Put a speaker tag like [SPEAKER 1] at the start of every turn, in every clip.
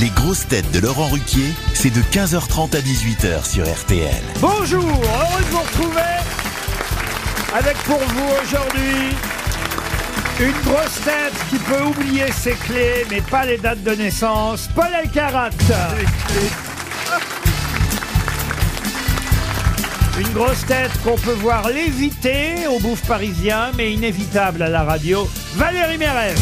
[SPEAKER 1] Les grosses têtes de Laurent Ruquier, c'est de 15h30 à 18h sur RTL.
[SPEAKER 2] Bonjour, heureux de vous retrouver avec pour vous aujourd'hui une grosse tête qui peut oublier ses clés mais pas les dates de naissance, Paul Elkarat. Une grosse tête qu'on peut voir léviter au bouffe parisien mais inévitable à la radio, Valérie Mérez.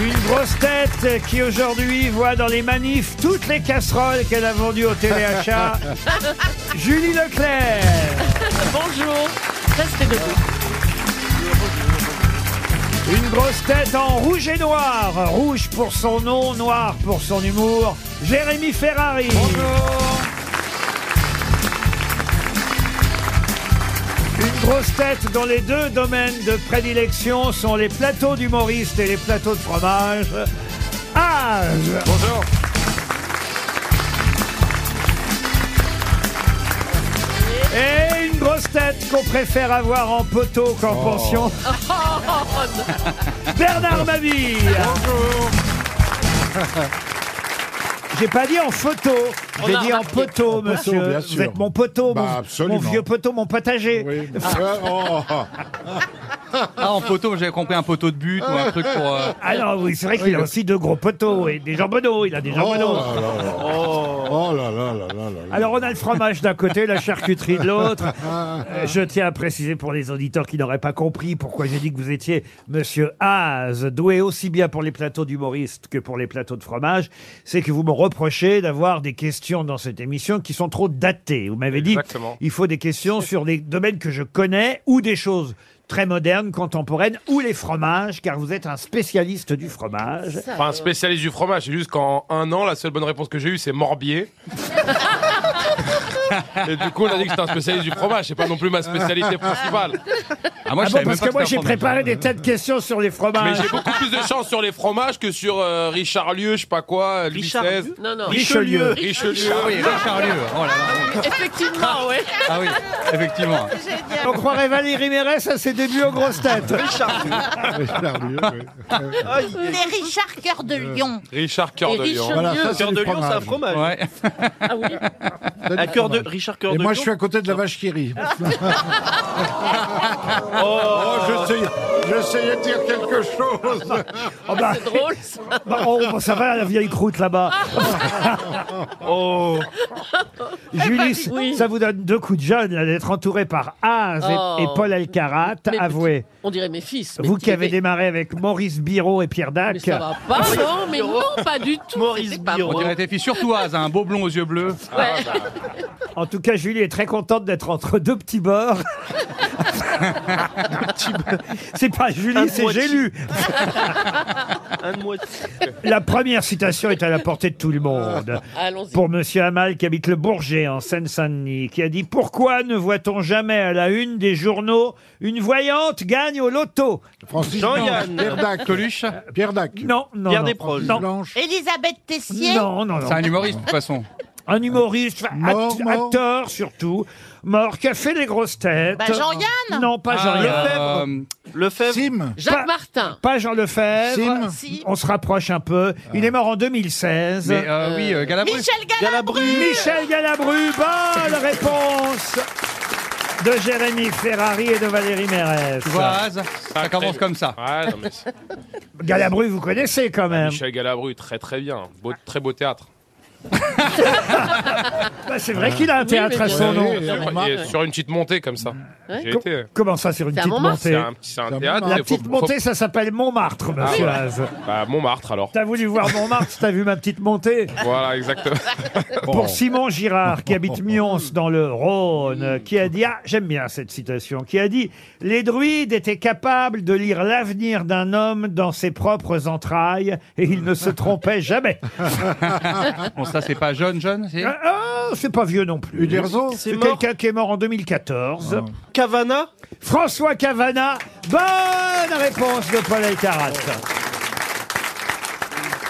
[SPEAKER 2] Une grosse tête qui aujourd'hui voit dans les manifs toutes les casseroles qu'elle a vendues au téléachat. Julie Leclerc.
[SPEAKER 3] Bonjour. Restez debout.
[SPEAKER 2] Une grosse tête en rouge et noir. Rouge pour son nom, noir pour son humour. Jérémy Ferrari. Une grosse tête dont les deux domaines de prédilection sont les plateaux d'humoristes et les plateaux de fromage. Age
[SPEAKER 4] Bonjour.
[SPEAKER 2] Et une grosse tête qu'on préfère avoir en poteau qu'en pension.
[SPEAKER 5] Oh.
[SPEAKER 2] Bernard Mabille.
[SPEAKER 4] Bonjour.
[SPEAKER 2] J'ai pas dit en photo, j'ai
[SPEAKER 3] a
[SPEAKER 2] dit en
[SPEAKER 3] remarqué.
[SPEAKER 2] poteau,
[SPEAKER 4] poteau,
[SPEAKER 2] monsieur.
[SPEAKER 4] bien
[SPEAKER 2] Vous
[SPEAKER 4] sûr.
[SPEAKER 2] êtes mon poteau,
[SPEAKER 6] Bah,
[SPEAKER 2] mon,
[SPEAKER 6] absolument.
[SPEAKER 2] mon vieux poteau, mon potager.
[SPEAKER 6] Oui. Ah, oh, oh.
[SPEAKER 4] Ah, en poteau, j'avais compris un poteau de but ou un truc pour. euh,
[SPEAKER 2] Ah non, oui, c'est vrai qu'il a aussi deux gros poteaux et des jambonneaux, il a des
[SPEAKER 6] Oh là
[SPEAKER 2] jambonneaux.
[SPEAKER 6] là. Oh là là là là là là.
[SPEAKER 2] Alors on a le fromage d'un côté, la charcuterie de l'autre. Euh, Je tiens à préciser pour les auditeurs qui n'auraient pas compris pourquoi j'ai dit que vous étiez Monsieur Haas, doué aussi bien pour les plateaux d'humoristes que pour les plateaux de fromage, c'est que vous me reprochez d'avoir des questions dans cette émission qui sont trop datées. Vous m'avez dit
[SPEAKER 4] Exactement.
[SPEAKER 2] il faut des questions sur des domaines que je connais ou des choses très modernes, contemporaines, ou les fromages, car vous êtes un spécialiste du fromage.
[SPEAKER 4] Pas un spécialiste du fromage, c'est juste qu'en un an, la seule bonne réponse que j'ai eue, c'est Morbier. Et du coup, on a dit que c'était un spécialiste du fromage, c'est pas non plus ma spécialité principale.
[SPEAKER 7] Ah, moi,
[SPEAKER 2] Ah
[SPEAKER 7] je
[SPEAKER 2] bon, parce que
[SPEAKER 7] savais même pas
[SPEAKER 2] moi
[SPEAKER 7] c'était
[SPEAKER 2] j'ai
[SPEAKER 7] un fromage.
[SPEAKER 2] préparé des tas de questions sur les
[SPEAKER 4] Mais
[SPEAKER 2] fromages.
[SPEAKER 4] j'ai beaucoup plus de chance sur les fromages que sur euh, Richarlieu, je sais pas quoi, euh, Louis
[SPEAKER 3] Richard.
[SPEAKER 4] XVI.
[SPEAKER 3] Non, non.
[SPEAKER 2] Richelieu.
[SPEAKER 4] Richelieu.
[SPEAKER 7] Ah oui, Richard-Lieu. Oh là là.
[SPEAKER 3] Effectivement, ouais.
[SPEAKER 7] Ah oui, effectivement.
[SPEAKER 2] On croirait Valérie Mérès à ses débuts aux grosses têtes.
[SPEAKER 6] Richard Lieu, oui.
[SPEAKER 8] Euh, Les Richard Cœur de
[SPEAKER 2] Euh.
[SPEAKER 8] Lion.
[SPEAKER 4] Richard Cœur
[SPEAKER 3] Et
[SPEAKER 4] de Lion.
[SPEAKER 3] Richelieu.
[SPEAKER 6] Voilà, ça c'est
[SPEAKER 5] Cœur
[SPEAKER 6] du
[SPEAKER 5] de lion, c'est un
[SPEAKER 6] fromage.
[SPEAKER 5] fromage.
[SPEAKER 7] Ouais.
[SPEAKER 3] Ah oui.
[SPEAKER 6] Ça, du
[SPEAKER 5] Un cœur de...
[SPEAKER 6] fromage.
[SPEAKER 5] Richard Cœur
[SPEAKER 6] Et
[SPEAKER 5] de
[SPEAKER 6] moi,
[SPEAKER 5] lion.
[SPEAKER 6] je suis à côté de la vache qui rit. oh, j'essayais, j'essayais de dire quelque chose.
[SPEAKER 2] Oh bah,
[SPEAKER 3] C'est drôle. ça.
[SPEAKER 2] bah, oh, ça va la vieille croûte là-bas.
[SPEAKER 6] Oh,
[SPEAKER 2] Julie, c-
[SPEAKER 3] oui.
[SPEAKER 2] ça vous donne deux coups de jeune là, d'être entouré par Az et-
[SPEAKER 3] Oh.
[SPEAKER 2] et, Paul Elkarat.
[SPEAKER 3] Mais-
[SPEAKER 2] Avouez,
[SPEAKER 3] On dirait mes fils. mais
[SPEAKER 2] vous
[SPEAKER 3] tu
[SPEAKER 2] qui avez
[SPEAKER 3] les-
[SPEAKER 2] démarré avec Maurice Biro et Pierre
[SPEAKER 3] Mais
[SPEAKER 2] Dac.
[SPEAKER 3] ça va pas, non, mais non, pas du tout.
[SPEAKER 5] Maurice
[SPEAKER 3] C'était pas
[SPEAKER 5] Biron.
[SPEAKER 7] On
[SPEAKER 2] hein.
[SPEAKER 7] dirait tes filles, surtout As, hein, un beau blond aux yeux bleus.
[SPEAKER 2] En tout cas, Julie est très contente d'être entre deux petits bords. c'est pas
[SPEAKER 5] Un
[SPEAKER 2] Julie, c'est
[SPEAKER 5] moitié.
[SPEAKER 2] Gélu.
[SPEAKER 5] Un de moitié.
[SPEAKER 2] La première citation est à la portée de tout le monde.
[SPEAKER 3] Allons-y.
[SPEAKER 2] pour Monsieur Hamal qui habite le Bourget en Seine-Saint-Denis, qui a dit Pourquoi ne voit-on jamais à la une des journaux une voyante gagne au loto
[SPEAKER 6] Francis
[SPEAKER 5] Jean-Yann.
[SPEAKER 6] Blanche, Pierre Dac.
[SPEAKER 7] Euh, Coluche,
[SPEAKER 6] Pierre Dac.
[SPEAKER 2] Non, non.
[SPEAKER 5] Pierre
[SPEAKER 2] non,
[SPEAKER 5] Desproges.
[SPEAKER 2] Non,
[SPEAKER 6] Blanche.
[SPEAKER 8] Elisabeth Tessier.
[SPEAKER 2] non, non, non.
[SPEAKER 7] c'est un humoriste de toute façon.
[SPEAKER 2] Un humoriste, enfin,
[SPEAKER 6] Mort,
[SPEAKER 2] act-
[SPEAKER 6] mort.
[SPEAKER 2] acteur surtout, mort, qui a fait les grosses têtes.
[SPEAKER 8] Bah, Jean-Yann.
[SPEAKER 2] Non, pas Jean Lefebvre.
[SPEAKER 7] Ah, euh,
[SPEAKER 5] Lefebvre.
[SPEAKER 6] Sim.
[SPEAKER 2] pas-
[SPEAKER 3] Jacques Martin.
[SPEAKER 2] Pas Jean Lefebvre.
[SPEAKER 6] Sim.
[SPEAKER 8] Si.
[SPEAKER 2] On se rapproche un peu. Il est mort en 2016.
[SPEAKER 7] Ah. mais euh, oui, euh, Galabru.
[SPEAKER 8] Michel Galabru.
[SPEAKER 5] Galabru.
[SPEAKER 2] Michel Galabru, bonne réponse de Jérémy Ferrari et de Valérie Mérez.
[SPEAKER 7] Tu vois, Az, ça commence comme ça.
[SPEAKER 4] Ouais, non, mais c'est- Ah,
[SPEAKER 2] Galabru, vous connaissez quand même.
[SPEAKER 4] Michel Galabru, très très bien. Beau- très beau théâtre.
[SPEAKER 2] Bah, c'est vrai qu'il a un théâtre
[SPEAKER 3] mais
[SPEAKER 2] à
[SPEAKER 3] bien
[SPEAKER 2] son
[SPEAKER 3] sûr.
[SPEAKER 2] nom.
[SPEAKER 3] Oui,
[SPEAKER 4] Il est sur une petite montée comme ça. J'ai
[SPEAKER 2] Com-
[SPEAKER 4] été. euh,
[SPEAKER 2] Comment ça, sur une
[SPEAKER 3] C'est à
[SPEAKER 2] petite
[SPEAKER 3] Montmartre.
[SPEAKER 4] C'est
[SPEAKER 2] montée
[SPEAKER 4] un, c'est un
[SPEAKER 6] C'est un
[SPEAKER 4] théâtre.
[SPEAKER 2] La
[SPEAKER 4] faut-
[SPEAKER 2] petite
[SPEAKER 4] faut- Ah,
[SPEAKER 2] montée, ça s'appelle Montmartre, monsieur Az.
[SPEAKER 4] Bah, Montmartre alors.
[SPEAKER 2] T'as voulu voir Montmartre, t'as vu ma petite montée
[SPEAKER 4] Voilà, exactement.
[SPEAKER 2] Pour Simon Girard, qui habite Mions dans le Rhône, qui a dit, ah, j'aime bien cette citation, qui a dit, les druides étaient capables de lire l'avenir d'un homme dans ses propres entrailles et ils ne se trompaient jamais.
[SPEAKER 7] Bon, ça, c'est pas jeune, jeune. c'est-
[SPEAKER 2] Ah, ah, c'est pas vieux non plus.
[SPEAKER 6] Uderzo.
[SPEAKER 5] C'est
[SPEAKER 2] C'est
[SPEAKER 5] mort. Ah.
[SPEAKER 2] quelqu'un qui est mort en 2014.
[SPEAKER 5] Cavana.
[SPEAKER 2] François Cavana, bonne réponse de Paul Elkarat.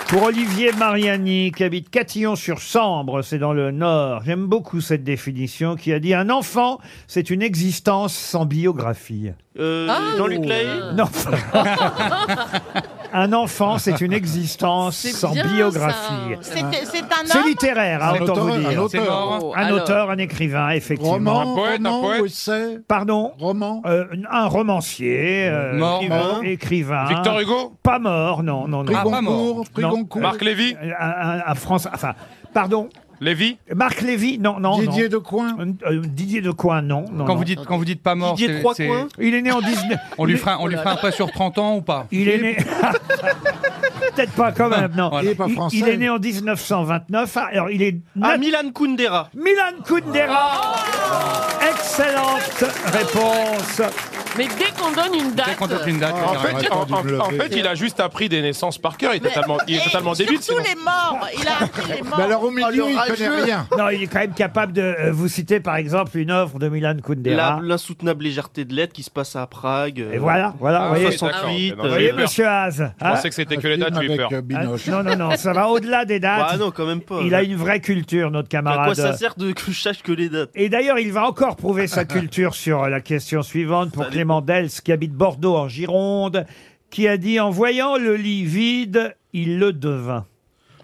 [SPEAKER 2] Pour Olivier Mariani, qui habite Catillon-sur-Sambre, c'est dans le Nord. J'aime beaucoup cette définition qui a dit un enfant, c'est une existence sans biographie.
[SPEAKER 5] Euh,
[SPEAKER 3] Ah,
[SPEAKER 5] Jean-Luc
[SPEAKER 3] oui.
[SPEAKER 5] Lahaye
[SPEAKER 2] Non. un enfant, c'est une existence
[SPEAKER 3] C'est
[SPEAKER 2] sans
[SPEAKER 3] bien,
[SPEAKER 2] biographie.
[SPEAKER 3] ça.
[SPEAKER 8] C'est c'est un
[SPEAKER 2] C'est
[SPEAKER 8] homme
[SPEAKER 2] littéraire, hein,
[SPEAKER 6] Un
[SPEAKER 2] autant
[SPEAKER 6] auteur,
[SPEAKER 2] vous
[SPEAKER 6] un
[SPEAKER 2] dire.
[SPEAKER 6] auteur.
[SPEAKER 7] C'est mort.
[SPEAKER 3] Oh,
[SPEAKER 2] Un
[SPEAKER 3] alors.
[SPEAKER 2] auteur, un écrivain, effectivement.
[SPEAKER 6] Roman,
[SPEAKER 4] Un poète, un
[SPEAKER 6] roman,
[SPEAKER 4] poète.
[SPEAKER 6] essai,
[SPEAKER 2] Pardon
[SPEAKER 6] roman.
[SPEAKER 2] Euh, Un romancier. euh,
[SPEAKER 7] Mort.
[SPEAKER 6] Mort.
[SPEAKER 2] Écrivain.
[SPEAKER 4] Victor Hugo
[SPEAKER 2] Pas mort, non, non, non.
[SPEAKER 6] Prix
[SPEAKER 7] Ah, pas mort.
[SPEAKER 6] Goncourt, prix
[SPEAKER 2] Non. Euh,
[SPEAKER 6] Goncourt.
[SPEAKER 4] Marc Lévy
[SPEAKER 2] Un, un- un Français- enfin, pardon,
[SPEAKER 4] Lévy
[SPEAKER 2] Marc Lévy, non, non, non.
[SPEAKER 6] Didier de Coin.
[SPEAKER 2] Euh, euh, Didier de Coin, non. non,
[SPEAKER 7] Quand
[SPEAKER 2] non.
[SPEAKER 7] vous dites, quand vous dites pas mort,
[SPEAKER 5] Didier
[SPEAKER 7] c'est-
[SPEAKER 5] Trois
[SPEAKER 7] c'est-
[SPEAKER 5] Coins
[SPEAKER 2] Il est né en 19...
[SPEAKER 7] on lui fera, on lui fera un pas sur 30 ans ou pas
[SPEAKER 2] Il est né... Peut-être pas quand même, non.
[SPEAKER 7] Voilà.
[SPEAKER 6] Il est pas français.
[SPEAKER 2] il est né en 1929. Ah, Alors, il est...
[SPEAKER 5] Ah,
[SPEAKER 2] nat-
[SPEAKER 5] Milan Kundera.
[SPEAKER 2] Milan Kundera Excellente réponse
[SPEAKER 3] Mais dès qu'on donne une
[SPEAKER 7] Dès
[SPEAKER 3] date.
[SPEAKER 7] qu'on donne une date,
[SPEAKER 6] Ah,
[SPEAKER 7] on
[SPEAKER 4] En
[SPEAKER 6] Ah,
[SPEAKER 7] dira,
[SPEAKER 4] fait,
[SPEAKER 6] ouais.
[SPEAKER 4] en,
[SPEAKER 6] Attends,
[SPEAKER 4] en-
[SPEAKER 6] du bleu.
[SPEAKER 4] en fait, il a juste appris des naissances par cœur. Il est
[SPEAKER 8] Mais-
[SPEAKER 4] totalement, il est
[SPEAKER 8] et
[SPEAKER 4] totalement débile.
[SPEAKER 8] Surtout
[SPEAKER 4] sinon.
[SPEAKER 8] les morts. Il a appris les morts.
[SPEAKER 6] Mais alors au milieu, il
[SPEAKER 8] l'orageux.
[SPEAKER 6] connaît rien.
[SPEAKER 2] Ah, Non, il est quand même capable de euh, vous citer, par exemple, une œuvre de Milan
[SPEAKER 5] La-
[SPEAKER 2] Kundera.
[SPEAKER 5] L'insoutenable légèreté de l'être qui se passe à Prague. euh,
[SPEAKER 2] Et voilà, voilà,
[SPEAKER 4] Ah,
[SPEAKER 2] vous voyez,
[SPEAKER 4] oui, d'accord.
[SPEAKER 5] 68,
[SPEAKER 4] Vous
[SPEAKER 2] vous voyez,
[SPEAKER 5] euh,
[SPEAKER 2] monsieur Haas hein Ah,
[SPEAKER 4] Je pensais que c'était que les dates,
[SPEAKER 6] Un
[SPEAKER 4] j'ai eu
[SPEAKER 6] film
[SPEAKER 4] peur.
[SPEAKER 6] avec euh, Binoche.
[SPEAKER 2] Non, non, non, ça va au-delà des dates.
[SPEAKER 5] Bah non, quand même pas.
[SPEAKER 2] il a une vraie culture, notre
[SPEAKER 5] À quoi
[SPEAKER 2] camarade.
[SPEAKER 5] ça sert de que je sache que les dates
[SPEAKER 2] Et d'ailleurs, il va encore prouver sa culture sur euh, la question suivante pour
[SPEAKER 5] Ça
[SPEAKER 2] Clément Dels, qui habite Bordeaux en Gironde, qui a dit En voyant le lit vide, il le devint.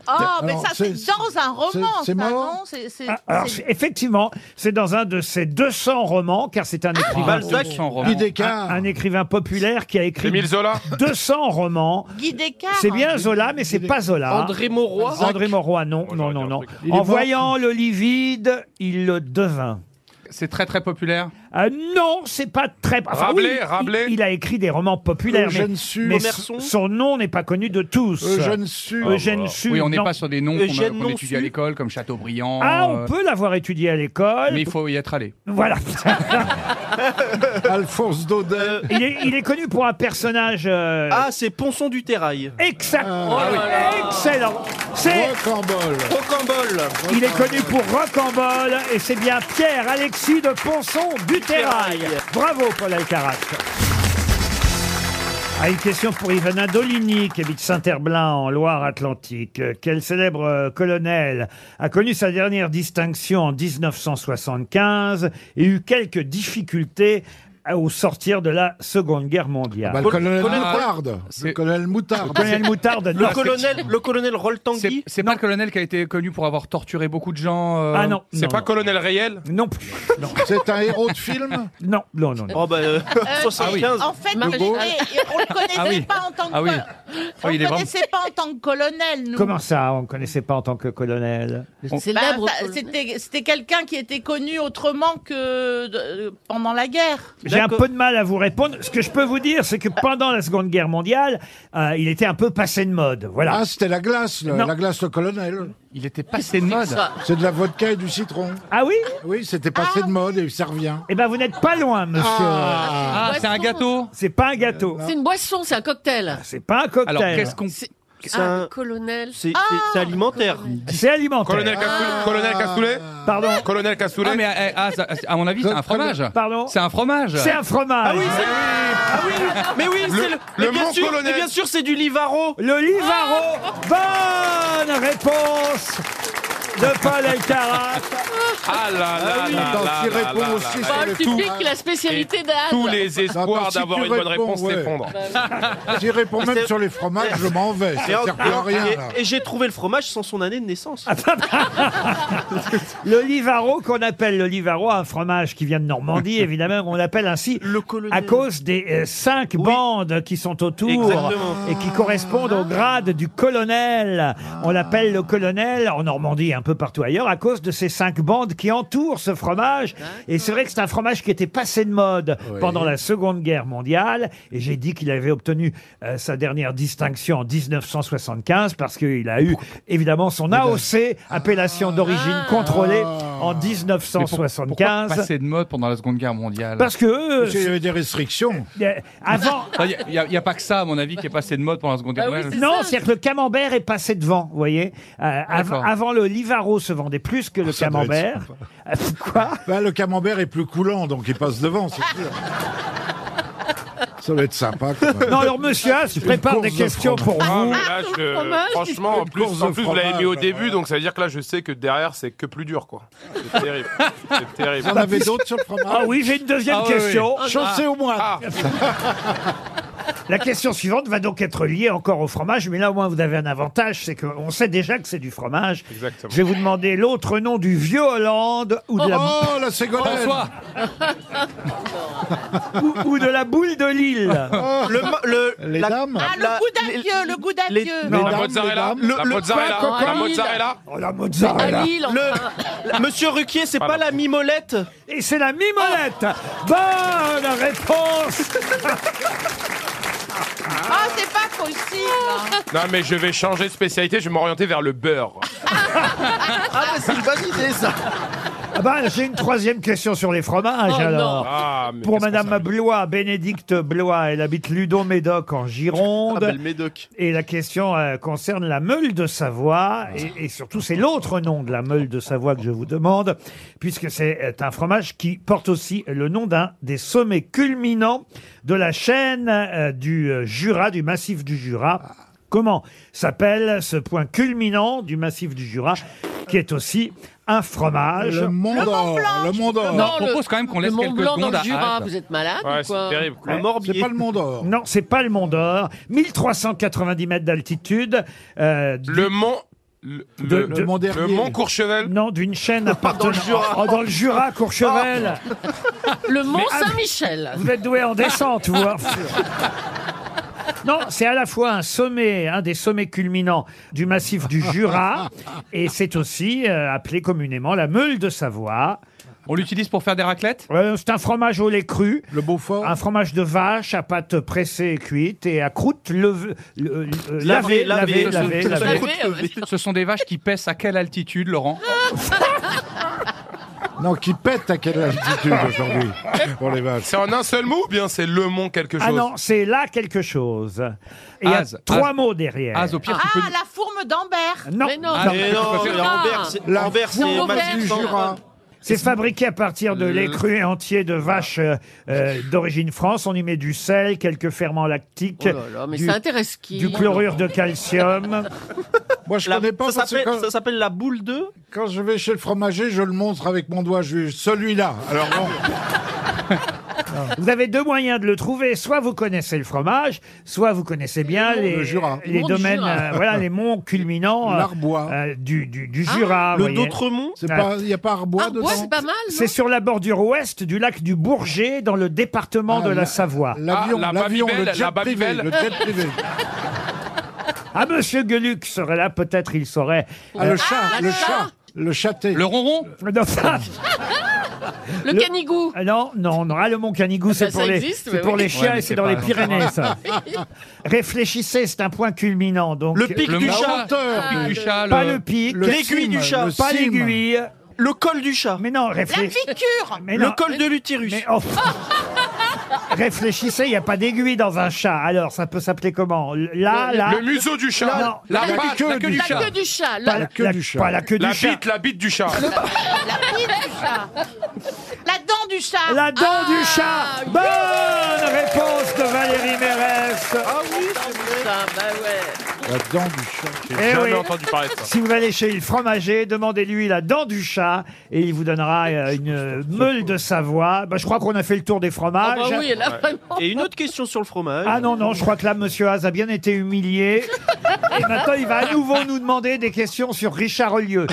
[SPEAKER 8] Oh, mais
[SPEAKER 6] Alors,
[SPEAKER 8] ça, c'est
[SPEAKER 6] c'est-
[SPEAKER 8] dans un roman,
[SPEAKER 6] c'est- c'est
[SPEAKER 8] ça,
[SPEAKER 6] mort
[SPEAKER 8] non C'est- c'est-
[SPEAKER 2] Ah, Alors,
[SPEAKER 8] c'est-
[SPEAKER 2] c'est- effectivement, c'est dans un de ses 200 romans, car c'est un
[SPEAKER 7] Ah,
[SPEAKER 2] écrivain.
[SPEAKER 5] Balzac.
[SPEAKER 7] sans roman.
[SPEAKER 6] Bidécard.
[SPEAKER 7] Ah.
[SPEAKER 2] Un écrivain populaire qui a écrit
[SPEAKER 4] Émile Zola
[SPEAKER 2] 200 romans.
[SPEAKER 8] Guy Descartes.
[SPEAKER 2] C'est bien Zola, mais c'est pas Zola.
[SPEAKER 3] André Mauroy.
[SPEAKER 2] André Mauroy, non,
[SPEAKER 4] Moi,
[SPEAKER 2] non,
[SPEAKER 4] j'aurais
[SPEAKER 2] non,
[SPEAKER 4] dit un
[SPEAKER 2] non.
[SPEAKER 4] truc.
[SPEAKER 6] Il est
[SPEAKER 2] En
[SPEAKER 6] mort.
[SPEAKER 2] voyant le lit vide, il le devint.
[SPEAKER 7] C'est très très populaire.
[SPEAKER 2] Ah, non, c'est pas très. enfin,
[SPEAKER 4] Rabelais,
[SPEAKER 2] oui, il-
[SPEAKER 4] Rabelais.
[SPEAKER 2] Il, a écrit des romans populaires, mais,
[SPEAKER 6] Eugène Sue.
[SPEAKER 2] mais
[SPEAKER 5] Commerçon.
[SPEAKER 2] son nom n'est pas connu de tous.
[SPEAKER 6] Eugène Sue.
[SPEAKER 2] Eugène Sue,
[SPEAKER 7] Oh, bah. Oui, on n'est
[SPEAKER 2] non.
[SPEAKER 7] pas sur des noms qu'on a-
[SPEAKER 5] Eugène
[SPEAKER 7] qu'on
[SPEAKER 5] non
[SPEAKER 7] étudie à
[SPEAKER 5] su.
[SPEAKER 7] l'école, comme Chateaubriand.
[SPEAKER 2] Ah, on
[SPEAKER 7] euh,
[SPEAKER 2] peut l'avoir étudié à l'école.
[SPEAKER 7] Mais il faut y être allé.
[SPEAKER 2] Voilà.
[SPEAKER 6] Alphonse Daudet.
[SPEAKER 2] il, est, il est connu pour un personnage. euh,
[SPEAKER 5] Ah, c'est Ponson du Terrail.
[SPEAKER 2] exact.
[SPEAKER 6] Ah
[SPEAKER 2] Excellent. C'est.
[SPEAKER 6] Rocambole.
[SPEAKER 5] Rocambole.
[SPEAKER 2] Il est connu pour Rocambole et c'est bien Pierre-Alexis de Ponson du Terrail.
[SPEAKER 5] Terrail.
[SPEAKER 2] Bravo Paul Alcarat. Ah, une question pour Ivana Dolini, qui habite Saint-Herblain en Loire-Atlantique. Euh, Quel célèbre euh, colonel a connu sa dernière distinction en 1975 et eu quelques difficultés à- au sortir de la Seconde Guerre mondiale
[SPEAKER 6] Bah, le colonel
[SPEAKER 5] colonel-
[SPEAKER 6] Moutarde. Le
[SPEAKER 7] C'est-
[SPEAKER 6] colonel Moutarde.
[SPEAKER 2] Le colonel Moutarde, non.
[SPEAKER 5] Le colonel, le colonel
[SPEAKER 7] C'est
[SPEAKER 5] Roltangui.
[SPEAKER 7] c'est pas le colonel qui a été connu pour avoir torturé beaucoup de gens. euh,
[SPEAKER 2] Ah non,
[SPEAKER 4] C'est
[SPEAKER 2] non,
[SPEAKER 4] pas
[SPEAKER 2] non.
[SPEAKER 4] Colonel Rayel
[SPEAKER 2] Non plus. Non,
[SPEAKER 6] C'est un héros de film.
[SPEAKER 2] non, non, non. non.
[SPEAKER 5] Oh bah euh,
[SPEAKER 8] Euh,
[SPEAKER 2] Ah
[SPEAKER 5] 75.
[SPEAKER 8] En fait,
[SPEAKER 3] Marshall.
[SPEAKER 8] il est- on le connaissait
[SPEAKER 7] Ah oui.
[SPEAKER 8] pas en tant que.
[SPEAKER 7] Ah oui.
[SPEAKER 8] On
[SPEAKER 7] Oh, il est
[SPEAKER 8] le
[SPEAKER 7] vraiment.
[SPEAKER 8] connaissait pas en tant que colonel, nous.
[SPEAKER 2] Comment ça, on ne connaissait pas en tant que colonel
[SPEAKER 3] C'est
[SPEAKER 8] Bah,
[SPEAKER 3] l'arbre.
[SPEAKER 8] ça- C'était c'était quelqu'un qui était connu autrement que de- euh, pendant la guerre.
[SPEAKER 2] J'ai un
[SPEAKER 5] D'accord.
[SPEAKER 2] peu de mal à vous répondre. Ce que je peux vous dire, c'est que pendant la Seconde Guerre mondiale, euh, il était un peu passé de mode. Voilà.
[SPEAKER 6] Ah, c'était la glace, le-
[SPEAKER 2] Non.
[SPEAKER 6] la glace le colonel.
[SPEAKER 7] Il était passé de mode.
[SPEAKER 3] Ça.
[SPEAKER 6] C'est de la vodka et du citron.
[SPEAKER 2] Ah oui Ah.
[SPEAKER 6] Oui, c'était passé de mode et ça revient.
[SPEAKER 2] Eh ben, vous n'êtes pas loin, monsieur. euh,
[SPEAKER 6] Ah,
[SPEAKER 7] Ah, c'est un gâteau.
[SPEAKER 2] C'est pas un gâteau.
[SPEAKER 3] C'est une boisson, c'est un cocktail.
[SPEAKER 2] Ah, C'est pas un cocktail.
[SPEAKER 7] Alors qu'est-ce qu'on
[SPEAKER 3] C'est
[SPEAKER 5] C'est
[SPEAKER 3] Ah,
[SPEAKER 5] un-
[SPEAKER 3] colonel.
[SPEAKER 5] C'est c'est- c'est alimentaire.
[SPEAKER 2] C'est alimentaire.
[SPEAKER 4] Colonel
[SPEAKER 6] Ah.
[SPEAKER 4] Cassoulet Colonel Cassoulet
[SPEAKER 2] Pardon.
[SPEAKER 4] Colonel Cassoulet
[SPEAKER 7] Ah mais eh, ah, ça- à mon avis, c'est un fromage.
[SPEAKER 2] Pardon
[SPEAKER 7] C'est un fromage.
[SPEAKER 2] C'est un fromage.
[SPEAKER 5] Ah oui, c'est ah oui, mais oui, c'est
[SPEAKER 4] le
[SPEAKER 5] le, mais bien
[SPEAKER 4] Mont
[SPEAKER 5] sûr,
[SPEAKER 4] Colonel.
[SPEAKER 5] mais bien sûr, c'est du Livaro.
[SPEAKER 2] Le Livaro. Bonne réponse de Paul Elkarat.
[SPEAKER 4] Ah là là là
[SPEAKER 6] Attends,
[SPEAKER 4] là
[SPEAKER 6] tu
[SPEAKER 4] là
[SPEAKER 6] réponds
[SPEAKER 4] là
[SPEAKER 6] aussi
[SPEAKER 4] là
[SPEAKER 6] sur
[SPEAKER 4] là.
[SPEAKER 6] le-
[SPEAKER 3] Bah, tu
[SPEAKER 6] tout.
[SPEAKER 3] piques la spécialité d'Anne.
[SPEAKER 4] Tous les
[SPEAKER 6] Attends,
[SPEAKER 4] espoirs
[SPEAKER 6] si
[SPEAKER 4] d'avoir
[SPEAKER 6] tu
[SPEAKER 4] une bonne
[SPEAKER 6] réponds,
[SPEAKER 4] réponse
[SPEAKER 6] ouais.
[SPEAKER 4] s'effondrent.
[SPEAKER 6] J'y réponds même
[SPEAKER 5] Ah. C'est-
[SPEAKER 6] sur les fromages, je m'en vais.
[SPEAKER 5] Et,
[SPEAKER 6] Ça
[SPEAKER 5] en-
[SPEAKER 6] sert plus à rien.
[SPEAKER 5] et-
[SPEAKER 6] là.
[SPEAKER 5] et j'ai trouvé le fromage sans son année de naissance.
[SPEAKER 2] Ah, Le Livaro, qu'on appelle le Livaro, un fromage qui vient de Normandie, évidemment, on l'appelle ainsi
[SPEAKER 5] Le colonel.
[SPEAKER 2] à cause des euh, cinq bandes qui sont autour
[SPEAKER 5] Exactement.
[SPEAKER 2] et qui correspondent au grade du colonel. On l'appelle le colonel en Normandie et un peu partout ailleurs à cause de ces cinq bandes qui entourent ce fromage. Et c'est vrai que c'est un fromage qui était passé de mode
[SPEAKER 6] Oui.
[SPEAKER 2] pendant la Seconde Guerre mondiale. Et j'ai dit qu'il avait obtenu euh, sa dernière distinction en 1975 parce qu'il a eu évidemment son AOC, appellation d'origine contrôlée,
[SPEAKER 6] Ah.
[SPEAKER 2] en
[SPEAKER 7] Mais pour- pourquoi
[SPEAKER 2] 1975.
[SPEAKER 7] Passer de mode pendant la Seconde Guerre mondiale.
[SPEAKER 2] Parce que euh,
[SPEAKER 6] Parce qu'il y avait des restrictions.
[SPEAKER 2] euh, avant,
[SPEAKER 7] Il n'y a, y a pas que ça, à mon avis, qui est passé de mode pendant la Seconde
[SPEAKER 5] Ah
[SPEAKER 7] Guerre
[SPEAKER 3] Bah oui,
[SPEAKER 7] mondiale.
[SPEAKER 3] c'est
[SPEAKER 2] Non,
[SPEAKER 3] ça.
[SPEAKER 2] c'est-à-dire que le camembert est passé devant, vous voyez. Euh, av-
[SPEAKER 7] D'accord.
[SPEAKER 2] avant, le Livaro se vendait plus que le
[SPEAKER 6] Oh, ça doit être
[SPEAKER 2] camembert. Ah, Quoi
[SPEAKER 6] Bah, le camembert est plus coulant, donc il passe devant, c'est sûr. Ça va être sympa. quand même.
[SPEAKER 2] Non, alors monsieur Haas prépare
[SPEAKER 6] course
[SPEAKER 2] des
[SPEAKER 6] de
[SPEAKER 2] questions pour
[SPEAKER 4] Ah,
[SPEAKER 2] vous.
[SPEAKER 4] mais là, je-
[SPEAKER 3] fromage.
[SPEAKER 4] franchement, en
[SPEAKER 6] course
[SPEAKER 4] plus,
[SPEAKER 6] de
[SPEAKER 4] en plus vous l'avez mis au
[SPEAKER 6] fromage,
[SPEAKER 4] début, donc ça veut dire que là, je sais que derrière, c'est que plus dur, quoi. C'est terrible. C'est terrible.
[SPEAKER 6] Vous en avez d'autres sur le
[SPEAKER 2] Ah
[SPEAKER 6] fromage
[SPEAKER 2] oui, j'ai une deuxième
[SPEAKER 7] Ah oui,
[SPEAKER 2] question.
[SPEAKER 6] Chaussée au moins.
[SPEAKER 4] Ah,
[SPEAKER 2] La question suivante va donc être liée encore au fromage, mais là au moins vous avez un avantage, c'est qu'on sait déjà que c'est du fromage.
[SPEAKER 4] Exactement.
[SPEAKER 2] Je vais vous demander l'autre nom du vieux Hollande ou de la,
[SPEAKER 6] Oh, la Ségolène
[SPEAKER 7] François
[SPEAKER 2] ou, ou de la boule de Lille.
[SPEAKER 5] Le, ma- le,
[SPEAKER 6] Oh. Les
[SPEAKER 5] la-
[SPEAKER 6] dames
[SPEAKER 8] Ah, le
[SPEAKER 5] La-
[SPEAKER 8] goût d'un
[SPEAKER 5] les-
[SPEAKER 8] vieux, le goût d'un
[SPEAKER 5] les-
[SPEAKER 8] vieux.
[SPEAKER 6] les
[SPEAKER 4] la
[SPEAKER 6] dames,
[SPEAKER 4] mozzarella,
[SPEAKER 6] les dames.
[SPEAKER 4] la
[SPEAKER 5] Le- le
[SPEAKER 4] mozzarella,
[SPEAKER 5] pain,
[SPEAKER 4] la
[SPEAKER 5] coquin.
[SPEAKER 4] mozzarella.
[SPEAKER 2] Oh la
[SPEAKER 3] À
[SPEAKER 2] mozzarella
[SPEAKER 3] Lille,
[SPEAKER 5] le-
[SPEAKER 3] enfin.
[SPEAKER 5] la- Monsieur Ruquier, c'est pas
[SPEAKER 4] Pardon.
[SPEAKER 5] la mimolette Ah.
[SPEAKER 2] Et c'est la mimolette Bonne réponse
[SPEAKER 8] Ah, c'est pas possible.
[SPEAKER 4] Non, mais je vais changer de spécialité, je vais m'orienter vers le beurre.
[SPEAKER 5] Ah, mais c'est une bonne idée, ça
[SPEAKER 2] Ah bah, J'ai une troisième question sur les fromages
[SPEAKER 3] Oh, non.
[SPEAKER 2] alors.
[SPEAKER 4] Ah, mais
[SPEAKER 2] Pour
[SPEAKER 4] qu'est-ce qu'on
[SPEAKER 2] Madame
[SPEAKER 4] s'amuse.
[SPEAKER 2] Blois, Bénédicte Blois, elle habite Ludon-Médoc en
[SPEAKER 5] Ah,
[SPEAKER 2] Gironde.
[SPEAKER 5] bah, le médoc. Ah.
[SPEAKER 2] Et la question euh, concerne la meule de Savoie, et, et surtout c'est l'autre nom de la meule de Savoie que je vous demande, puisque c'est euh, un fromage qui porte aussi le nom d'un des sommets culminants de la chaîne euh, du euh, Jura, du massif du Jura. Comment s'appelle ce point culminant du massif du Jura, qui est aussi un fromage
[SPEAKER 6] Le Mont d'Or,
[SPEAKER 7] Oh,
[SPEAKER 6] le Mont d'Or.
[SPEAKER 7] Non,
[SPEAKER 3] Non,
[SPEAKER 7] on
[SPEAKER 3] Oh, le-
[SPEAKER 7] propose quand même qu'on
[SPEAKER 3] Le
[SPEAKER 7] laisse
[SPEAKER 3] Mont
[SPEAKER 7] quelques
[SPEAKER 3] Blanc dans
[SPEAKER 7] secondes
[SPEAKER 3] le
[SPEAKER 7] à
[SPEAKER 3] Jura,
[SPEAKER 7] Anne.
[SPEAKER 3] vous êtes malade
[SPEAKER 4] Ouais,
[SPEAKER 3] ou quoi
[SPEAKER 4] Ah, c'est terrible. quoi.
[SPEAKER 5] Le
[SPEAKER 6] C'est
[SPEAKER 5] morbier.
[SPEAKER 6] pas le Mont d'Or.
[SPEAKER 2] Non, c'est pas le Mont d'Or. 1390 mètres d'altitude. euh, du-
[SPEAKER 4] Le mont. Le, le-
[SPEAKER 2] de-
[SPEAKER 6] Le Mont
[SPEAKER 4] le
[SPEAKER 6] Dernier.
[SPEAKER 4] mont Courchevel.
[SPEAKER 2] Non, d'une chaîne appartenant.
[SPEAKER 5] Jura.
[SPEAKER 2] Oh, dans le
[SPEAKER 4] Ah.
[SPEAKER 2] Jura, Courchevel.
[SPEAKER 3] Le Mont Saint-Michel.
[SPEAKER 2] Vous êtes doué en descente, vous. hein. Non, c'est à la fois un sommet, un des sommets culminants du massif du Jura, et c'est aussi euh, appelé communément la meule de Savoie.
[SPEAKER 7] On l'utilise pour faire des raclettes
[SPEAKER 2] Euh, c'est un fromage au lait cru,
[SPEAKER 6] Le Beaufort.
[SPEAKER 2] un fromage de vache à pâte pressée et cuite, et à croûte leve- le- le- lavée, lavée,
[SPEAKER 5] Lavé, lavé,
[SPEAKER 2] lavée,
[SPEAKER 5] lavé,
[SPEAKER 2] lavée.
[SPEAKER 5] lavé.
[SPEAKER 7] Ce sont des vaches qui pèsent à quelle altitude, Laurent
[SPEAKER 5] Ah,
[SPEAKER 6] Non, qui pète à quelle altitude aujourd'hui pour les vaches
[SPEAKER 4] C'est en un seul mot ou bien c'est le mont quelque chose
[SPEAKER 2] Ah non, c'est là quelque chose. Et il y a
[SPEAKER 7] Az,
[SPEAKER 2] trois
[SPEAKER 7] az.
[SPEAKER 2] mots derrière.
[SPEAKER 7] Ah, au pire, tu peux...
[SPEAKER 8] Ah, la fourme d'Ambert.
[SPEAKER 2] Non,
[SPEAKER 3] Mais non,
[SPEAKER 7] Ah,
[SPEAKER 5] Mais non,
[SPEAKER 7] Tu peux
[SPEAKER 5] mais
[SPEAKER 3] faire-
[SPEAKER 5] Lambert, c'est
[SPEAKER 6] La
[SPEAKER 5] Lambert, c'est
[SPEAKER 6] fourme
[SPEAKER 3] Massif
[SPEAKER 6] du
[SPEAKER 3] sans-
[SPEAKER 6] Jura.
[SPEAKER 2] C'est fabriqué à partir de lait
[SPEAKER 4] Le-
[SPEAKER 2] cru et entier de vaches euh, euh, d'origine France. On y met du sel, quelques ferments lactiques,
[SPEAKER 3] Oh là là, mais
[SPEAKER 2] du,
[SPEAKER 3] ça intéresse qui
[SPEAKER 2] du chlorure de calcium.
[SPEAKER 6] Moi, je
[SPEAKER 5] La-
[SPEAKER 6] connais pas
[SPEAKER 5] ça
[SPEAKER 6] parce que
[SPEAKER 5] s'appelle-
[SPEAKER 6] quand,
[SPEAKER 5] ça s'appelle la boule 2
[SPEAKER 6] quand je vais chez le fromager, je le montre avec mon doigt. Je lui- celui-là. Alors bon,
[SPEAKER 2] Ah. vous avez deux moyens de le trouver. Soit vous connaissez le fromage, soit vous connaissez bien les,
[SPEAKER 6] Jura.
[SPEAKER 2] les
[SPEAKER 3] Le mont du
[SPEAKER 2] domaines,
[SPEAKER 3] Jura.
[SPEAKER 2] euh, voilà, les monts culminants euh,
[SPEAKER 6] L'Arbois.
[SPEAKER 2] euh, du, du- du Jura. vous
[SPEAKER 5] Le
[SPEAKER 2] voyez.
[SPEAKER 5] Dautremont
[SPEAKER 6] c'est
[SPEAKER 2] Ah.
[SPEAKER 6] pas, il y a pas Arbois
[SPEAKER 3] Ah,
[SPEAKER 6] dedans.
[SPEAKER 3] ouais, Ah. c'est pas mal, non
[SPEAKER 2] C'est sur la bordure ouest du lac du Bourget, dans le département
[SPEAKER 6] Ah,
[SPEAKER 2] de la
[SPEAKER 6] la-
[SPEAKER 2] Savoie.
[SPEAKER 6] L'avion,
[SPEAKER 4] Ah, la
[SPEAKER 6] l'avion,
[SPEAKER 4] Babybel,
[SPEAKER 6] le
[SPEAKER 4] la
[SPEAKER 6] jet privé,
[SPEAKER 4] Babybel.
[SPEAKER 6] le jet privé.
[SPEAKER 2] Ah, monsieur Gueluc serait là, peut-être il saurait. Euh,
[SPEAKER 6] Ah, le chat,
[SPEAKER 3] la
[SPEAKER 6] le
[SPEAKER 3] chat.
[SPEAKER 6] chat, le châté.
[SPEAKER 7] Le ronron
[SPEAKER 2] Non, ça-
[SPEAKER 3] Le canigou.
[SPEAKER 2] Ah Non, non, non. Ah, le mont Canigou, c'est pour,
[SPEAKER 3] ça
[SPEAKER 2] les,
[SPEAKER 3] existe,
[SPEAKER 2] c'est
[SPEAKER 3] mais
[SPEAKER 2] pour
[SPEAKER 3] oui.
[SPEAKER 2] les chiens
[SPEAKER 7] Ouais,
[SPEAKER 2] et
[SPEAKER 7] mais
[SPEAKER 2] c'est
[SPEAKER 7] c'est
[SPEAKER 2] dans
[SPEAKER 7] pas-
[SPEAKER 2] les Pyrénées, ça. Réfléchissez, c'est un point culminant. Donc,
[SPEAKER 5] Le pic
[SPEAKER 7] Le
[SPEAKER 5] du
[SPEAKER 7] mont-
[SPEAKER 5] chat
[SPEAKER 6] Hauteur.
[SPEAKER 7] Pic du chat,
[SPEAKER 2] pas
[SPEAKER 7] le-
[SPEAKER 2] le pic,
[SPEAKER 6] le
[SPEAKER 5] L'aiguille
[SPEAKER 6] cime,
[SPEAKER 5] du chat.
[SPEAKER 6] le
[SPEAKER 2] pas
[SPEAKER 6] cime.
[SPEAKER 2] l'aiguille.
[SPEAKER 5] Le col du chat
[SPEAKER 2] Mais non,
[SPEAKER 8] La
[SPEAKER 2] réfléchissez.
[SPEAKER 8] piqûre.
[SPEAKER 2] Ah, Mais
[SPEAKER 5] Le
[SPEAKER 2] non,
[SPEAKER 5] col de l'utérus
[SPEAKER 2] mais oh. réfléchissez, il n'y a pas d'aiguille dans un chat. Alors, ça peut s'appeler comment Là, là.
[SPEAKER 4] Le museau du chat.
[SPEAKER 2] Non,
[SPEAKER 7] La,
[SPEAKER 6] la
[SPEAKER 7] patte,
[SPEAKER 6] queue
[SPEAKER 7] la queue
[SPEAKER 6] du
[SPEAKER 7] du
[SPEAKER 3] La
[SPEAKER 7] chat
[SPEAKER 3] queue du chat. le-
[SPEAKER 2] pas
[SPEAKER 6] la queue du chat.
[SPEAKER 2] Pas la queue
[SPEAKER 4] La
[SPEAKER 2] du chat.
[SPEAKER 4] bite, la bite du chat.
[SPEAKER 8] La piqûre du chat. La dent du chat.
[SPEAKER 2] La dent du
[SPEAKER 3] Ah,
[SPEAKER 2] chat. Bonne réponse de Valérie Mérès.
[SPEAKER 3] Ah, bah ouais.
[SPEAKER 6] La dent du chat.
[SPEAKER 4] J'ai
[SPEAKER 2] Eh
[SPEAKER 4] jamais
[SPEAKER 2] oui.
[SPEAKER 4] entendu parler de ça.
[SPEAKER 2] Si vous allez chez le fromager, demandez-lui la dent du chat et il vous donnera euh, une euh, meule de Savoie. Bah, je crois qu'on a fait le tour des
[SPEAKER 3] Ah
[SPEAKER 2] fromages.
[SPEAKER 3] bah oui, là, vraiment.
[SPEAKER 5] Et une autre question sur le fromage.
[SPEAKER 2] Ah non, non, je crois que là, Monsieur Haas a bien été humilié. Et maintenant, il va à nouveau nous demander des questions sur Richard Olieu.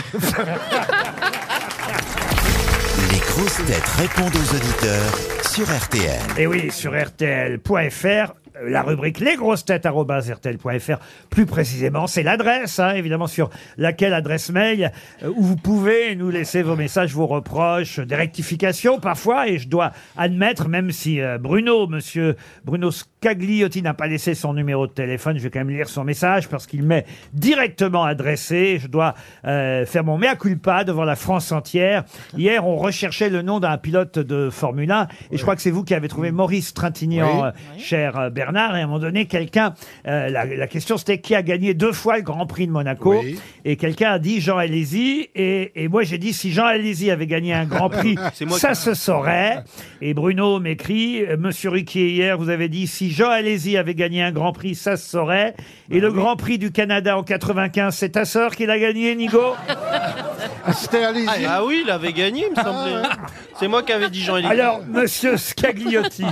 [SPEAKER 1] Les grosses têtes répondent aux auditeurs sur RTL.
[SPEAKER 2] Et Eh oui, sur RTL.fr, euh, la rubrique Les grosses têtes RTL.fr, plus précisément, c'est l'adresse, hein, évidemment, sur laquelle adresse mail, euh, où vous pouvez nous laisser vos messages, vos reproches, euh, des rectifications parfois, et je dois admettre, même si euh, Bruno, monsieur Bruno Scagliotti n'a pas laissé son numéro de téléphone, je vais quand même lire son message parce qu'il m'est directement adressé, je dois euh, faire mon mea culpa devant la France entière. Hier, on recherchait le nom d'un pilote de Formule 1, et je crois que c'est vous qui avez trouvé Maurice Trintignant,
[SPEAKER 6] Oui.
[SPEAKER 2] euh, cher euh, Bernard, et à un moment donné, quelqu'un, euh, la, la question c'était qui a gagné deux fois le Grand Prix de Monaco,
[SPEAKER 6] Oui.
[SPEAKER 2] et quelqu'un a dit Jean Alési, et, et moi j'ai dit si Jean Alési avait gagné un Grand Prix,
[SPEAKER 9] C'est moi
[SPEAKER 2] ça se saurait. Et Bruno m'écrit, euh, Monsieur Riquier hier, vous avez dit si Jean Alési avait gagné un Grand Prix, ça se saurait. Et
[SPEAKER 9] Bah
[SPEAKER 2] le Grand Prix du Canada en 95, c'est ta sœur qui l'a gagné, Nigo.
[SPEAKER 6] Ah, C'était à
[SPEAKER 9] Ah, ah oui, il avait gagné, il me semblait. C'est moi qui avais dit Ah. Jean-Élie.
[SPEAKER 2] Alors, monsieur Scagliotti,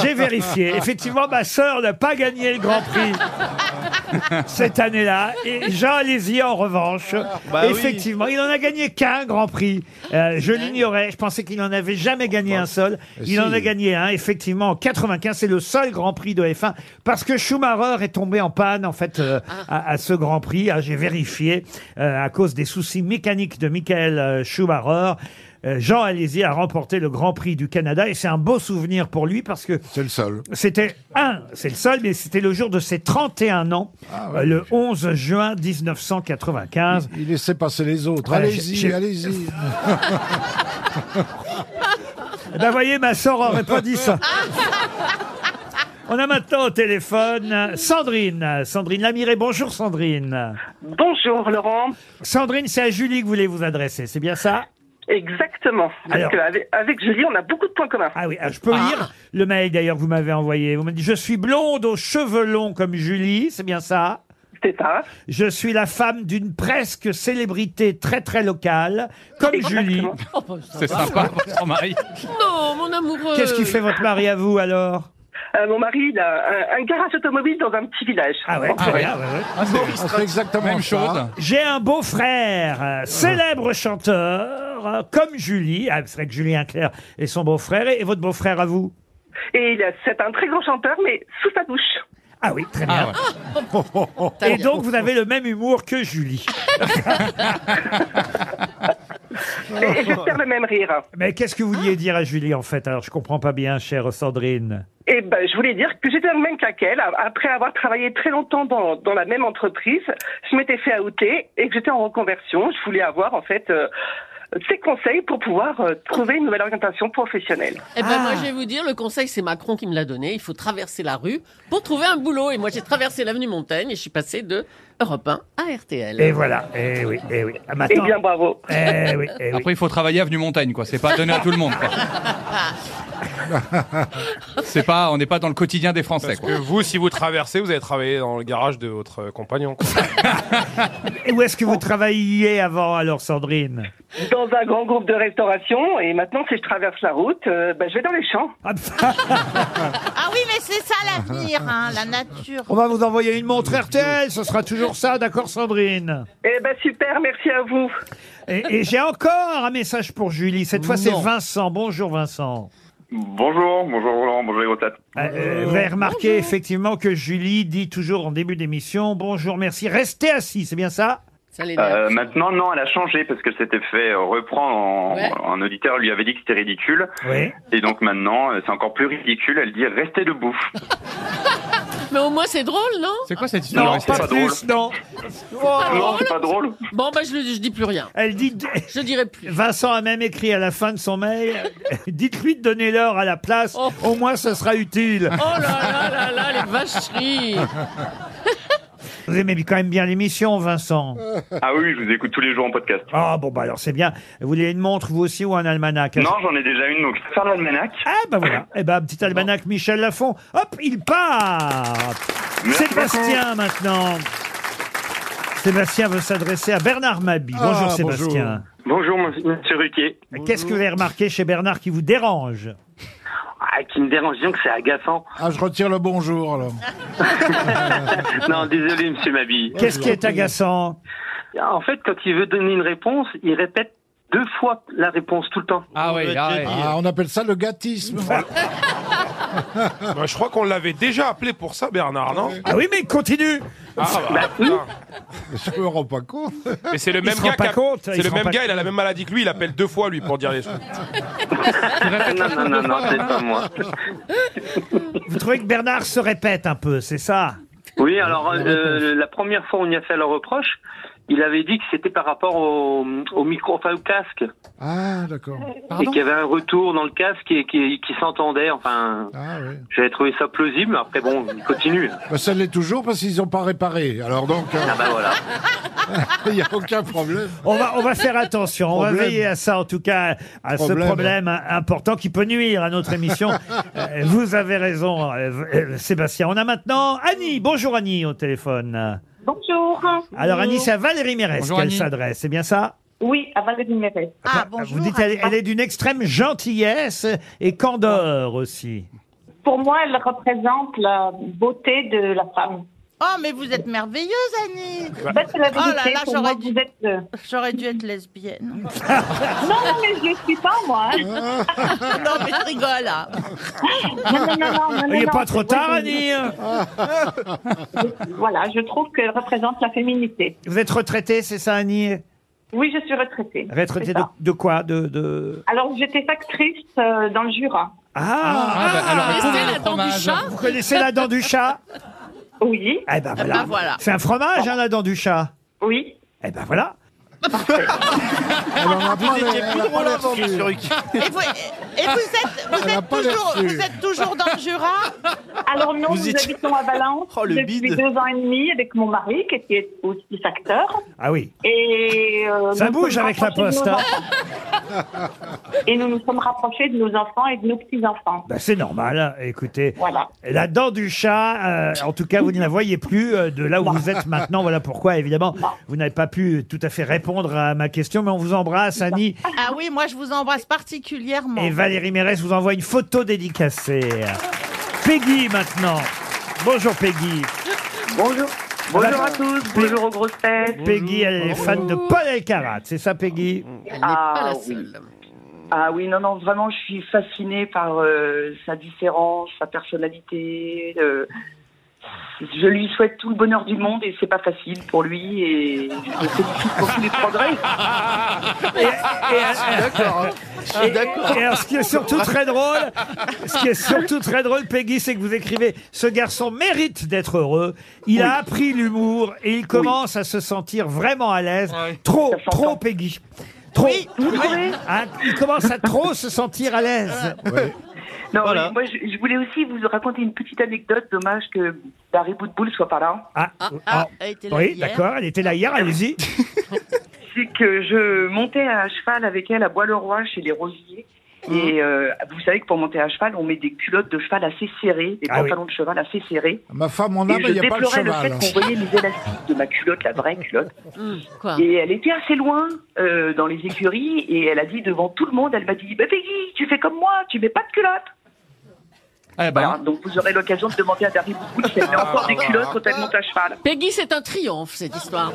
[SPEAKER 2] j'ai vérifié. Effectivement, ma sœur n'a pas gagné le Grand Prix cette année-là. Et Jean Alési, en revanche,
[SPEAKER 9] Bah oui.
[SPEAKER 2] effectivement, il en a gagné qu'un Grand Prix. Euh, je l'ignorais. Je pensais qu'il n'en avait jamais gagné
[SPEAKER 9] Bah,
[SPEAKER 2] un seul.
[SPEAKER 9] eh
[SPEAKER 2] Il
[SPEAKER 6] si.
[SPEAKER 2] en a gagné un, effectivement, en 95. C'est le seul Grand Prix de F1 parce que Schumacher est tombé en panne, en fait, euh, à, à ce Grand Prix. Ah, j'ai vérifié euh, à cause des soucis mécaniques de Michael euh, Schumacher. Euh, Jean Alési a remporté le Grand Prix du Canada et c'est un beau souvenir pour lui parce que
[SPEAKER 6] C'est le seul.
[SPEAKER 2] c'était un, c'est le seul, mais c'était le jour de ses 31 ans, euh, le 11 juin 1995.
[SPEAKER 6] Ah, Il laissait passer les autres.
[SPEAKER 2] Ouais,
[SPEAKER 6] Allez-y,
[SPEAKER 2] j'ai-
[SPEAKER 6] allez-y.
[SPEAKER 2] Eh Ben voyez, ma sœur aurait pas dit ça. On a maintenant au téléphone Sandrine, Sandrine Lamiré. Bonjour Sandrine.
[SPEAKER 10] Bonjour Laurent.
[SPEAKER 2] Sandrine, c'est à Julie que vous voulez vous adresser, c'est bien ça
[SPEAKER 10] Exactement. Parce
[SPEAKER 2] Alors.
[SPEAKER 10] que avec, avec Julie, on a beaucoup de points communs.
[SPEAKER 2] Ah oui, ah, je peux lire le mail d'ailleurs que vous m'avez envoyé. Vous me dites, je suis blonde aux cheveux longs comme Julie, c'est bien ça
[SPEAKER 10] C'est ça.
[SPEAKER 2] Je suis la femme d'une presque célébrité très très locale, comme Julie.
[SPEAKER 10] Exactement.
[SPEAKER 3] Oh, bah, ça
[SPEAKER 7] C'est
[SPEAKER 3] va.
[SPEAKER 7] sympa, votre mari.
[SPEAKER 3] Non, mon amoureux.
[SPEAKER 2] Qu'est-ce qui fait votre mari à vous alors
[SPEAKER 10] Euh, mon mari, il a un, un garage automobile dans un petit village.
[SPEAKER 2] Ah ouais, très
[SPEAKER 7] Ah ouais.
[SPEAKER 2] bien. ouais, ouais.
[SPEAKER 6] Ah, C'est exactement
[SPEAKER 7] Même
[SPEAKER 6] ça.
[SPEAKER 10] hein.
[SPEAKER 6] hein.
[SPEAKER 7] chose.
[SPEAKER 2] J'ai un beau frère, euh, célèbre chanteur, euh, comme Julie. Ah, c'est vrai que Julien Clerc est son beau-frère. Et, et votre beau-frère à vous
[SPEAKER 10] Et il a- c'est un très grand chanteur, mais sous sa douche.
[SPEAKER 2] Ah oui, très bien. Et donc, vous avez le même humour que Julie. Oh.
[SPEAKER 10] Et, et j'espère le même rire.
[SPEAKER 2] Mais qu'est-ce que vous vouliez dire à Julie, en fait Alors, je comprends pas bien, chère Sandrine.
[SPEAKER 10] Et ben, je voulais dire que j'étais dans le même cas qu'elle. a- Après avoir travaillé très longtemps dans, dans la même entreprise, je m'étais fait outer et que j'étais en reconversion. Je voulais avoir, en fait, euh, ses conseils pour pouvoir euh, trouver une nouvelle orientation professionnelle.
[SPEAKER 3] Eh ben,
[SPEAKER 2] Ah.
[SPEAKER 3] moi, je vais vous dire, le conseil, c'est Macron qui me l'a donné. Il faut traverser la rue pour trouver un boulot. Et moi, j'ai traversé l'avenue Montaigne et je suis passé de Europe 1 à RTL.
[SPEAKER 2] Et voilà. Eh oui, eh oui. Ah,
[SPEAKER 10] Eh
[SPEAKER 2] maintenant-
[SPEAKER 10] bien, bravo.
[SPEAKER 2] Eh oui, eh oui.
[SPEAKER 7] Après, il faut travailler avenue Montaigne, quoi. C'est pas donné à tout le monde, quoi. C'est pas, on n'est pas dans le quotidien des Français,
[SPEAKER 4] Parce
[SPEAKER 7] quoi.
[SPEAKER 4] que vous, si vous traversez, vous allez travailler dans le garage de votre euh, compagnon. quoi.
[SPEAKER 2] Et où est-ce que vous travailliez avant, alors, Sandrine
[SPEAKER 10] dans un grand groupe de restauration et maintenant si je traverse la route, euh, bah, je vais dans les champs.
[SPEAKER 2] Ah,
[SPEAKER 8] Ah oui, mais c'est ça l'avenir, hein, la nature.
[SPEAKER 2] On va vous envoyer une montre RTL, ce sera toujours ça, d'accord, Sandrine
[SPEAKER 10] Eh ben super, merci à vous.
[SPEAKER 2] Et, et j'ai encore un message pour Julie. Cette fois, c'est Vincent. Bonjour, Vincent.
[SPEAKER 11] Bonjour, bonjour Roland, bonjour les grosses têtes.
[SPEAKER 2] Euh, euh, vous avez remarqué effectivement que Julie dit toujours en début d'émission bonjour, merci, restez assis, c'est bien ça
[SPEAKER 3] Ça les
[SPEAKER 11] Euh, maintenant, non, elle a changé parce qu'elle s'était fait euh, reprendre. En,
[SPEAKER 3] Ouais.
[SPEAKER 11] Un auditeur lui avait dit que c'était ridicule.
[SPEAKER 2] Oui.
[SPEAKER 11] Et donc maintenant, euh, c'est encore plus ridicule. Elle dit restez debout.
[SPEAKER 3] Mais au moins, c'est drôle, non
[SPEAKER 7] C'est quoi cette histoire
[SPEAKER 2] Non,
[SPEAKER 11] c'est
[SPEAKER 2] pas
[SPEAKER 11] pas
[SPEAKER 2] plus, non.
[SPEAKER 10] Euh,
[SPEAKER 9] Oh,
[SPEAKER 11] non, c'est pas drôle.
[SPEAKER 3] Bon, bah, je, le- je dis plus rien.
[SPEAKER 2] Elle dit.
[SPEAKER 3] Je dirai plus.
[SPEAKER 2] Vincent a même écrit à la fin de son mail Dites-lui de donner l'heure à la place,
[SPEAKER 3] Oh.
[SPEAKER 2] au moins ça sera utile.
[SPEAKER 3] Oh là là là là, les vacheries
[SPEAKER 2] Vous aimez quand même bien l'émission, Vincent.
[SPEAKER 11] Ah oui, je vous écoute tous les jours en podcast.
[SPEAKER 2] Ah bon, bah alors c'est bien. Vous voulez une montre, vous aussi, ou un almanach
[SPEAKER 11] Non, j'en ai déjà une, donc je vais faire l'almanach.
[SPEAKER 2] Ah bah voilà, eh ben petit almanach Michel Lafon, hop, il part
[SPEAKER 11] Merci
[SPEAKER 2] Sébastien maintenant Sébastien veut s'adresser à Bernard Mabi.
[SPEAKER 6] Ah,
[SPEAKER 2] bonjour
[SPEAKER 6] bonjour.
[SPEAKER 2] Sébastien.
[SPEAKER 11] Bonjour, monsieur Ruquier.
[SPEAKER 2] Qu'est-ce que vous avez remarqué chez Bernard qui vous dérange
[SPEAKER 11] Ah, qui me dérange donc, c'est agaçant.
[SPEAKER 6] Ah, je retire le bonjour alors.
[SPEAKER 11] Non, désolé, monsieur Mabille.
[SPEAKER 2] Qu'est-ce qui est agaçant
[SPEAKER 11] En fait, quand il veut donner une réponse, il répète deux fois la réponse tout le temps.
[SPEAKER 7] Ah oui, ah ouais.
[SPEAKER 2] hein.
[SPEAKER 6] Ah, on appelle ça le gâtisme.
[SPEAKER 2] Ah,
[SPEAKER 4] Bah, je crois qu'on l'avait déjà appelé pour ça, Bernard, non
[SPEAKER 2] Ah oui mais il continue
[SPEAKER 4] Ah, bah, putain.
[SPEAKER 6] Je me rends pas compte.
[SPEAKER 4] Mais c'est le même
[SPEAKER 2] se rend
[SPEAKER 4] gars.
[SPEAKER 2] pas
[SPEAKER 4] qui a-
[SPEAKER 2] compte,
[SPEAKER 4] C'est
[SPEAKER 2] il se
[SPEAKER 4] le
[SPEAKER 2] rend
[SPEAKER 4] même
[SPEAKER 2] pas
[SPEAKER 4] gars. Il a la même maladie que lui. Il appelle deux fois lui pour dire les choses.
[SPEAKER 11] Non, non, non, non, c'est pas moi.
[SPEAKER 2] Vous trouvez que Bernard se répète un peu, c'est ça
[SPEAKER 11] Oui, alors euh, la première fois on y a fait le reproche,
[SPEAKER 12] il avait dit que c'était par rapport au, au micro, enfin au casque,
[SPEAKER 6] Ah, d'accord.
[SPEAKER 12] et qu'il y avait un retour dans le casque et qui, qui s'entendait. Enfin, j'avais trouvé ça plausible. mais Après, bon, il continue.
[SPEAKER 6] Bah, ça l'est toujours parce qu'ils n'ont pas réparé. Alors donc, euh,
[SPEAKER 12] Ah bah voilà.
[SPEAKER 6] il n'y a aucun problème.
[SPEAKER 2] On va, on va faire attention, on va
[SPEAKER 6] Problème.
[SPEAKER 2] veiller à ça en tout cas, à ce
[SPEAKER 6] Problème.
[SPEAKER 2] problème hein, important qui peut nuire à notre émission. Euh, Vous avez raison, euh, euh, Sébastien. On a maintenant Annie. Bonjour Annie au téléphone.
[SPEAKER 10] Bonjour.
[SPEAKER 2] Alors Annie, c'est à Valérie Mérès
[SPEAKER 10] Bonjour,
[SPEAKER 2] qu'elle
[SPEAKER 10] Annie.
[SPEAKER 2] s'adresse, c'est bien ça
[SPEAKER 10] Oui, à Valérie Mérès. Ah, bonjour.
[SPEAKER 2] Vous dites elle, elle est d'une extrême gentillesse et candeur aussi.
[SPEAKER 10] Pour moi, elle représente la beauté de la femme.
[SPEAKER 8] Oh, mais vous êtes merveilleuse, Annie
[SPEAKER 10] Bah, c'est la
[SPEAKER 8] Oh là
[SPEAKER 10] vérité,
[SPEAKER 8] là,
[SPEAKER 10] pour
[SPEAKER 8] j'aurais
[SPEAKER 10] moi,
[SPEAKER 8] dû,
[SPEAKER 10] vous êtes, euh,
[SPEAKER 8] j'aurais dû être lesbienne.
[SPEAKER 10] Non, non, mais je ne le suis pas, moi. hein.
[SPEAKER 8] non, mais je rigole, hein. là.
[SPEAKER 10] Non, non, non, non, non,
[SPEAKER 2] Il n'est
[SPEAKER 10] non,
[SPEAKER 2] pas
[SPEAKER 10] c'est
[SPEAKER 2] trop tard,
[SPEAKER 10] vrai,
[SPEAKER 2] Annie.
[SPEAKER 10] je- Voilà, je trouve qu'elle représente la féminité.
[SPEAKER 2] Vous êtes retraitée, c'est ça, Annie
[SPEAKER 10] Oui, je suis retraitée.
[SPEAKER 2] Retraitée
[SPEAKER 10] C'est
[SPEAKER 2] de,
[SPEAKER 10] ça.
[SPEAKER 2] de quoi de, de...
[SPEAKER 10] Alors, j'étais factrice euh, dans le Jura.
[SPEAKER 2] Ah,
[SPEAKER 3] Et c'est la dent du chat
[SPEAKER 2] Vous connaissez la dent du chat
[SPEAKER 10] Oui. Ah, bah,
[SPEAKER 2] Eh ben voilà.
[SPEAKER 3] ben voilà.
[SPEAKER 2] C'est un fromage, hein, la dent du chat
[SPEAKER 10] Oui.
[SPEAKER 2] Eh ben voilà.
[SPEAKER 6] Ah, Elle en a pas
[SPEAKER 5] Vous étiez
[SPEAKER 6] l'air-
[SPEAKER 5] plus
[SPEAKER 6] elle a pas
[SPEAKER 5] drôle
[SPEAKER 6] l'air
[SPEAKER 5] avant,
[SPEAKER 6] sûre.
[SPEAKER 5] monsieur Ruc.
[SPEAKER 8] Et vous, et vous êtes, vous
[SPEAKER 6] Elle a
[SPEAKER 8] êtes
[SPEAKER 6] pas l'air
[SPEAKER 8] toujours,
[SPEAKER 6] sûre.
[SPEAKER 8] vous êtes toujours dans le Jura
[SPEAKER 10] Alors, non,
[SPEAKER 5] Vous
[SPEAKER 10] nous
[SPEAKER 5] étiez-
[SPEAKER 10] habitons à Valence
[SPEAKER 5] Oh, le
[SPEAKER 10] depuis
[SPEAKER 5] bide.
[SPEAKER 10] deux ans et demi avec mon mari, qui est aussi facteur.
[SPEAKER 2] Ah oui.
[SPEAKER 10] Et euh,
[SPEAKER 2] Ça
[SPEAKER 10] nous nous
[SPEAKER 2] bouge
[SPEAKER 10] sommes
[SPEAKER 2] avec la
[SPEAKER 10] rapprochés de
[SPEAKER 2] poste.
[SPEAKER 10] nos
[SPEAKER 2] hein.
[SPEAKER 10] enfants. Et nous nous sommes rapprochés de nos enfants et de nos petits-enfants.
[SPEAKER 2] Bah, c'est normal. hein. Écoutez,
[SPEAKER 10] Voilà.
[SPEAKER 2] la dent du chat, euh, en tout cas, vous ne la voyez plus euh, de là où vous êtes maintenant. Voilà pourquoi, évidemment, vous n'avez pas pu tout à fait répondre à ma question, mais on vous embrasse, Annie.
[SPEAKER 8] Ah oui, moi je vous embrasse particulièrement.
[SPEAKER 2] Et Valérie Mérès vous envoie une photo dédicacée. Peggy, maintenant. Bonjour, Peggy.
[SPEAKER 12] Bonjour. Bonjour à tous.
[SPEAKER 2] Bonjour.
[SPEAKER 12] Bonjour aux grosses têtes.
[SPEAKER 2] Peggy, elle est fan de Paul Elkarat. C'est ça, Peggy
[SPEAKER 3] Elle n'est
[SPEAKER 12] Ah,
[SPEAKER 3] pas la
[SPEAKER 12] oui.
[SPEAKER 3] seule.
[SPEAKER 12] Ah oui, non, non, vraiment, je suis fascinée par euh, sa différence, sa personnalité. euh, je lui souhaite tout le bonheur du monde et c'est pas facile pour lui et je le félicite pour tous les progrès. Ah,
[SPEAKER 2] Et, et alors, ce qui est surtout très drôle, ce qui est surtout très drôle, Peggy, c'est que vous écrivez ce garçon mérite d'être heureux. Il a appris l'humour et il commence à se sentir vraiment à l'aise. Trop, trop, Peggy. Trop. Ah, il commence à trop se sentir à l'aise.
[SPEAKER 12] Non,
[SPEAKER 5] Voilà.
[SPEAKER 12] mais moi, je, je voulais aussi vous raconter une petite anecdote. Dommage que Barry Boudboul soit pas là.
[SPEAKER 2] Ah,
[SPEAKER 8] Ah,
[SPEAKER 2] ah,
[SPEAKER 8] elle était là
[SPEAKER 2] oui,
[SPEAKER 8] hier.
[SPEAKER 2] d'accord, elle était là hier, allez-y.
[SPEAKER 12] C'est que je montais à cheval avec elle à Bois-le-Roi chez les Rosiers.
[SPEAKER 6] Mmh.
[SPEAKER 12] Et euh, vous savez que pour monter à cheval, on met des culottes de cheval assez serrées, des
[SPEAKER 2] Ah oui.
[SPEAKER 12] pantalons de cheval assez serrés.
[SPEAKER 6] Ma femme en a,
[SPEAKER 12] Et
[SPEAKER 6] mais
[SPEAKER 12] je
[SPEAKER 6] il n'y a pas le
[SPEAKER 12] déplorais le
[SPEAKER 6] cheval. hein.
[SPEAKER 12] fait qu'on voyait les élastiques de ma culotte, la vraie culotte.
[SPEAKER 3] Hum, quoi
[SPEAKER 12] Et elle était assez loin euh, dans les écuries et elle a dit devant tout le monde, elle m'a dit, bah Peggy, tu fais comme moi, tu mets pas de culotte.
[SPEAKER 7] Eh
[SPEAKER 12] Voilà,
[SPEAKER 7] ben,
[SPEAKER 12] donc vous aurez l'occasion de demander à Darry Boudboul si elle met encore des culottes quand elle monte à cheval.
[SPEAKER 3] Peggy, c'est un triomphe, cette histoire.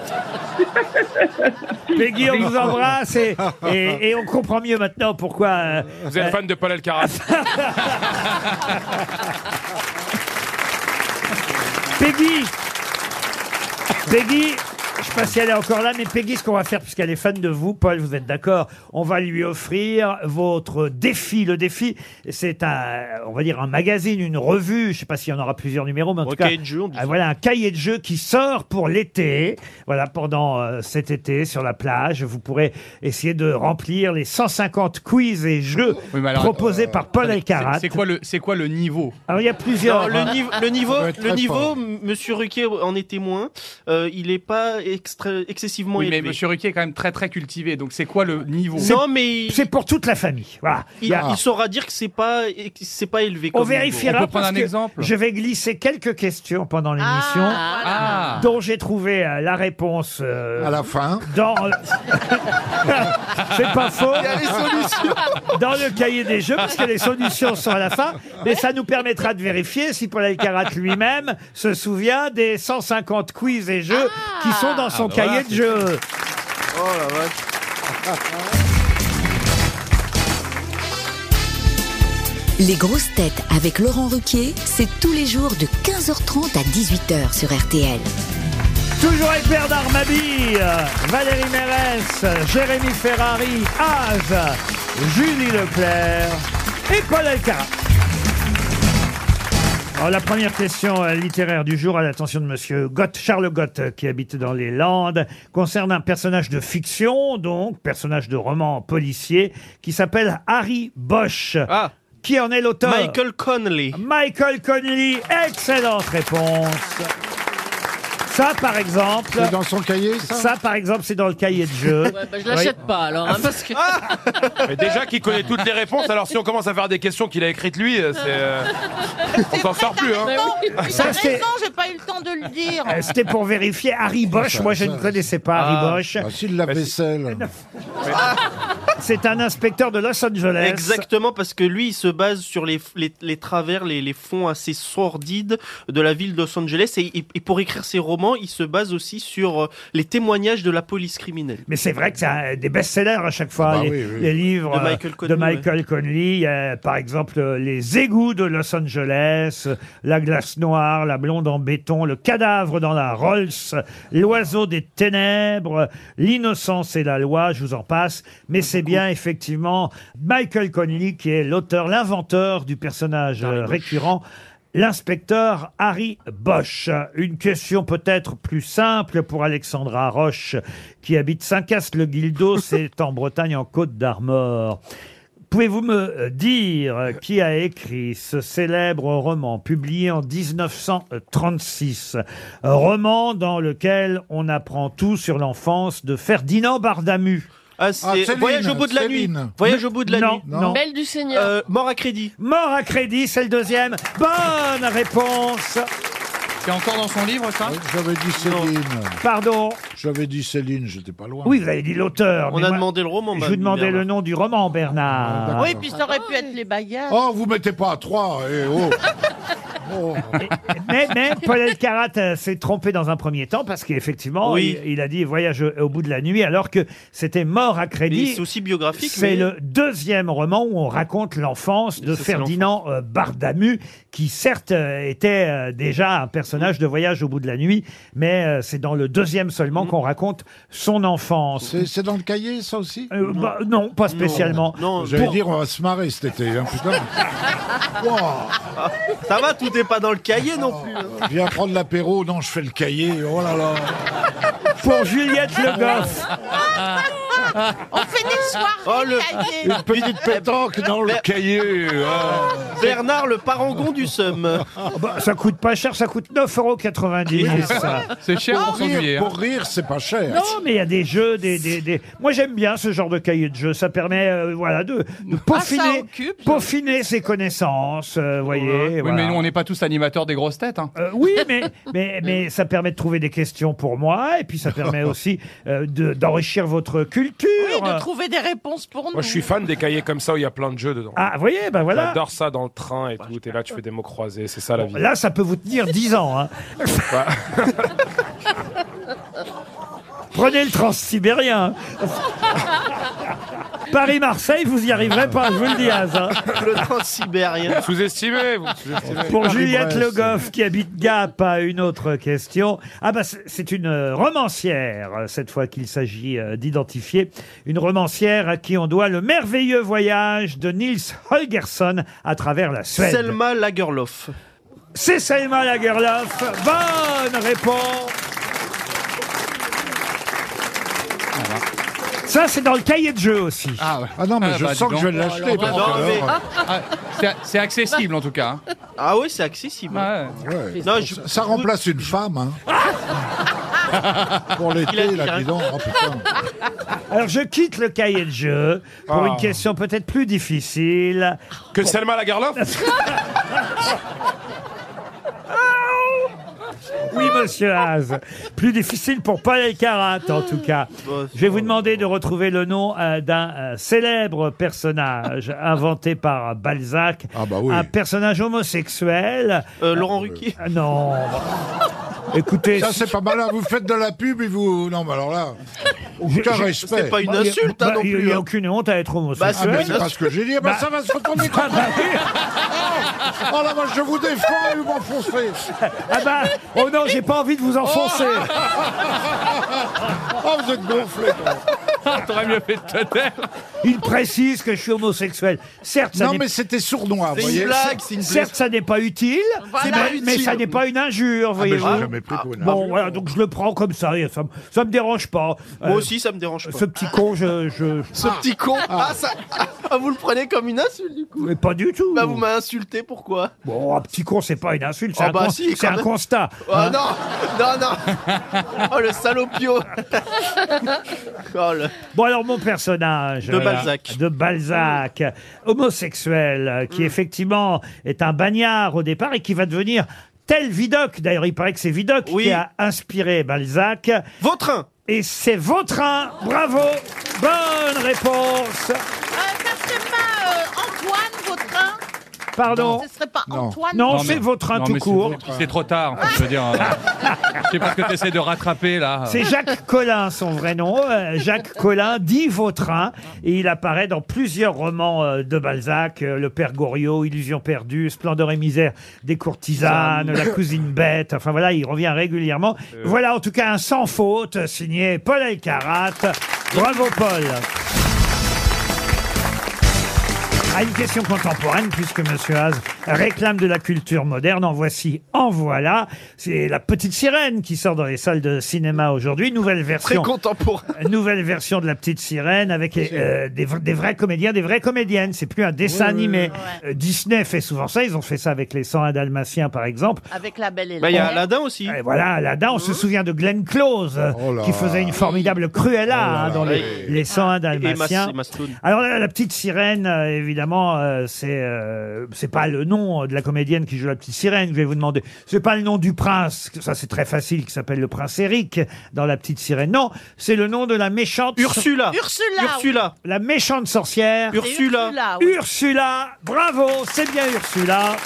[SPEAKER 2] Peggy, on vous embrasse et, et- et on comprend mieux maintenant pourquoi. euh,
[SPEAKER 4] Vous êtes fan de Paul Elkarat.
[SPEAKER 2] Peggy Peggy je sais pas si elle est encore là, mais Peggy, ce qu'on va faire, puisqu'elle est fan de vous, Paul, vous êtes d'accord, on va lui offrir votre défi. Le défi, c'est un, on va dire, un magazine, une revue, je sais pas s'il y en aura plusieurs numéros, mais en
[SPEAKER 5] Un
[SPEAKER 2] tout cas,
[SPEAKER 5] cahier de jeu, on dit
[SPEAKER 2] ah,
[SPEAKER 5] ça.
[SPEAKER 2] voilà un cahier de jeu qui sort pour l'été. Voilà, pendant euh, cet été, sur la plage, vous pourrez essayer de remplir les 150 quiz et jeux
[SPEAKER 7] Oui, mais alors, euh,
[SPEAKER 2] proposés par Paul Elkarat.
[SPEAKER 7] c'est- c'est quoi le, c'est quoi le niveau
[SPEAKER 2] Alors, il y a
[SPEAKER 5] Non,
[SPEAKER 2] plusieurs.
[SPEAKER 5] le, niveau, le niveau,
[SPEAKER 6] Ça doit être
[SPEAKER 5] le
[SPEAKER 6] très
[SPEAKER 5] niveau,
[SPEAKER 6] fort.
[SPEAKER 5] m- Monsieur Ruquier en est témoin. euh, il est pas extra- excessivement
[SPEAKER 7] Oui, mais
[SPEAKER 5] élevé.
[SPEAKER 7] Monsieur Ruquier est quand même très très cultivé. Donc c'est quoi le niveau
[SPEAKER 5] Non, mais il,
[SPEAKER 2] C'est pour toute la famille. Voilà. Il y a-
[SPEAKER 5] il- il saura dire que c'est pas, c'est pas élevé.
[SPEAKER 2] Ah. On
[SPEAKER 5] comme niveau.
[SPEAKER 2] vérifiera.
[SPEAKER 7] On peut prendre
[SPEAKER 2] parce
[SPEAKER 7] un
[SPEAKER 2] que
[SPEAKER 7] exemple
[SPEAKER 2] Je vais glisser quelques questions pendant l'émission
[SPEAKER 7] Ah.
[SPEAKER 2] dont j'ai trouvé euh, la réponse euh,
[SPEAKER 6] À la fin.
[SPEAKER 2] dans. euh, C'est pas faux. Dans le cahier des jeux, parce que les solutions sont à la fin, mais ça nous permettra de vérifier si Paul Alcarat lui-même se souvient des 150 quiz et jeux qui sont dans
[SPEAKER 7] Ah,
[SPEAKER 2] son cahier de jeu.
[SPEAKER 13] Les grosses têtes avec Laurent Ruquier, c'est tous les jours de 15h30 à 18h sur RTL.
[SPEAKER 2] Toujours avec Bernard Mabille, Valérie Mérès, Jérémy Ferrari, Az, Julie Leclerc et Paul Alcarat. Alors, Oh, la première question euh, littéraire du jour à l'attention de monsieur Gott, Charles Gott, euh, qui habite dans les Landes, concerne un personnage de fiction, donc, personnage de roman policier, qui s'appelle Harry Bosch. Qui en est l'auteur
[SPEAKER 5] Michael
[SPEAKER 2] Connelly. Michael Connelly, excellente réponse. Ça, par exemple.
[SPEAKER 6] C'est dans son cahier, ça
[SPEAKER 2] par exemple, c'est dans le cahier de jeu.
[SPEAKER 3] Ouais, bah, je l'achète
[SPEAKER 2] Oui.
[SPEAKER 3] pas alors, hein, parce que.
[SPEAKER 4] Mais déjà qu'il connaît toutes les réponses, alors si on commence à faire des questions qu'il a écrites lui, euh, c'est. euh, on s'en sort plus, hein.
[SPEAKER 2] Ça,
[SPEAKER 8] T'as
[SPEAKER 2] c'est-
[SPEAKER 8] raison, j'ai pas eu le temps de le dire.
[SPEAKER 2] Euh, C'était pour vérifier Ah. Harry Bosch.
[SPEAKER 6] Ça,
[SPEAKER 2] Moi, je
[SPEAKER 6] ça,
[SPEAKER 2] ne connaissais pas Harry
[SPEAKER 6] Ah,
[SPEAKER 2] Bosch. Bah,
[SPEAKER 6] ah, si, le lave-vaisselle.
[SPEAKER 2] C'est un inspecteur de Los Angeles.
[SPEAKER 5] Exactement, parce que lui, il se base sur les, les, les travers, les, les fonds assez sordides de la ville de Los Angeles. Et, et- et pour écrire ses romans, il se base aussi sur euh, les témoignages de la police criminelle.
[SPEAKER 2] Mais c'est vrai que c'est un- des best-sellers à chaque
[SPEAKER 6] Ah
[SPEAKER 2] fois,
[SPEAKER 5] Bah
[SPEAKER 2] les,
[SPEAKER 5] oui, oui.
[SPEAKER 2] les livres
[SPEAKER 5] De
[SPEAKER 2] euh,
[SPEAKER 5] Michael Conley,
[SPEAKER 2] de Michael Conley. Il y a, par exemple, euh, Les égouts de Los Angeles, euh, La glace noire, La blonde en béton, Le cadavre dans la Rolls, euh, L'oiseau des ténèbres, euh, L'innocence et la loi, je vous en passe. Mais c'est bien, effectivement, Michael Conley qui est l'auteur, l'inventeur du personnage euh, récurrent. L'inspecteur Harry Bosch. Une question peut-être plus simple pour Alexandra Roche, qui habite Saint-Cast-le-Guildo, c'est en Bretagne, en Côte d'Armor. Pouvez-vous me euh, dire euh, qui a écrit ce célèbre roman publié en 1936 Roman dans lequel on apprend tout sur l'enfance de Ferdinand Bardamu.
[SPEAKER 5] Ah, c'est Voyage au bout de la nuit. Voyage au bout de la
[SPEAKER 2] Non,
[SPEAKER 5] nuit.
[SPEAKER 2] non.
[SPEAKER 3] Belle du Seigneur.
[SPEAKER 5] Euh, mort à crédit.
[SPEAKER 2] Mort à crédit, c'est le deuxième. Bonne réponse.
[SPEAKER 7] C'est encore dans son livre, ça
[SPEAKER 6] J'avais dit Céline.
[SPEAKER 2] Pardon
[SPEAKER 6] J'avais dit Céline, j'étais pas loin.
[SPEAKER 2] Oui, vous avez dit l'auteur.
[SPEAKER 6] On
[SPEAKER 2] mais
[SPEAKER 6] a
[SPEAKER 2] moi-
[SPEAKER 6] demandé le roman,
[SPEAKER 2] Je vous
[SPEAKER 6] madame
[SPEAKER 2] demandais
[SPEAKER 6] Bernard.
[SPEAKER 2] le nom du roman,
[SPEAKER 6] Ah,
[SPEAKER 2] Bernard.
[SPEAKER 8] Ah. Oui, puis ça aurait pu être les bagages.
[SPEAKER 6] Oh, vous mettez pas à 3 et oh.
[SPEAKER 2] mais, mais Paul Elkarat euh, s'est trompé dans un premier temps parce qu'effectivement,
[SPEAKER 5] Oui.
[SPEAKER 2] il, il a dit voyage au au bout de la nuit alors que c'était mort à
[SPEAKER 5] Mais
[SPEAKER 2] crédit.
[SPEAKER 5] C'est aussi biographique.
[SPEAKER 2] C'est
[SPEAKER 5] mais-
[SPEAKER 2] le deuxième roman où on raconte l'enfance de
[SPEAKER 5] Ça, c'est
[SPEAKER 2] Ferdinand euh, Bardamu, qui certes euh, était euh, déjà un personnage de voyage au bout de la nuit, mais euh, c'est dans le deuxième seulement
[SPEAKER 5] Mm.
[SPEAKER 2] qu'on raconte son enfance.
[SPEAKER 6] C'est- C'est dans le cahier, ça aussi
[SPEAKER 2] Euh, bah, non, pas spécialement.
[SPEAKER 6] J'allais
[SPEAKER 2] Pour-
[SPEAKER 6] dire, on va se marrer cet été. hein, putain. Wow.
[SPEAKER 5] Ça va, tout est pas dans le cahier non plus. hein.
[SPEAKER 6] Je viens prendre l'apéro, non, je fais le cahier. Oh là là.
[SPEAKER 2] Pour Juliette Le Goff.
[SPEAKER 8] On fait des soirées.
[SPEAKER 5] Oh, le-
[SPEAKER 8] cahiers.
[SPEAKER 6] Une petite pétanque dans le cahier.
[SPEAKER 7] hein.
[SPEAKER 6] ah.
[SPEAKER 5] Bernard, le parangon du Somme.
[SPEAKER 2] Bah, ça coûte pas cher, ça coûte 9,90 euros.
[SPEAKER 7] C'est cher
[SPEAKER 6] Pour
[SPEAKER 7] pour son billet,
[SPEAKER 6] rire,
[SPEAKER 7] hein.
[SPEAKER 6] pour rire, c'est pas cher.
[SPEAKER 2] Non, mais il y a des jeux, des, des, des- Moi, j'aime bien ce genre de cahier de jeu. Ça permet, euh, voilà, de,
[SPEAKER 5] Ah,
[SPEAKER 2] de peaufiner,
[SPEAKER 8] occupe, ça.
[SPEAKER 2] peaufiner ses connaissances, euh, voyez.
[SPEAKER 7] Oui,
[SPEAKER 2] voilà.
[SPEAKER 7] mais nous, on n'est pas tous animateurs des grosses têtes. hein.
[SPEAKER 2] Euh, oui, mais, mais, mais ça permet de trouver des questions pour moi, et puis ça permet aussi euh, de- d'enrichir votre culture.
[SPEAKER 8] Oui, de trouver des réponses pour nous.
[SPEAKER 4] Moi, je suis fan des cahiers comme ça où il y a plein de jeux dedans.
[SPEAKER 2] Ah, vous voyez, ben voilà.
[SPEAKER 4] J'adore ça dans le train
[SPEAKER 8] Bah,
[SPEAKER 4] et tout. Et là, tu fais des mots croisés. C'est ça la vie.
[SPEAKER 2] Là, ça peut vous tenir 10 ans. hein.
[SPEAKER 7] Bah.
[SPEAKER 2] Prenez le transsibérien. Paris-Marseille, vous y arriverez pas, je vous le dis. Az, hein.
[SPEAKER 5] Le transsibérien.
[SPEAKER 4] Sous-estimé, vous. Sous-estimé.
[SPEAKER 2] Pour Juliette
[SPEAKER 6] Brest.
[SPEAKER 2] Le Goff, qui habite Gap, à une autre question. Ah bah c'est- c'est une euh, romancière, euh, cette fois qu'il s'agit euh, d'identifier. Une romancière à qui on doit le merveilleux voyage de Nils Holgersson à travers la Suède.
[SPEAKER 5] Selma Lagerlof.
[SPEAKER 2] C'est Selma Lagerlof. Bonne réponse. Ça, c'est dans le cahier de jeu aussi.
[SPEAKER 7] Ah, ouais.
[SPEAKER 6] Ah non, mais
[SPEAKER 7] Ah,
[SPEAKER 6] je
[SPEAKER 7] bah,
[SPEAKER 6] sens
[SPEAKER 7] dis
[SPEAKER 6] que je vais
[SPEAKER 7] donc.
[SPEAKER 6] l'acheter.
[SPEAKER 7] Oh,
[SPEAKER 6] parce
[SPEAKER 7] alors,
[SPEAKER 5] bah,
[SPEAKER 6] que
[SPEAKER 5] non, mais-
[SPEAKER 6] alors,
[SPEAKER 7] Ah, c'est- C'est accessible, en tout cas. hein.
[SPEAKER 5] Ah oui, c'est accessible.
[SPEAKER 7] Ah, ouais.
[SPEAKER 6] ouais.
[SPEAKER 5] Non, je-
[SPEAKER 6] Ça remplace une femme. Hein. Pour
[SPEAKER 5] Il a
[SPEAKER 6] l'été,
[SPEAKER 5] dit,
[SPEAKER 6] là,
[SPEAKER 5] hein.
[SPEAKER 6] dis donc. oh, putain.
[SPEAKER 2] Alors, je quitte le cahier de jeu pour
[SPEAKER 4] Ah.
[SPEAKER 2] une question peut-être plus difficile.
[SPEAKER 4] Que Selma Lagerlof
[SPEAKER 2] Oui, monsieur Haas. Plus difficile pour Paul Elkarat, en tout cas. Je vais vous demander de retrouver le nom euh, d'un euh, célèbre personnage inventé par Balzac.
[SPEAKER 6] Ah bah oui.
[SPEAKER 2] Un personnage homosexuel.
[SPEAKER 5] Euh, Laurent Ruquier.
[SPEAKER 2] Ah Non. Écoutez,
[SPEAKER 6] Ça, c'est pas mal. hein. Vous faites de la pub et vous. Non, mais alors là. Aucun respect.
[SPEAKER 5] C'est pas une
[SPEAKER 2] il y a-
[SPEAKER 5] insulte hein,
[SPEAKER 2] bah,
[SPEAKER 5] non
[SPEAKER 2] il n'y
[SPEAKER 5] plus.
[SPEAKER 2] a
[SPEAKER 5] hein.
[SPEAKER 2] aucune honte à être
[SPEAKER 5] Bah,
[SPEAKER 6] Ah,
[SPEAKER 2] homosexuel.
[SPEAKER 6] mais c'est pas ce que j'ai dit. Eh ben,
[SPEAKER 2] Bah-
[SPEAKER 6] ça va se retourner contre
[SPEAKER 2] Ah bah oui.
[SPEAKER 6] Oh la vache, je vous défends et vous m'enfoncez.
[SPEAKER 2] Ah bah, oh non, j'ai pas envie de vous enfoncer.
[SPEAKER 6] Oh, vous êtes gonflé.
[SPEAKER 4] T'aurais mieux fait de te taire.
[SPEAKER 2] Il précise que je suis homosexuel. Certes, ça
[SPEAKER 6] Non,
[SPEAKER 2] n'est-
[SPEAKER 6] mais c'était sournois,
[SPEAKER 2] C'est
[SPEAKER 6] vous voyez.
[SPEAKER 2] une blague, c'est une blague. Certes, ça n'est pas utile,
[SPEAKER 6] Voilà.
[SPEAKER 2] mais- mais,
[SPEAKER 6] Utile.
[SPEAKER 2] ça n'est pas une injure,
[SPEAKER 6] Ah, mais
[SPEAKER 2] voyez-vous. Ah,
[SPEAKER 6] je l'ai jamais pris pour une
[SPEAKER 2] bon,
[SPEAKER 6] injure.
[SPEAKER 2] voilà, donc je le prends comme ça, et ça, me- ça me dérange pas. Euh,
[SPEAKER 5] Moi aussi, ça me dérange pas.
[SPEAKER 2] Ce petit con, je... je-
[SPEAKER 5] Ce petit con ah, ça- ah, Vous le prenez comme une insulte du coup
[SPEAKER 2] Mais pas du tout.
[SPEAKER 5] Bah vous m'avez insulté, pourquoi
[SPEAKER 2] Bon, un petit con, c'est pas une insulte, c'est
[SPEAKER 5] Ah
[SPEAKER 2] un,
[SPEAKER 5] bah
[SPEAKER 2] con-
[SPEAKER 5] si,
[SPEAKER 2] c'est
[SPEAKER 5] quand
[SPEAKER 2] un
[SPEAKER 5] même.
[SPEAKER 2] constat.
[SPEAKER 9] Ah,
[SPEAKER 5] Oh
[SPEAKER 2] hein.
[SPEAKER 5] non Non, non Oh le salopio Oh le...
[SPEAKER 2] Bon alors mon personnage
[SPEAKER 5] De Balzac. Hmm.
[SPEAKER 2] de Balzac, homosexuel, euh, qui effectivement est un bagnard au départ et qui va devenir tel Vidocq. D'ailleurs, il paraît que c'est Vidocq qui a inspiré Balzac.
[SPEAKER 5] Vautrin.
[SPEAKER 2] Et c'est Vautrin. Bravo. Bonne réponse.
[SPEAKER 8] Ça serait pas euh, Antoine, Vautrin
[SPEAKER 2] Pardon.
[SPEAKER 8] Ce serait pas Antoine
[SPEAKER 2] Non, c'est Vautrin
[SPEAKER 7] non,
[SPEAKER 2] tout
[SPEAKER 7] mais c'est
[SPEAKER 2] court.
[SPEAKER 7] Vautrin. C'est trop tard. en fait, Je veux dire, euh, je sais pas ce que t'essaies de rattraper là.
[SPEAKER 2] C'est Jacques Collin, son vrai nom. Euh, Jacques Collin, dit Vautrin. Et il apparaît dans plusieurs romans euh, de Balzac. euh, Le Père Goriot, Illusion perdue, Splendeur et misère des courtisanes, La cousine bête. Enfin voilà, il revient régulièrement. Voilà en tout cas un sans faute euh, signé Paul Elkarat. Bravo Paul à une question contemporaine, puisque Monsieur Haas réclame de la culture moderne. En voici, en voilà. C'est la petite sirène qui sort dans les salles de cinéma aujourd'hui. Nouvelle version. Euh,
[SPEAKER 5] contemporaine.
[SPEAKER 2] Nouvelle version de la petite sirène avec euh, des, vr- des vrais comédiens, des vraies comédiennes. C'est plus un dessin
[SPEAKER 5] Oui, oui,
[SPEAKER 2] animé. Euh, Disney fait souvent ça. Ils ont fait ça avec les 101 Dalmatiens, par exemple.
[SPEAKER 8] Avec la belle et
[SPEAKER 5] Bah il y a
[SPEAKER 8] la
[SPEAKER 5] Aladdin aussi.
[SPEAKER 2] Hein?
[SPEAKER 5] Hein?
[SPEAKER 2] Et voilà, Aladdin, on se souvient de Glenn Close, euh,
[SPEAKER 5] Oh là.
[SPEAKER 2] qui faisait une formidable Cruella
[SPEAKER 5] Oh là
[SPEAKER 2] hein,
[SPEAKER 5] là.
[SPEAKER 2] dans les,
[SPEAKER 5] Oui.
[SPEAKER 2] les 101
[SPEAKER 5] Et Mas-
[SPEAKER 2] Dalmatiens.
[SPEAKER 5] et Mastoun.
[SPEAKER 2] Alors la, la petite sirène, euh, évidemment, euh, c'est euh, c'est pas le nom de la comédienne qui joue la petite sirène. Je vais vous demander. C'est pas le nom du prince. que Ça c'est très facile. Qui s'appelle le prince Eric dans la petite sirène. Non, c'est le nom de la méchante
[SPEAKER 5] Ursula.
[SPEAKER 8] Ursula.
[SPEAKER 5] Ursula.
[SPEAKER 2] La méchante sorcière.
[SPEAKER 8] C'est Ursula. Ursula, oui.
[SPEAKER 2] Ursula. Bravo, c'est bien Ursula.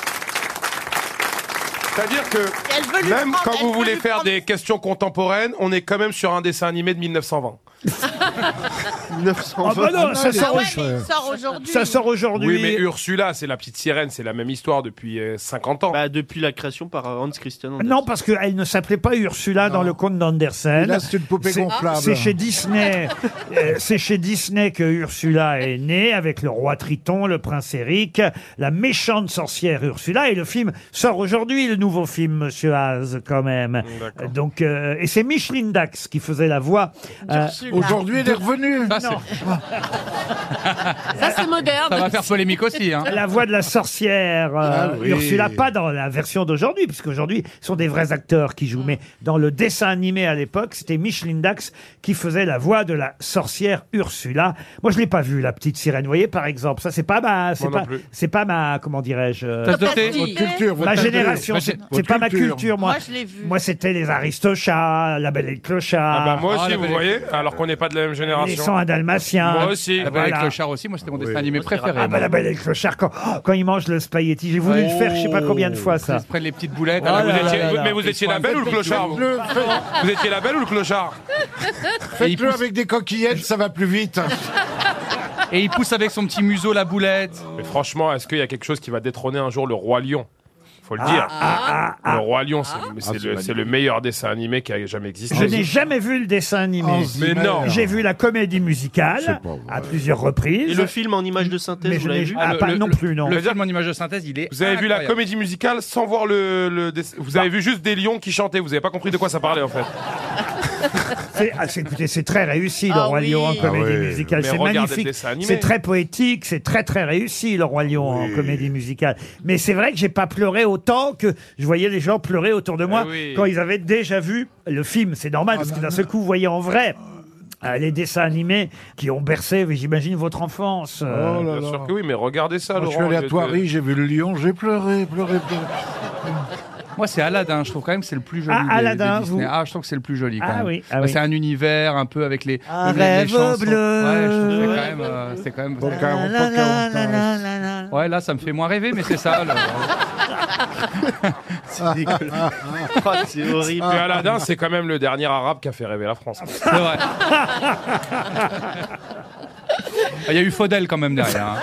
[SPEAKER 4] C'est-à-dire que même quand vous voulez faire des questions contemporaines, on est quand même sur un dessin animé de 1920. 1920.
[SPEAKER 2] Ah bah Ah, non, ça sort
[SPEAKER 8] ouais, mais il sort aujourd'hui.
[SPEAKER 2] Ça sort aujourd'hui.
[SPEAKER 4] Oui, mais Ursula, c'est la petite sirène, c'est la même histoire depuis euh, 50 ans.
[SPEAKER 5] Bah depuis la création par euh, Hans Christian Andersen.
[SPEAKER 2] Non, parce qu'elle ne s'appelait pas Ursula dans le conte d'Andersen.
[SPEAKER 5] Et là, c'est une poupée gonflable.
[SPEAKER 2] C'est chez Disney. euh, c'est chez Disney que Ursula est née, avec le roi Triton, le prince Eric, la méchante sorcière Ursula. Et le film sort aujourd'hui, le nouveau film, Monsieur Haas, quand même. Donc, euh, et c'est Micheline Dax qui faisait la voix. euh,
[SPEAKER 8] D'Ursula. Aujourd'hui, elle est
[SPEAKER 2] revenue.
[SPEAKER 8] Ça, c'est moderne.
[SPEAKER 7] Ça va faire polémique aussi. Hein.
[SPEAKER 2] La voix de la sorcière euh,
[SPEAKER 7] Ah oui.
[SPEAKER 2] Ursula, pas dans la version d'aujourd'hui, puisqu'aujourd'hui, ce sont des vrais acteurs qui jouent. Mais dans le dessin animé à l'époque, c'était Micheline Dax qui faisait la voix de la sorcière Ursula. Moi, je l'ai pas vu, la petite sirène. Vous voyez, par exemple, ça, c'est pas ma, c'est
[SPEAKER 4] Moi non
[SPEAKER 2] pas,
[SPEAKER 4] plus.
[SPEAKER 2] c'est pas ma, comment dirais-je, euh,
[SPEAKER 7] Tasse de thé.
[SPEAKER 4] Votre culture, votre
[SPEAKER 2] ma
[SPEAKER 4] tasse de thé.
[SPEAKER 2] génération.
[SPEAKER 4] Ma
[SPEAKER 2] C'est
[SPEAKER 4] gé-
[SPEAKER 2] c'est
[SPEAKER 4] votre
[SPEAKER 2] pas ma
[SPEAKER 4] culture.
[SPEAKER 2] culture, moi.
[SPEAKER 8] Moi, je l'ai vu.
[SPEAKER 2] Moi, c'était les Aristochats, la Belle et le Clochard.
[SPEAKER 4] Ah bah moi aussi,
[SPEAKER 2] la
[SPEAKER 4] vous
[SPEAKER 2] Belle et-
[SPEAKER 4] voyez, alors qu'on n'est pas de la même
[SPEAKER 2] Les
[SPEAKER 4] génération.
[SPEAKER 2] 101 Dalmatiens.
[SPEAKER 4] Moi bah, aussi.
[SPEAKER 7] La Belle et le Clochard aussi, moi c'était mon dessin animé préféré.
[SPEAKER 2] Ah bah la belle et le clochard quand, oh, quand il mange le spaghetti, j'ai voulu le faire je sais pas combien de fois ça.
[SPEAKER 7] Ils se prennent les petites boulettes.
[SPEAKER 2] Oh
[SPEAKER 7] alors
[SPEAKER 2] là
[SPEAKER 7] vous
[SPEAKER 2] là
[SPEAKER 7] étiez-
[SPEAKER 2] là là.
[SPEAKER 4] Mais vous étiez la belle ou le clochard vous Vous étiez la belle ou le clochard
[SPEAKER 6] Faites-le avec des coquillettes, ça va plus vite.
[SPEAKER 7] Et il pousse avec son petit museau la boulette.
[SPEAKER 4] Mais franchement, est-ce qu'il y a quelque chose qui va détrôner un jour le roi lion Faut le
[SPEAKER 2] Ah,
[SPEAKER 4] dire.
[SPEAKER 2] ah, ah,
[SPEAKER 4] le roi lion, c'est mais c'est
[SPEAKER 6] c'est
[SPEAKER 4] le,
[SPEAKER 6] magnifique.
[SPEAKER 4] c'est le meilleur dessin animé qui a jamais existé.
[SPEAKER 2] Je n'ai jamais vu le dessin animé.
[SPEAKER 4] Oh, Mais Zimmer. non.
[SPEAKER 2] J'ai vu la comédie musicale à plusieurs reprises.
[SPEAKER 5] Et le film en image de synthèse,
[SPEAKER 2] Mais
[SPEAKER 5] vous
[SPEAKER 2] je
[SPEAKER 5] l'avez
[SPEAKER 2] n'ai
[SPEAKER 5] vu
[SPEAKER 2] ah, pas
[SPEAKER 7] le-
[SPEAKER 2] non
[SPEAKER 7] le-
[SPEAKER 2] plus non.
[SPEAKER 7] Le film en image de synthèse, il est.
[SPEAKER 4] Vous avez vu la
[SPEAKER 7] incroyable.
[SPEAKER 4] comédie musicale sans voir le, le dess- Vous avez vu juste des lions qui chantaient, vous avez pas compris de quoi ça parlait en
[SPEAKER 7] Euh,
[SPEAKER 4] fait.
[SPEAKER 2] C'est- ah, c'est- écoutez, c'est très réussi le
[SPEAKER 4] Ah
[SPEAKER 2] Roi
[SPEAKER 4] oui.
[SPEAKER 2] Lion en
[SPEAKER 4] Ah
[SPEAKER 2] comédie
[SPEAKER 4] oui.
[SPEAKER 2] musicale,
[SPEAKER 4] Mais
[SPEAKER 2] c'est
[SPEAKER 4] regardez le
[SPEAKER 2] magnifique.
[SPEAKER 4] dessin animé.
[SPEAKER 2] C'est très poétique, c'est très très réussi le Roi Lion en comédie musicale. Mais c'est vrai que j'ai pas pleuré autant que je voyais les gens pleurer autour de moi
[SPEAKER 4] Ah oui.
[SPEAKER 2] quand ils avaient déjà vu le film. C'est normal parce que d'un seul coup vous voyez en vrai. euh, les dessins animés qui ont bercé, mais j'imagine, votre enfance. euh.
[SPEAKER 6] Oh là
[SPEAKER 4] Bien
[SPEAKER 6] là.
[SPEAKER 4] sûr que oui, mais regardez ça,
[SPEAKER 6] Moi, je
[SPEAKER 4] Laurent.
[SPEAKER 6] suis allé
[SPEAKER 4] au
[SPEAKER 6] à
[SPEAKER 4] lieu de-
[SPEAKER 6] Thoiry, j'ai vu le lion, j'ai pleuré, pleuré, pleuré.
[SPEAKER 7] Moi, c'est Aladdin. Je trouve quand même que c'est le plus joli.
[SPEAKER 2] Ah,
[SPEAKER 7] des- des
[SPEAKER 2] Aladdin,
[SPEAKER 7] Disney.
[SPEAKER 2] vous
[SPEAKER 7] Ah, je trouve que c'est le plus joli. Quand
[SPEAKER 2] Ah
[SPEAKER 7] même. Bah,
[SPEAKER 2] oui, ah oui.
[SPEAKER 7] C'est un univers un peu avec les.
[SPEAKER 2] Un
[SPEAKER 7] les- les
[SPEAKER 2] rêve
[SPEAKER 7] chansons.
[SPEAKER 2] bleu.
[SPEAKER 7] Ouais, je trouve que c'est quand même. euh, c'est quand même.
[SPEAKER 2] La, la,
[SPEAKER 5] hein.
[SPEAKER 2] la, la, la, la.
[SPEAKER 7] Ouais, là, ça me fait moins rêver, mais c'est ça. le-
[SPEAKER 5] C'est dégueulasse. Oh, c'est
[SPEAKER 7] Ah,
[SPEAKER 5] horrible.
[SPEAKER 4] Mais Aladdin, c'est quand même le dernier arabe qui a fait rêver la France.
[SPEAKER 7] C'est vrai. Ah, Il y a eu Faudel quand même derrière. hein.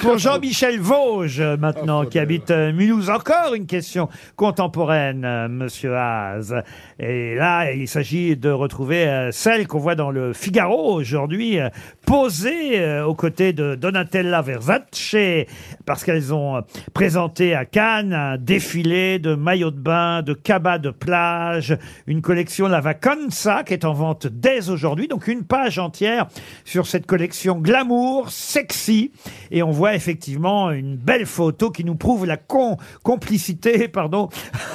[SPEAKER 2] Pour Jean-Michel Vosges, euh, maintenant, qui habite euh, Mulhouse. Encore une question contemporaine, euh, monsieur Haas. Et là, il s'agit de retrouver euh, celle qu'on voit dans le Figaro aujourd'hui, euh, posée euh, aux côtés de Donatella Versace, parce qu'elles ont euh, présenté à Cannes un défilé de maillots de bain, de cabas de plage, une collection La Vacanza qui est en vente dès aujourd'hui. Donc une page entière sur cette collection glamour, sexy. Et on voit effectivement une belle photo qui nous prouve la con- complicité, pardon,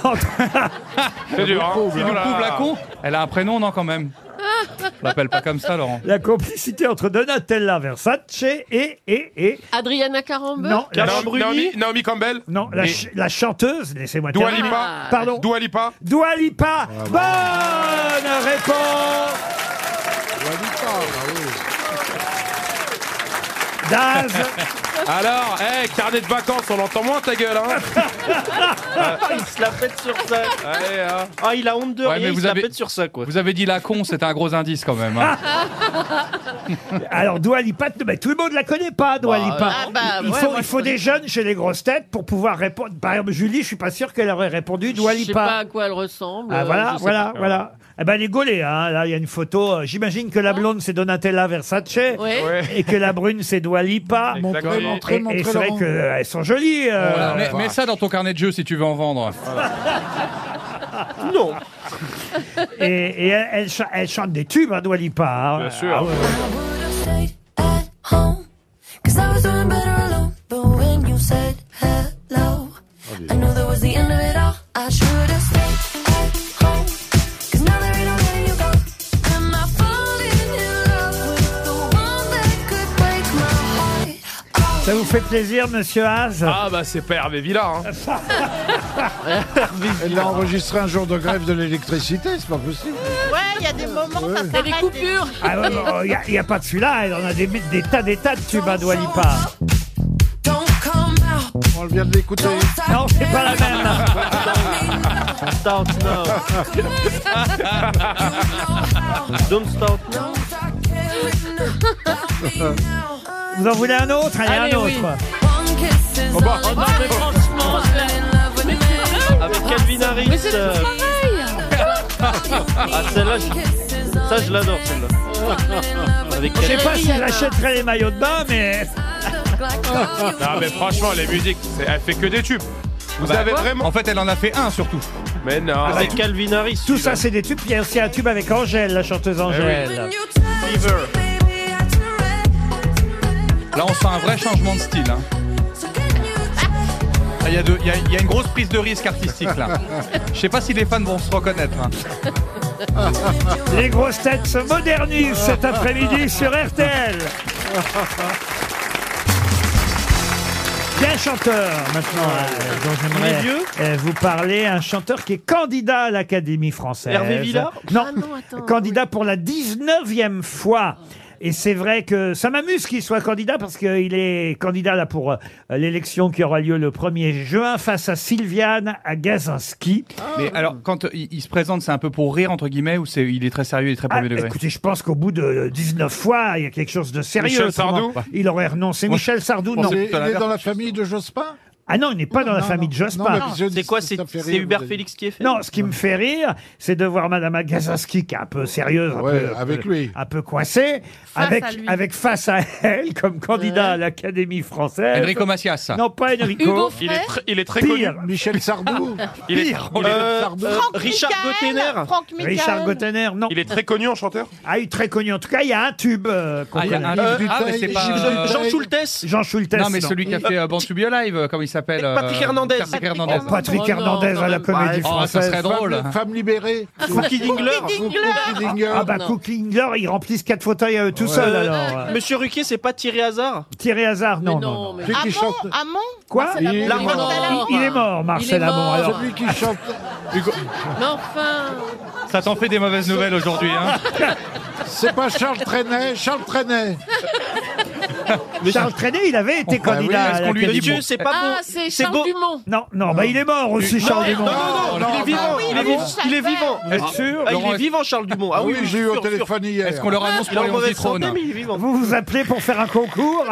[SPEAKER 2] entre...
[SPEAKER 7] C'est dur, hein.
[SPEAKER 2] Pauvre,
[SPEAKER 7] Si nous
[SPEAKER 2] voilà.
[SPEAKER 7] prouve la con, elle a un prénom, non, quand même. On l'appelle pas comme ça, Laurent.
[SPEAKER 2] La complicité entre Donatella Versace et, et, et,
[SPEAKER 3] Adriana Carambeu
[SPEAKER 2] Non, la
[SPEAKER 4] Naomi-
[SPEAKER 2] Bruni.
[SPEAKER 4] Naomi, Naomi Campbell
[SPEAKER 2] non, la,
[SPEAKER 4] Et-
[SPEAKER 2] ch- la chanteuse, laissez-moi
[SPEAKER 4] Dua
[SPEAKER 2] terminer.
[SPEAKER 4] Lipa
[SPEAKER 2] Pardon.
[SPEAKER 4] Ah, bah, Dua Lipa Ah, bah.
[SPEAKER 2] Dua Lipa. Bonne réponse
[SPEAKER 4] bah
[SPEAKER 2] Daz
[SPEAKER 4] Alors, eh, carnet de vacances, on l'entend moins ta gueule, hein
[SPEAKER 5] Ah, il se la pète sur ça.
[SPEAKER 4] Allez, hein.
[SPEAKER 5] Ah, il a honte de
[SPEAKER 7] Ouais,
[SPEAKER 5] rien,
[SPEAKER 7] mais
[SPEAKER 5] il
[SPEAKER 7] vous
[SPEAKER 5] se la
[SPEAKER 7] avez-
[SPEAKER 5] pète sur ça, quoi.
[SPEAKER 7] Vous avez dit la con, c'était un gros indice quand même.
[SPEAKER 2] Ah,
[SPEAKER 7] hein.
[SPEAKER 2] Alors Dua Lipa, t- mais tout le monde la connaît pas, Dua
[SPEAKER 7] Bah,
[SPEAKER 2] Lipa.
[SPEAKER 7] ah bah,
[SPEAKER 2] il
[SPEAKER 7] ouais,
[SPEAKER 2] faut,
[SPEAKER 7] moi,
[SPEAKER 2] il
[SPEAKER 7] je
[SPEAKER 2] faut des jeunes chez les grosses têtes pour pouvoir répondre. Par exemple, Julie, je suis pas sûr qu'elle aurait répondu Dua
[SPEAKER 3] Je sais
[SPEAKER 2] Lipa.
[SPEAKER 3] pas à quoi elle ressemble.
[SPEAKER 2] Ah
[SPEAKER 3] euh,
[SPEAKER 2] voilà,
[SPEAKER 3] je sais
[SPEAKER 2] voilà,
[SPEAKER 3] pas.
[SPEAKER 2] voilà. Eh ben les Gaulais, hein. là il y a une photo. euh, J'imagine que la blonde c'est Donatella Versace et que la brune c'est Dua Lipa.
[SPEAKER 7] Montrez,
[SPEAKER 2] Et-
[SPEAKER 7] montrez,
[SPEAKER 2] et-
[SPEAKER 7] montrez,
[SPEAKER 2] Et c'est vrai
[SPEAKER 7] Laurent. Oh
[SPEAKER 2] qu'elles sont jolies. euh,
[SPEAKER 7] Voilà, mets,
[SPEAKER 2] voilà.
[SPEAKER 7] mets ça dans ton carnet de jeu si tu veux en vendre.
[SPEAKER 5] Non.
[SPEAKER 2] Et, et elle, elle cha- elle chante des tubes, hein, Dua Lipa. hein.
[SPEAKER 4] Bien sûr.
[SPEAKER 2] Ah ouais.
[SPEAKER 9] Cause I was doing better alone. But when you said hello, I knew that was the end of it all. I should have stayed at home. Cause now there ain't no way you go. Am I falling in love with the one that could break my heart?
[SPEAKER 2] Ça vous fait plaisir, monsieur Haas
[SPEAKER 4] Ah bah c'est pas Hervé Villard, hein
[SPEAKER 6] Elle a enregistré un jour de grève de l'électricité, c'est pas possible.
[SPEAKER 8] Ouais, il y a des moments, ça s'arrête.
[SPEAKER 3] C'est des coupures.
[SPEAKER 2] Ah ouais, bon, il n'y a, pas de celui-là, elle en a des, des tas, des tas de tubes à Dua Lipa.
[SPEAKER 9] Don't come out.
[SPEAKER 6] On vient de l'écouter.
[SPEAKER 2] Non, c'est pas la même.
[SPEAKER 5] Start now. Don't start now.
[SPEAKER 2] Vous en voulez un autre Allez,
[SPEAKER 9] Allez,
[SPEAKER 2] un autre.
[SPEAKER 9] oui. One kiss is all it takes. Fall in love with me.
[SPEAKER 5] Ah, Avec Calvin Harris.
[SPEAKER 9] Mais c'est
[SPEAKER 5] euh, Ah, celle-là, je- ça, je l'adore, celle-là. Avec
[SPEAKER 2] Je sais
[SPEAKER 5] Calvin-
[SPEAKER 2] pas si j'achèterai les maillots de bain, mais
[SPEAKER 4] Non mais franchement, les musiques, c'est- elle fait que des tubes. Vous
[SPEAKER 7] Bah,
[SPEAKER 4] avez
[SPEAKER 7] quoi
[SPEAKER 4] vraiment...
[SPEAKER 7] En fait, elle en a fait un surtout.
[SPEAKER 4] Mais non
[SPEAKER 5] Avec Calvin Harris.
[SPEAKER 2] tout ça c'est des tubes. Puis il y a aussi un tube avec Angèle, la chanteuse
[SPEAKER 7] Eh
[SPEAKER 2] Angèle.
[SPEAKER 5] Fever.
[SPEAKER 7] Là, on sent un vrai changement de style. hein. Ah, Il y, a de- il y a- il y a une grosse prise de risque artistique là. Je sais pas si les fans vont se reconnaître. hein.
[SPEAKER 2] Les grosses têtes se modernisent cet après-midi sur RTL. Bien chanteur maintenant, euh, dont j'aimerais
[SPEAKER 5] Il est vieux
[SPEAKER 2] euh, vous parler, un chanteur qui est candidat à l'Académie française.
[SPEAKER 5] Hervé Villard
[SPEAKER 2] Non,
[SPEAKER 3] Ah non, attends,
[SPEAKER 2] candidat pour la 19e fois. Et c'est vrai que ça m'amuse qu'il soit candidat parce qu'il est candidat là pour euh, l'élection qui aura lieu le 1er juin face à Sylviane Agazinski.
[SPEAKER 7] Mais alors, quand euh, il, il se présente, c'est un peu pour rire entre guillemets ou c'est il est très sérieux et très
[SPEAKER 2] Ah,
[SPEAKER 7] premier degré
[SPEAKER 2] écoutez, je pense qu'au bout de 19 fois, il y a quelque chose de sérieux.
[SPEAKER 4] Michel Sardou
[SPEAKER 2] Autrement, Il aurait renoncé.
[SPEAKER 7] Moi,
[SPEAKER 2] Michel Sardou, non.
[SPEAKER 6] Il est, il est dans la famille de Jospin
[SPEAKER 2] Ah non, il n'est pas dans la
[SPEAKER 6] non,
[SPEAKER 2] famille
[SPEAKER 6] non.
[SPEAKER 2] de
[SPEAKER 6] Non, mais
[SPEAKER 2] Jospin.
[SPEAKER 6] parce que je dis,
[SPEAKER 5] C'est quoi
[SPEAKER 6] ça
[SPEAKER 5] C'est
[SPEAKER 6] me fait
[SPEAKER 5] c'est
[SPEAKER 6] rire,
[SPEAKER 5] Hubert
[SPEAKER 6] vous avez dit.
[SPEAKER 5] Félix qui est fait
[SPEAKER 2] Non, ce qui me fait rire, c'est de voir Madame Agazaski, qui est un peu sérieuse, un,
[SPEAKER 6] Ouais,
[SPEAKER 2] peu,
[SPEAKER 6] avec
[SPEAKER 2] peu-
[SPEAKER 6] lui.
[SPEAKER 2] un peu coincée,
[SPEAKER 8] Face
[SPEAKER 2] avec,
[SPEAKER 8] à lui.
[SPEAKER 2] avec face à elle comme candidat à l'Académie française.
[SPEAKER 7] Enrico Macias.
[SPEAKER 2] Non, pas Enrico.
[SPEAKER 3] Hugo
[SPEAKER 4] Il est, tr- il est très connu.
[SPEAKER 2] Pire,
[SPEAKER 6] Michel Sardou
[SPEAKER 4] Il est, il est-
[SPEAKER 5] Euh,
[SPEAKER 6] Sardou.
[SPEAKER 5] euh,
[SPEAKER 8] Franck
[SPEAKER 5] Richard
[SPEAKER 8] Michael,
[SPEAKER 5] Gottener.
[SPEAKER 8] Franck Michael.
[SPEAKER 2] Richard Gottener, non.
[SPEAKER 4] il est très connu en chanteur
[SPEAKER 2] Ah, il est très connu. En tout cas, il y a un tube euh, qu'on
[SPEAKER 7] Ah, il y a
[SPEAKER 2] connaît.
[SPEAKER 7] un-
[SPEAKER 5] Euh,
[SPEAKER 7] ah, mais c'est pas. euh,
[SPEAKER 5] Jean Schultes.
[SPEAKER 2] Jean Schultes.
[SPEAKER 7] Non, mais celui qui a fait euh, Born to Be Alive, euh, comment il s'appelle euh,
[SPEAKER 5] Patrick Hernandez.
[SPEAKER 7] Patrick
[SPEAKER 5] Patrick
[SPEAKER 7] Hernandez.
[SPEAKER 2] Oh, Patrick
[SPEAKER 3] Oh, non,
[SPEAKER 2] Hernandez
[SPEAKER 3] quand
[SPEAKER 2] à la
[SPEAKER 3] même.
[SPEAKER 2] comédie
[SPEAKER 7] Oh, ça
[SPEAKER 2] française.
[SPEAKER 7] serait drôle.
[SPEAKER 6] Femme, femme libérée.
[SPEAKER 5] Cookie Dingler.
[SPEAKER 6] Dinger.
[SPEAKER 2] Ah bah
[SPEAKER 3] Non.
[SPEAKER 2] Cooking Lore, ils remplissent quatre fauteuils à eux tout seuls alors.
[SPEAKER 5] Euh, Monsieur Ruquier, c'est pas Thierry Hazard
[SPEAKER 2] Thierry Hazard, non,
[SPEAKER 3] Mais
[SPEAKER 2] non,
[SPEAKER 3] non,
[SPEAKER 2] non.
[SPEAKER 3] mais-
[SPEAKER 6] Celui qui
[SPEAKER 8] Hamon,
[SPEAKER 6] chante.
[SPEAKER 8] Hamon
[SPEAKER 5] Ah,
[SPEAKER 7] Ah,
[SPEAKER 2] Quoi
[SPEAKER 6] Il est
[SPEAKER 2] il,
[SPEAKER 3] Marcel
[SPEAKER 6] mort.
[SPEAKER 3] Amont.
[SPEAKER 2] il est mort,
[SPEAKER 3] Il est
[SPEAKER 2] Marcel Amont.
[SPEAKER 3] mort.
[SPEAKER 2] Alors,
[SPEAKER 6] Celui qui chante.
[SPEAKER 3] Mais enfin
[SPEAKER 7] Ça t'en fait des mauvaises nouvelles aujourd'hui. Hein.
[SPEAKER 6] C'est pas Charles Trenet. Charles Trenet. Oh, bah
[SPEAKER 2] Charles Trenet, il avait été
[SPEAKER 7] Ah oui,
[SPEAKER 2] candidat
[SPEAKER 7] est-ce
[SPEAKER 2] à
[SPEAKER 7] qu'on lui a
[SPEAKER 2] l'Académie.
[SPEAKER 7] dit
[SPEAKER 5] Dieu, c'est pas
[SPEAKER 3] Ah,
[SPEAKER 5] bon.
[SPEAKER 3] c'est Charles
[SPEAKER 5] beau.
[SPEAKER 3] Dumont
[SPEAKER 2] Non, non, bah il est mort aussi, Charles Dumont.
[SPEAKER 5] Non, non, non, il est vivant. Il est vivant. Il est vivant.
[SPEAKER 2] Vous êtes sûr
[SPEAKER 5] Ah, il
[SPEAKER 7] Laurent,
[SPEAKER 5] est vivant, Charles Dumont. Ah
[SPEAKER 6] Ah
[SPEAKER 5] oui,
[SPEAKER 6] oui, j'ai eu au
[SPEAKER 5] sûr, sûr.
[SPEAKER 6] téléphone hier.
[SPEAKER 7] Est-ce qu'on leur annonce
[SPEAKER 5] Il est
[SPEAKER 7] pour
[SPEAKER 5] en
[SPEAKER 7] les 11
[SPEAKER 5] mauvaise
[SPEAKER 7] trônes
[SPEAKER 5] santé, mais il est vivant.
[SPEAKER 2] Vous vous appelez pour faire un concours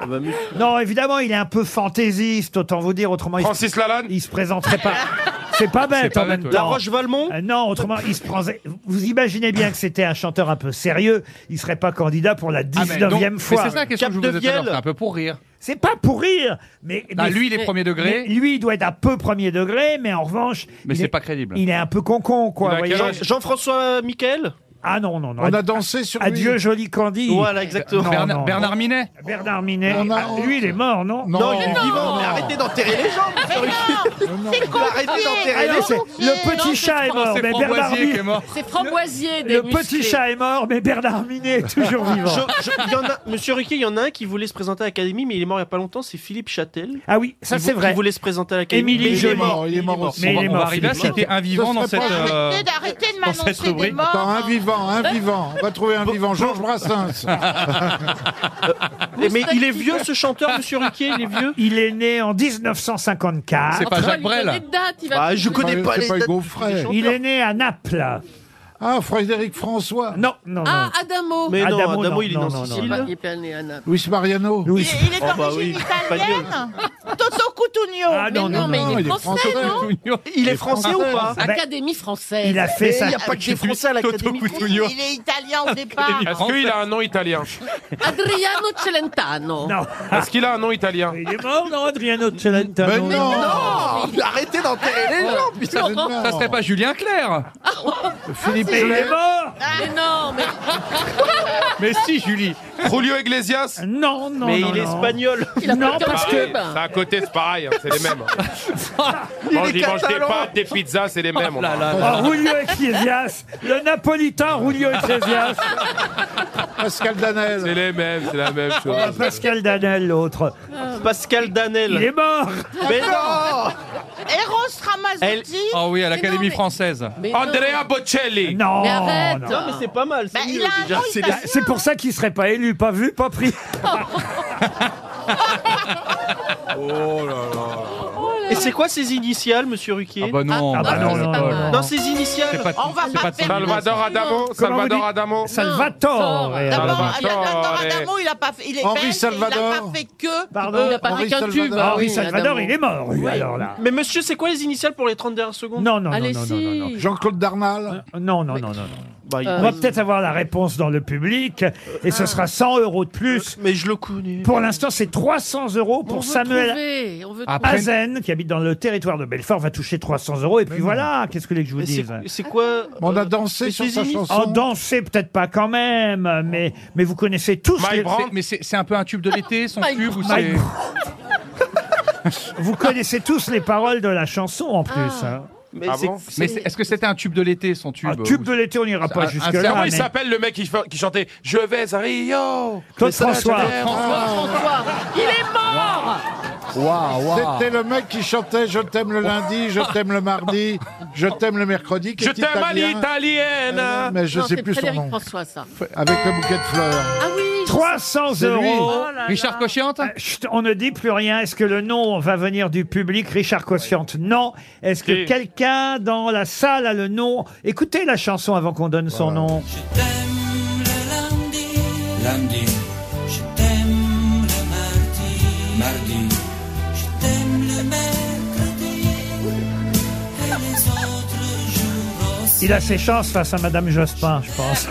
[SPEAKER 5] Ah bah,
[SPEAKER 2] Non, évidemment, il est un peu fantaisiste, autant vous dire. Autrement, Francis Lalanne Il se présenterait pas. C'est pas
[SPEAKER 5] C'est
[SPEAKER 2] bête
[SPEAKER 5] pas
[SPEAKER 2] en même
[SPEAKER 5] bête, ouais.
[SPEAKER 2] temps.
[SPEAKER 5] La Roche-Valmont
[SPEAKER 2] Euh, Non, autrement, il se prend. Vous imaginez bien que c'était un chanteur un peu sérieux. Il serait pas candidat pour
[SPEAKER 7] Ah,
[SPEAKER 2] la 19e fois.
[SPEAKER 7] c'est ça la question que je vous posais tout à l'heure, C'est un peu pour rire.
[SPEAKER 2] C'est pas pour rire, mais,
[SPEAKER 7] Ah,
[SPEAKER 2] mais-
[SPEAKER 7] lui, il est
[SPEAKER 2] mais-
[SPEAKER 7] premier degré.
[SPEAKER 2] mais Lui, il doit être un peu premier degré, mais en revanche,
[SPEAKER 7] Mais
[SPEAKER 2] il
[SPEAKER 7] c'est
[SPEAKER 2] est-
[SPEAKER 7] pas crédible.
[SPEAKER 2] Il est un peu concon, quoi. voyez.
[SPEAKER 5] Jean- Jean-François Michael
[SPEAKER 2] Ah non, non, non.
[SPEAKER 5] On a
[SPEAKER 2] Ad-
[SPEAKER 5] dansé sur lui.
[SPEAKER 2] Adieu, joli Candy.
[SPEAKER 5] Voilà, exactement. Bernard- Bernard
[SPEAKER 2] Minet. Bernard Minet.
[SPEAKER 5] On a-
[SPEAKER 2] Ah, lui, il est mort, non
[SPEAKER 5] Non, Non, il est non. vivant, mais arrêtez d'enterrer les gens, monsieur Ruquier.
[SPEAKER 2] C'est
[SPEAKER 5] quoi Arrêtez d'enterrer les gens.
[SPEAKER 2] Le petit
[SPEAKER 5] Non, c'est
[SPEAKER 2] chat est
[SPEAKER 5] Fran-
[SPEAKER 2] mort,
[SPEAKER 5] c'est
[SPEAKER 2] mais
[SPEAKER 5] Framboisier
[SPEAKER 2] Bernard Minet.
[SPEAKER 5] qui est mort.
[SPEAKER 3] C'est framboisier des
[SPEAKER 2] Le petit chat est mort, mais Bernard Minet est toujours vivant.
[SPEAKER 5] Je- je- il y en a- Monsieur Ruquier, il y en a un qui voulait se présenter à l'Académie, mais il est mort il n'y a pas longtemps, c'est Philippe Châtel.
[SPEAKER 2] Ah oui, ça,
[SPEAKER 5] Qui vou-
[SPEAKER 2] c'est vrai.
[SPEAKER 5] Qui voulait se présenter à l'Académie.
[SPEAKER 2] Émilie
[SPEAKER 5] mais
[SPEAKER 2] Joly. Mais il est
[SPEAKER 5] On va- on
[SPEAKER 2] mort,
[SPEAKER 5] va arriver
[SPEAKER 2] Philippe
[SPEAKER 5] à citer
[SPEAKER 2] Châtel.
[SPEAKER 5] un vivant dans
[SPEAKER 6] Ce serait
[SPEAKER 5] cette.
[SPEAKER 6] pas-
[SPEAKER 5] euh,
[SPEAKER 8] Arrêtez d'arrêter de
[SPEAKER 6] Dans cette
[SPEAKER 8] m'annoncer des
[SPEAKER 6] rubrique.
[SPEAKER 8] morts.
[SPEAKER 6] Attends,
[SPEAKER 2] hein.
[SPEAKER 6] un vivant, un vivant. On va trouver un vivant. Georges Brassens.
[SPEAKER 5] Eh, Mais il est vieux ce chanteur, monsieur Riquet, il est vieux.
[SPEAKER 2] Il est né en 1954.
[SPEAKER 5] C'est pas Jacques Brel. Ah, je connais pas les dates.
[SPEAKER 2] Il est né à Naples.
[SPEAKER 6] Ah, Frédéric François.
[SPEAKER 2] Non, non,
[SPEAKER 3] Ah, Adamo.
[SPEAKER 6] Mais non, Adamo, Adamo, il est dans
[SPEAKER 3] Il est
[SPEAKER 6] Sicile.
[SPEAKER 3] pas- il est pas né à Naples.
[SPEAKER 6] Luis Mariano.
[SPEAKER 2] Luis.
[SPEAKER 8] Il
[SPEAKER 6] Oh,
[SPEAKER 8] est
[SPEAKER 6] bah
[SPEAKER 8] d'origine italienne Toto Cutugno
[SPEAKER 2] Ah,
[SPEAKER 3] Mais
[SPEAKER 2] non,
[SPEAKER 3] non,
[SPEAKER 2] non,
[SPEAKER 3] mais
[SPEAKER 2] non,
[SPEAKER 3] il
[SPEAKER 2] il
[SPEAKER 3] est
[SPEAKER 2] est
[SPEAKER 3] français,
[SPEAKER 2] français.
[SPEAKER 3] non
[SPEAKER 5] Il est français ou pas
[SPEAKER 2] Ben,
[SPEAKER 3] Académie française.
[SPEAKER 2] il a fait
[SPEAKER 5] Mais
[SPEAKER 2] sa-
[SPEAKER 5] Il n'y a pas que des Français à l'Académie.
[SPEAKER 8] Il est italien au départ
[SPEAKER 4] Est-ce qu'il a un nom italien
[SPEAKER 3] Adriano Celentano.
[SPEAKER 2] Non.
[SPEAKER 4] Est-ce qu'il a un nom italien
[SPEAKER 2] Il est mort, non, Adriano Celentano
[SPEAKER 4] Mais non.
[SPEAKER 5] Arrêtez d'enterrer les gens, putain.
[SPEAKER 7] Ça serait pas Julien Clerc
[SPEAKER 6] Philippe
[SPEAKER 2] Mais il est
[SPEAKER 6] Claire.
[SPEAKER 2] mort
[SPEAKER 3] Mais non, mais.
[SPEAKER 7] Mais si, Julie
[SPEAKER 4] Julio Iglesias
[SPEAKER 2] Non, non,
[SPEAKER 5] Mais
[SPEAKER 2] non,
[SPEAKER 5] il est
[SPEAKER 2] non.
[SPEAKER 5] espagnol.
[SPEAKER 3] Il a
[SPEAKER 2] Non,
[SPEAKER 3] pas de
[SPEAKER 2] parce que-
[SPEAKER 3] cube.
[SPEAKER 4] C'est à côté, c'est pareil, hein, c'est les mêmes.
[SPEAKER 5] Il
[SPEAKER 4] Mange-
[SPEAKER 5] est
[SPEAKER 4] Ils mangent des
[SPEAKER 5] catalan.
[SPEAKER 4] pâtes, des pizzas, c'est les mêmes.
[SPEAKER 7] là là
[SPEAKER 2] Oh, Julio Ecclesias, le napolitain Julio Ecclesias,
[SPEAKER 6] Pascal Danel.
[SPEAKER 4] C'est les mêmes, c'est la même chose.
[SPEAKER 2] Ah, Pascal Danel, l'autre.
[SPEAKER 5] Pascal Danel.
[SPEAKER 2] Il est mort
[SPEAKER 5] Mais non
[SPEAKER 8] Eros
[SPEAKER 7] Elle-
[SPEAKER 8] Ramazzotti
[SPEAKER 7] Oh oui, à
[SPEAKER 8] Ah, Mais
[SPEAKER 7] l'Académie
[SPEAKER 8] non, mais-
[SPEAKER 7] française.
[SPEAKER 8] Mais non.
[SPEAKER 4] Andrea Bocelli
[SPEAKER 2] Non,
[SPEAKER 8] Mais arrête.
[SPEAKER 2] non.
[SPEAKER 5] Non, mais c'est pas mal.
[SPEAKER 8] Bah,
[SPEAKER 5] C'est
[SPEAKER 8] il
[SPEAKER 5] mieux
[SPEAKER 8] a un
[SPEAKER 5] déjà.
[SPEAKER 8] nom
[SPEAKER 5] C'est
[SPEAKER 8] italien.
[SPEAKER 2] C'est pour ça qu'il serait pas élu, pas vu, pas pris.
[SPEAKER 9] Oh
[SPEAKER 5] Et c'est quoi ses initiales, monsieur Ruquier
[SPEAKER 7] Ah bah non.
[SPEAKER 2] Ah bah non,
[SPEAKER 7] c'est
[SPEAKER 2] non,
[SPEAKER 7] pas-
[SPEAKER 2] non.
[SPEAKER 5] Non, ses initiales.
[SPEAKER 7] C'est pas de-
[SPEAKER 8] On va
[SPEAKER 7] c'est
[SPEAKER 8] pas
[SPEAKER 7] pas de-
[SPEAKER 8] faire
[SPEAKER 4] Salvador Adamo Salvador
[SPEAKER 2] vous dites
[SPEAKER 4] Adamo
[SPEAKER 5] Ah,
[SPEAKER 2] Salvatore.
[SPEAKER 8] D'abord, Ah, il y a-
[SPEAKER 7] Oh,
[SPEAKER 4] Salvatore.
[SPEAKER 8] d'abord, Adamo, il a pas fait, il est
[SPEAKER 6] Henri
[SPEAKER 8] belge,
[SPEAKER 6] Salvador.
[SPEAKER 8] il a pas fait que.
[SPEAKER 2] Pardon
[SPEAKER 3] Il a pas fait
[SPEAKER 6] Henri
[SPEAKER 3] qu'un tube.
[SPEAKER 6] Salvador.
[SPEAKER 3] ah
[SPEAKER 2] Henri
[SPEAKER 3] oui,
[SPEAKER 2] Salvador,
[SPEAKER 3] Adamo.
[SPEAKER 2] il est mort, lui, alors là.
[SPEAKER 5] Mais monsieur, c'est quoi les initiales pour les 30 dernières secondes
[SPEAKER 2] Non, non, non,
[SPEAKER 3] Allez,
[SPEAKER 2] non,
[SPEAKER 3] si.
[SPEAKER 2] non, non, non.
[SPEAKER 6] Jean-Claude Darnal.
[SPEAKER 2] Non, non, non, non, non.
[SPEAKER 5] Bah,
[SPEAKER 8] Euh,
[SPEAKER 5] il-
[SPEAKER 2] On va peut-être avoir la réponse dans le public, et ce sera 100 euros de plus.
[SPEAKER 5] Mais je le connais.
[SPEAKER 2] Pour l'instant, c'est 300 euros
[SPEAKER 3] On
[SPEAKER 2] pour
[SPEAKER 3] veut
[SPEAKER 2] Samuel
[SPEAKER 3] trouver, on veut
[SPEAKER 7] Après-
[SPEAKER 2] Azen, qui habite dans le territoire de Belfort, va toucher 300 euros. Et puis voilà, qu'est-ce que vous voulez que je vous
[SPEAKER 5] Mais c'est-
[SPEAKER 2] dise
[SPEAKER 5] C'est quoi
[SPEAKER 6] On a
[SPEAKER 5] euh,
[SPEAKER 6] dansé
[SPEAKER 5] mais
[SPEAKER 6] sur
[SPEAKER 5] ses
[SPEAKER 6] sa
[SPEAKER 5] ini-
[SPEAKER 6] chanson.
[SPEAKER 2] En danser, peut-être pas quand même, mais, mais vous connaissez tous
[SPEAKER 4] Mike
[SPEAKER 2] les-
[SPEAKER 4] Brandt.
[SPEAKER 7] C'est- Mais c'est c'est un peu un tube de l'été, son
[SPEAKER 3] My
[SPEAKER 7] tube ou
[SPEAKER 2] My
[SPEAKER 7] c'est.
[SPEAKER 2] vous connaissez tous les paroles de la chanson en plus. hein.
[SPEAKER 5] Mais
[SPEAKER 4] Ah
[SPEAKER 5] c'est-
[SPEAKER 4] bon
[SPEAKER 5] c'est-
[SPEAKER 7] Mais c'est- est-ce que c'était un tube de l'été, son tube
[SPEAKER 2] Un tube de l'été, on n'ira
[SPEAKER 7] Un-
[SPEAKER 2] pas
[SPEAKER 7] un
[SPEAKER 2] jusque-là.
[SPEAKER 4] Comment
[SPEAKER 7] serment,
[SPEAKER 4] il
[SPEAKER 2] mais-
[SPEAKER 4] s'appelle le mec qui, fa- qui chantait Je vais à Rio
[SPEAKER 2] Claude François.
[SPEAKER 4] Ah.
[SPEAKER 3] François. Il est mort
[SPEAKER 6] Waouh, waouh. C'était le mec qui chantait Je t'aime le lundi, je t'aime le mardi, je t'aime le mercredi. qui
[SPEAKER 4] Je
[SPEAKER 6] est
[SPEAKER 4] t'aime à
[SPEAKER 6] italien. Euh,
[SPEAKER 4] l'italienne
[SPEAKER 6] Mais je
[SPEAKER 3] Non,
[SPEAKER 6] sais
[SPEAKER 3] c'est
[SPEAKER 6] plus son
[SPEAKER 3] Frédéric
[SPEAKER 6] nom.
[SPEAKER 3] François, ça.
[SPEAKER 6] Avec le bouquet de fleurs.
[SPEAKER 3] Ah oui
[SPEAKER 2] 300
[SPEAKER 6] C'est lui.
[SPEAKER 2] euros.
[SPEAKER 7] Richard Cochiante
[SPEAKER 2] Euh, chut, on ne dit plus rien. Est-ce que le nom va venir du public Richard Cossiante, non. Est-ce que
[SPEAKER 4] Si.
[SPEAKER 2] quelqu'un dans la salle a le nom Écoutez la chanson avant qu'on donne son nom.
[SPEAKER 14] Lundi, je t'aime le mardi. Mardi, je t'aime le mercredi. Et les autres jours aussi.
[SPEAKER 2] Il a ses chances face à Madame Jospin, je pense.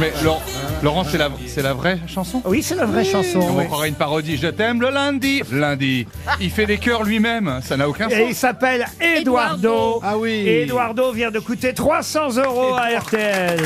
[SPEAKER 7] Mais Laurent, Laurent, c'est la, c'est la vraie chanson
[SPEAKER 2] Oui, c'est la vraie chanson.
[SPEAKER 7] On
[SPEAKER 2] oui.
[SPEAKER 7] croirait une parodie. Je t'aime le lundi. Lundi. Il fait des chœurs lui-même. Ça n'a aucun
[SPEAKER 2] Et il
[SPEAKER 7] sens.
[SPEAKER 2] s'appelle Eduardo.
[SPEAKER 3] Eduardo.
[SPEAKER 6] Ah oui.
[SPEAKER 2] Et Eduardo vient de coûter 300 euros à RTL.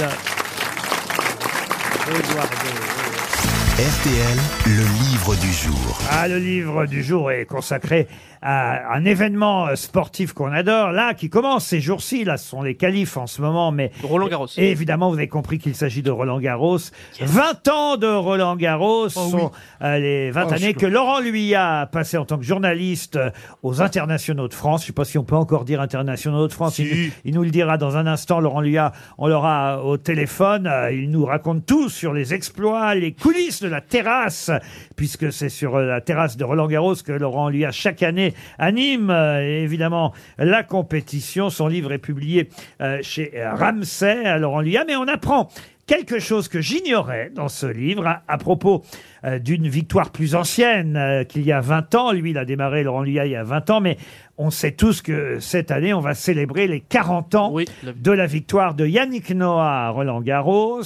[SPEAKER 1] RTL, le livre du jour.
[SPEAKER 2] Ah, le livre du jour est consacré à un événement euh, sportif qu'on adore, là, qui commence ces jours-ci. Là, ce sont les qualifs en ce moment, mais
[SPEAKER 5] Roland Garros.
[SPEAKER 2] Et évidemment, vous avez compris qu'il s'agit de Roland Garros. 20 ans de Roland Garros sont euh, les 20
[SPEAKER 6] Oh,
[SPEAKER 2] années
[SPEAKER 6] je-
[SPEAKER 2] que Laurent Lui a passé en tant que journaliste euh, aux internationaux de France. Je ne sais pas si on peut encore dire internationaux de France. Il, nous- il nous le dira dans un instant. Laurent Lui a, on l'aura au téléphone. Euh, Il nous raconte tout sur les exploits, les coulisses de la terrasse, puisque c'est sur euh, la terrasse de Roland Garros que Laurent Lui a chaque année anime euh, évidemment la compétition. Son livre est publié euh, chez euh, Ramsay, à Laurent Lia, mais on apprend quelque chose que j'ignorais dans ce livre à, à propos euh, d'une victoire plus ancienne euh, qu'il y a 20 ans. Lui, il a démarré Laurent Luya il y a 20 ans, mais on sait tous que cette année, on va célébrer les 40 ans de la victoire de Yannick Noah à Roland Garros.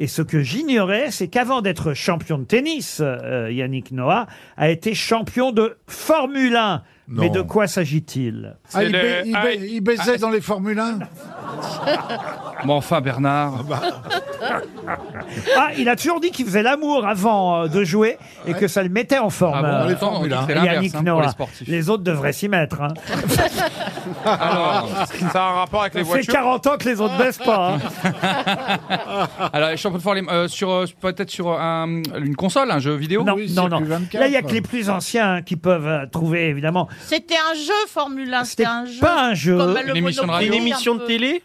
[SPEAKER 2] Et ce que j'ignorais, c'est qu'avant d'être champion de tennis, euh, Yannick Noah a été champion de Formule 1. Mais
[SPEAKER 6] Non.
[SPEAKER 2] de quoi s'agit-il
[SPEAKER 6] Ah, il, ba- il ba- il baisait
[SPEAKER 2] ah.
[SPEAKER 6] dans les Formule 1
[SPEAKER 7] Mais enfin, Bernard.
[SPEAKER 2] Ah, il a toujours dit qu'il faisait l'amour avant euh, de jouer et que ça le mettait en forme.
[SPEAKER 7] Ah bon,
[SPEAKER 2] euh,
[SPEAKER 7] dans les formules, hein. C'est l'inverse,
[SPEAKER 2] Yannick
[SPEAKER 7] hein, pour
[SPEAKER 2] Noah.
[SPEAKER 7] les sportifs.
[SPEAKER 2] Les autres devraient s'y mettre. hein.
[SPEAKER 4] Alors, ça a un rapport avec les
[SPEAKER 2] Ça fait
[SPEAKER 4] voitures
[SPEAKER 2] 40 ans que les autres baissent pas. hein.
[SPEAKER 7] Alors, les champions de Forlem, euh, sur euh, peut-être sur un- une console, un jeu vidéo
[SPEAKER 2] Non, non, non. Là, il y a que les plus anciens hein, qui peuvent euh, trouver, évidemment.
[SPEAKER 8] C'était un jeu, Formule 1. C'était un jeu.
[SPEAKER 2] Pas un jeu.
[SPEAKER 8] Comme le Monopoly, un peu. Ah.
[SPEAKER 2] télé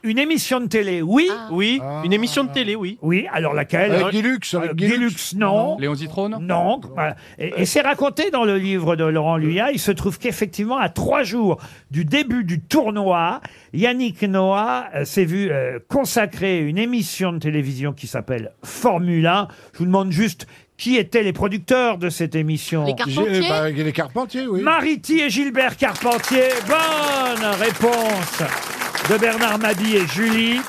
[SPEAKER 2] Une émission de télé, oui. Oui, une émission de télé, oui. Oui, alors laquelle
[SPEAKER 6] Ah. Avec
[SPEAKER 2] Euh,
[SPEAKER 6] Guy Lux, avec Guy
[SPEAKER 2] Guy Lux, non.
[SPEAKER 7] Léon Zitrone
[SPEAKER 2] Non. Voilà. Et, et c'est raconté dans le livre de
[SPEAKER 6] Euh.
[SPEAKER 2] Laurent Luya. Il se trouve qu'effectivement, à trois jours du début du tournoi, Yannick Noah euh, s'est vu euh, consacrer une émission de télévision qui s'appelle Formule 1. Je vous demande juste qui étaient les producteurs de cette émission.
[SPEAKER 6] Les Carpentiers J'ai- bah, les Carpentiers, oui.
[SPEAKER 2] Mariti et Gilbert Carpentier. Bonne réponse de Bernard Mabie et Julie.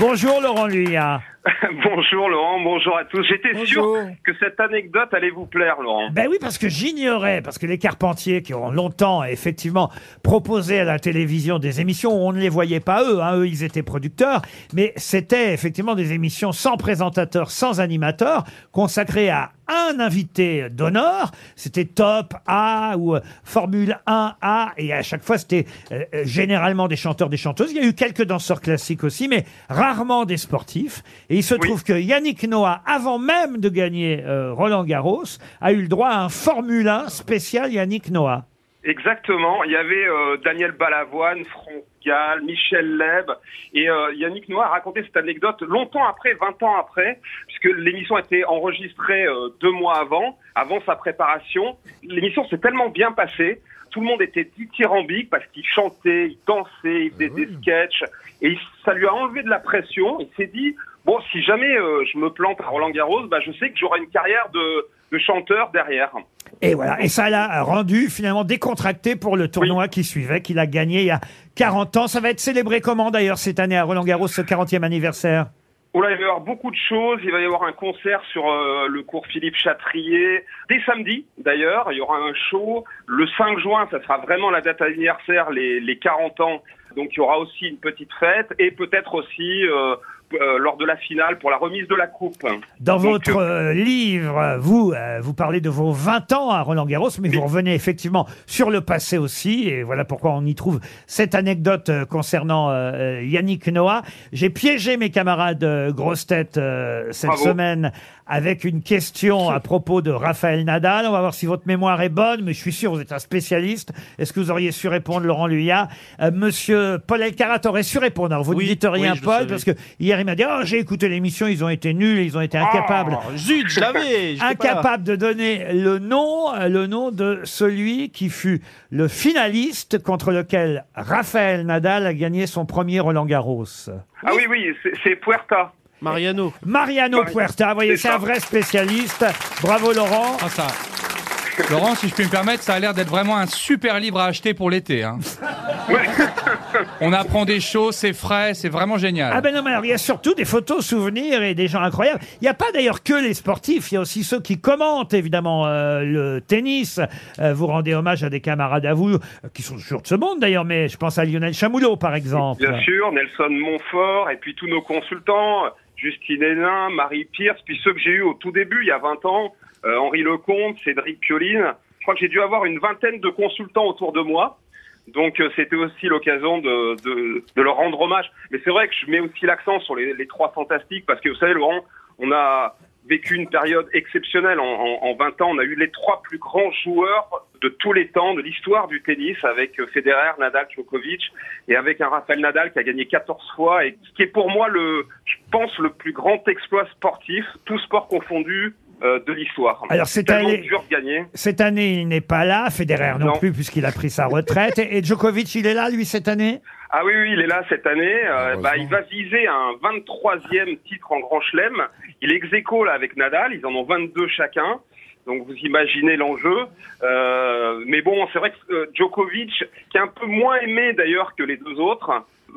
[SPEAKER 2] Bonjour Laurent Luya.
[SPEAKER 11] bonjour Laurent, bonjour à tous. J'étais sûr que cette anecdote allait vous plaire, Laurent.
[SPEAKER 2] Ben oui, parce que j'ignorais, parce que les Carpentiers, qui ont longtemps effectivement proposé à la télévision des émissions, on ne les voyait pas eux, hein, eux ils étaient producteurs, mais c'était effectivement des émissions sans présentateur, sans animateur, consacrées à un invité d'honneur, c'était Top A ou euh, Formule 1A, et à chaque fois c'était euh, euh, généralement des chanteurs, des chanteuses, il y a eu quelques danseurs classiques aussi, mais rarement des sportifs, et il se trouve que Yannick Noah, avant même de gagner euh, Roland Garros, a eu le droit à un Formule 1 spécial Yannick Noah.
[SPEAKER 11] Exactement. Il y avait euh, Daniel Balavoine, Franck Gall, Michel Leb et euh, Yannick Noir a raconté cette anecdote longtemps après, 20 ans après, puisque l'émission a été enregistrée euh, deux mois avant, avant sa préparation. L'émission s'est tellement bien passée. Tout le monde était dithyrambique parce qu'il chantait, il dansait, il faisait des sketchs. Et il- ça lui a enlevé de la pression. Il s'est dit, bon, si jamais euh, je me plante à Roland Garros, bah, je sais que j'aurai une carrière de, de chanteur derrière.
[SPEAKER 2] Et voilà, et ça l'a rendu finalement décontracté pour le tournoi qui suivait, qu'il a gagné il y a 40 ans. Ça va être célébré comment d'ailleurs cette année à Roland Garros, ce 40e anniversaire
[SPEAKER 11] Oh là, il va y avoir beaucoup de choses. Il va y avoir un concert sur euh, le cours Philippe Chatrier. Dès samedi, d'ailleurs, il y aura un show. Le 5 juin, ça sera vraiment la date anniversaire, les, les 40 ans. Donc, il y aura aussi une petite fête et peut-être aussi euh, euh, lors de la finale pour la remise de la coupe.
[SPEAKER 2] Dans
[SPEAKER 11] Donc,
[SPEAKER 2] votre euh, livre, euh, vous, euh, vous parlez de vos 20 ans à Roland Garros, mais vous revenez effectivement sur le passé aussi, et voilà pourquoi on y trouve cette anecdote euh, concernant euh, euh, Yannick Noah. J'ai piégé mes camarades euh, grosses têtes euh, cette
[SPEAKER 15] Bravo.
[SPEAKER 2] semaine avec une question à propos de Raphaël Nadal. On va voir si votre mémoire est bonne, mais je suis sûr, vous êtes un spécialiste. Est-ce que vous auriez su répondre, Laurent Luyat Euh, Monsieur Paul Elkarat aurait su répondre. Alors, vous ne dites rien,
[SPEAKER 5] oui, je le
[SPEAKER 2] Paul,
[SPEAKER 5] savais.
[SPEAKER 2] parce que hier, il m'a dit, oh, j'ai écouté l'émission, ils ont été nuls, ils ont été incapable.
[SPEAKER 5] Ah, zut, je l'avais, j'étais pas là.
[SPEAKER 2] Incapable de donner le nom, euh, le nom de celui qui fut le finaliste contre lequel Raphaël Nadal a gagné son premier Roland Garros.
[SPEAKER 11] Ah oui, oui, c'est- c'est Puerta.
[SPEAKER 5] Mariano.
[SPEAKER 2] Mariano
[SPEAKER 11] Ouais,
[SPEAKER 2] Puerta, vous voyez,
[SPEAKER 11] c'est
[SPEAKER 2] c'est un
[SPEAKER 11] ça.
[SPEAKER 2] vrai spécialiste. Bravo Laurent.
[SPEAKER 7] Ah, ça. Laurent, si je puis me permettre, ça a l'air d'être vraiment un super livre à acheter pour l'été. hein. On apprend des choses, c'est frais, c'est vraiment génial.
[SPEAKER 2] Ah ben non, mais alors il y a surtout des photos souvenirs et des gens incroyables. Il n'y a pas d'ailleurs que les sportifs, il y a aussi ceux qui commentent évidemment euh, le tennis. Euh, vous rendez hommage à des camarades à vous euh, qui sont toujours de ce monde d'ailleurs, mais je pense à Lionel Chamoulot par exemple.
[SPEAKER 11] Bien sûr, Nelson Montfort et puis tous nos consultants, Justine Hénin, Marie Pierce, puis ceux que j'ai eus au tout début, il y a 20 ans, euh, Henri Lecomte, Cédric Pioline. Je crois que j'ai dû avoir une vingtaine de consultants autour de moi. Donc euh, c'était aussi l'occasion de, de- de leur rendre hommage. Mais c'est vrai que je mets aussi l'accent sur les, les trois fantastiques parce que vous savez, Laurent, on a vécu une période exceptionnelle. En, en- en 20 ans, on a eu les trois plus grands joueurs de tous les temps, de l'histoire du tennis, avec euh, Federer, Nadal, Djokovic, et avec un Rafael Nadal qui a gagné 14 fois, et ce qui est pour moi, le, je pense, le plus grand exploit sportif, tout sport confondu, euh, de l'histoire.
[SPEAKER 2] Alors, c'est
[SPEAKER 11] tellement
[SPEAKER 2] allé-
[SPEAKER 11] dur de gagner.
[SPEAKER 2] Cette année, il n'est pas là. Federer non,
[SPEAKER 11] Non.
[SPEAKER 2] plus, puisqu'il a pris sa retraite. Et, et Djokovic, il est là, lui, cette année
[SPEAKER 11] Ah oui, oui, il est là cette année. Euh, bah, il va viser un 23e titre en Grand Chelem. Il est ex aequo, là avec Nadal. Ils en ont 22 chacun. Donc vous imaginez l'enjeu. Euh, mais bon, c'est vrai que euh, Djokovic, qui est un peu moins aimé d'ailleurs que les deux autres,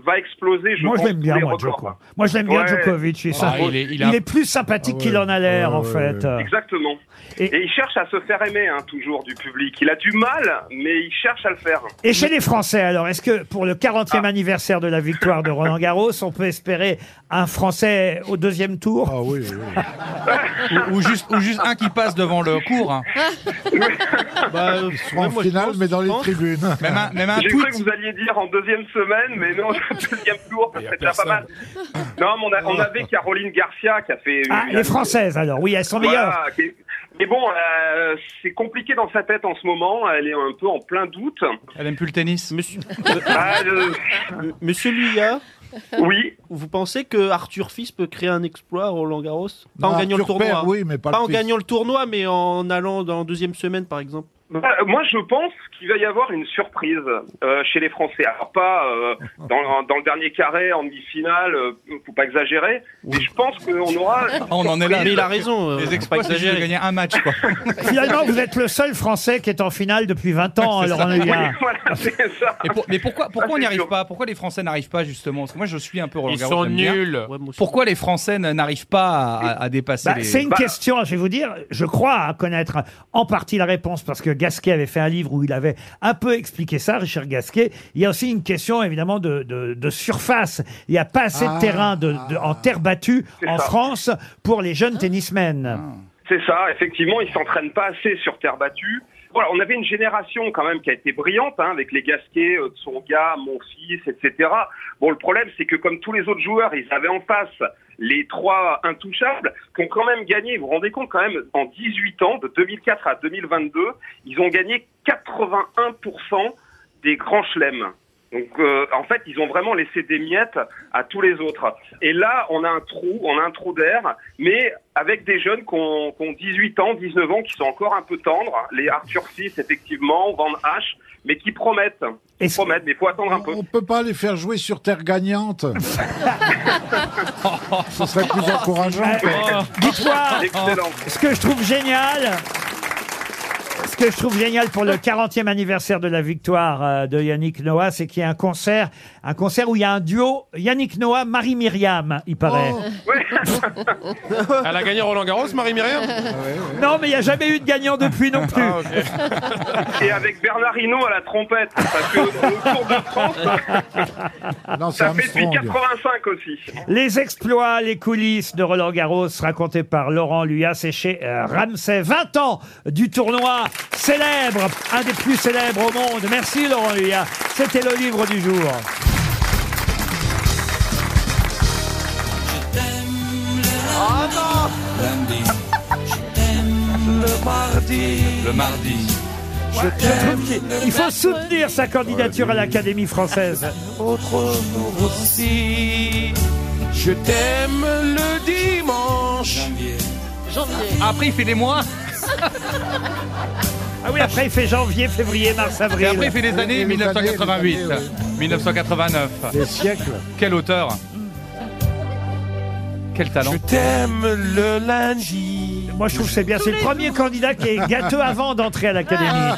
[SPEAKER 11] va exploser. Je
[SPEAKER 2] Moi, je
[SPEAKER 11] pense,
[SPEAKER 2] l'aime bien,
[SPEAKER 11] tous les
[SPEAKER 2] moi,
[SPEAKER 11] records. hein.
[SPEAKER 2] Djoko. Moi, je l'aime bien,
[SPEAKER 11] Ouais.
[SPEAKER 2] Djokovic. Il, ça-
[SPEAKER 11] Ah, il est- il a- Ah
[SPEAKER 2] il est plus sympathique qu'il en a l'air, en fait.
[SPEAKER 11] Exactement. Et... il cherche à se faire aimer hein, toujours du public. Il a du mal, mais il cherche à le faire.
[SPEAKER 2] Et chez les Français, alors, est-ce que pour le
[SPEAKER 11] Ah.
[SPEAKER 2] 40e anniversaire de la victoire de Roland Garros, on peut espérer un Français au deuxième tour Ah oui, oui.
[SPEAKER 7] ou, ou juste, ou juste un qui passe devant le cours. hein.
[SPEAKER 6] Ils seront Bah, euh, en finale, mais dans les tribunes.
[SPEAKER 7] Même un- même un
[SPEAKER 11] J'ai cru que vous alliez dire en deuxième semaine, mais non, deuxième tour, ça serait déjà pas mal. Non, mais on, a- on avait Caroline Garcia qui a fait.
[SPEAKER 2] Ah,
[SPEAKER 11] une-
[SPEAKER 2] les Françaises, alors, oui, elles sont
[SPEAKER 11] Voilà,
[SPEAKER 2] meilleures.
[SPEAKER 11] qui est- Mais bon, euh, c'est compliqué dans sa tête en ce moment. Elle est un peu en plein doute.
[SPEAKER 7] Elle aime plus le tennis.
[SPEAKER 5] Monsieur,
[SPEAKER 11] Ah, euh,
[SPEAKER 5] M- Monsieur Luya
[SPEAKER 11] Oui.
[SPEAKER 5] Vous pensez que Arthur Fils peut créer un exploit à Roland Garros Pas
[SPEAKER 6] Non,
[SPEAKER 5] en gagnant
[SPEAKER 6] Arthur
[SPEAKER 5] le tournoi.
[SPEAKER 6] perd,
[SPEAKER 5] hein.
[SPEAKER 6] oui, mais pas le
[SPEAKER 5] en
[SPEAKER 6] fils.
[SPEAKER 5] gagnant le tournoi, mais en allant dans la deuxième semaine, par exemple.
[SPEAKER 11] Euh, Moi, je pense qu'il va y avoir une surprise euh, chez les Français. Alors pas euh, dans, dans le dernier carré en demi-finale, euh, faut pas exagérer. Mais je pense qu'on aura.
[SPEAKER 7] Ah, on en est là.
[SPEAKER 5] Mais il a raison.
[SPEAKER 7] Les exploits, c'est juste de gagner un match. Quoi.
[SPEAKER 2] Finalement, vous êtes le seul Français qui est en finale depuis 20 ans,
[SPEAKER 7] C'est
[SPEAKER 2] alors
[SPEAKER 7] ça.
[SPEAKER 2] on est bien.
[SPEAKER 7] Oui, Et pour- mais pourquoi, pourquoi on n'y arrive pas Pourquoi les Français n'arrivent pas justement Parce que moi je suis un peu Roland
[SPEAKER 2] Ils
[SPEAKER 7] Garros,
[SPEAKER 2] sont
[SPEAKER 7] j'aime bien.
[SPEAKER 2] nuls.
[SPEAKER 7] Pourquoi les Français n- n'arrivent pas à, à- à dépasser
[SPEAKER 2] Bah,
[SPEAKER 7] les...
[SPEAKER 2] C'est une question, je vais vous dire, je crois hein, connaître en partie la réponse parce que Gasquet avait fait un livre où il avait un peu expliqué ça, Richard Gasquet. Il y a aussi une question évidemment de, de- de surface. Il n'y a pas assez
[SPEAKER 11] Ah.
[SPEAKER 2] de terrain de- de- en terre battue
[SPEAKER 11] C'est
[SPEAKER 2] en
[SPEAKER 11] ça.
[SPEAKER 2] France pour les jeunes tennismen.
[SPEAKER 11] C'est ça, effectivement, ils s'entraînent pas assez sur terre battue. Voilà, on avait une génération quand même qui a été brillante, hein, avec les Gasquet, euh, Tsonga, mon fils, etc. Bon, le problème, c'est que comme tous les autres joueurs, ils avaient en face les trois intouchables qui ont quand même gagné, vous vous rendez compte quand même, en 18 ans, de 2004 à 2022, ils ont gagné 81% des grands chelems. Donc, euh, en fait, ils ont vraiment laissé des miettes à tous les autres. Et là, on a un trou, on a un trou d'air, mais avec des jeunes qui ont, qui ont 18 ans, 19 ans, qui sont encore un peu tendres, les Arthur 6, effectivement, Van H, mais qui promettent. Qui promettent, mais il faut attendre un peu.
[SPEAKER 6] On peut pas les faire jouer sur terre gagnante. Ce serait plus encourageant.
[SPEAKER 2] Euh, Dites-moi,
[SPEAKER 6] Ah, Excellent.
[SPEAKER 2] ce que je trouve génial. Ce que je trouve génial pour le 40e anniversaire de la victoire euh, de Yannick Noah, c'est qu'il y a un concert, un concert où il y a un duo Yannick Noah, Marie Myriam, il paraît.
[SPEAKER 4] Elle a gagné Roland Garros, Marie-Myriam
[SPEAKER 2] Non, mais il n'y a jamais eu de gagnant depuis non plus.
[SPEAKER 11] Et avec Bernard Hinault à la trompette, parce que au Tour de France,
[SPEAKER 6] Non, c'est
[SPEAKER 11] Ah, ça fait depuis
[SPEAKER 6] Armstrong.
[SPEAKER 11] 85 aussi.
[SPEAKER 2] Les exploits, les coulisses de Roland Garros racontés par Laurent Luya, c'est chez euh, Ramsay. 20 ans du tournoi célèbre, un des plus célèbres au monde. Merci Laurent Luya. C'était le livre du jour.
[SPEAKER 14] Oh non Lundi, je t'aime le mardi. Le mardi, je t'aime.
[SPEAKER 2] Il faut soutenir sa candidature à l'Académie française.
[SPEAKER 14] Autre jour aussi, je t'aime le dimanche.
[SPEAKER 7] Après il fait des mois.
[SPEAKER 2] Ah oui, après il fait janvier, février, mars, avril.
[SPEAKER 7] Et après il fait des années 1988,
[SPEAKER 2] années, oui.
[SPEAKER 7] 1989.
[SPEAKER 6] Des siècles.
[SPEAKER 7] Quel auteur Quel talent
[SPEAKER 14] Je t'aime le lundi.
[SPEAKER 2] Moi je trouve que c'est bien, c'est le premier candidat qui est gâteux avant d'entrer à l'Académie.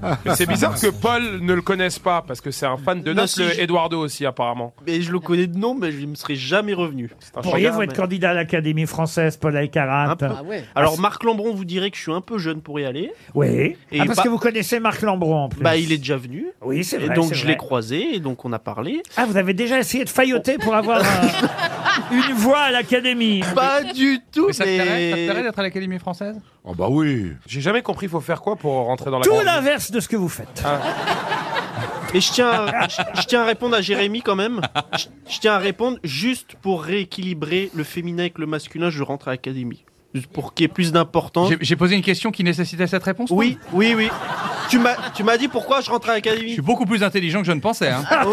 [SPEAKER 5] Ah,
[SPEAKER 4] Mais c'est bizarre que Paul ne le connaisse pas, parce que c'est un fan de
[SPEAKER 5] Non,
[SPEAKER 4] Naples,
[SPEAKER 5] si, je-
[SPEAKER 4] Eduardo aussi, apparemment.
[SPEAKER 5] Mais je le connais de nom, mais je ne me serais jamais revenu.
[SPEAKER 2] Pourriez-vous être candidat à l'Académie française, Paul Ah Alcarat
[SPEAKER 5] Alors, Marc Lambron vous dirait que je suis un peu jeune pour y aller.
[SPEAKER 2] Oui.
[SPEAKER 5] Et
[SPEAKER 2] Ah, parce
[SPEAKER 5] pas-
[SPEAKER 2] que vous connaissez Marc Lambron en plus.
[SPEAKER 5] Bah, il est déjà venu.
[SPEAKER 2] Oui, c'est
[SPEAKER 5] Et
[SPEAKER 2] vrai,
[SPEAKER 5] donc,
[SPEAKER 2] c'est
[SPEAKER 5] je
[SPEAKER 2] vrai.
[SPEAKER 5] l'ai croisé, et donc on a parlé.
[SPEAKER 2] Ah, vous avez déjà essayé de failloter pour avoir un- une voix à l'Académie
[SPEAKER 5] Pas du tout,
[SPEAKER 7] Mais ça te plairait, ça te plairait
[SPEAKER 5] mais...
[SPEAKER 7] d'être à l'Académie française
[SPEAKER 6] Oh bah oui.
[SPEAKER 4] J'ai jamais compris, il faut faire quoi pour rentrer dans la
[SPEAKER 2] Tout
[SPEAKER 4] grande-
[SPEAKER 2] l'inverse de ce que vous faites.
[SPEAKER 5] Ah. Et je tiens, à- je, je tiens à répondre à Jérémy quand même. Je, je tiens à répondre juste pour rééquilibrer le féminin avec le masculin, je rentre à l'Académie. Juste pour qu'il y ait plus d'importance.
[SPEAKER 7] J'ai- J'ai posé une question qui nécessitait cette réponse
[SPEAKER 5] Oui, oui, oui. tu m'as, tu m'as dit pourquoi je rentre à l'académie. Je suis
[SPEAKER 7] beaucoup plus intelligent que je ne pensais. hein.
[SPEAKER 2] Ah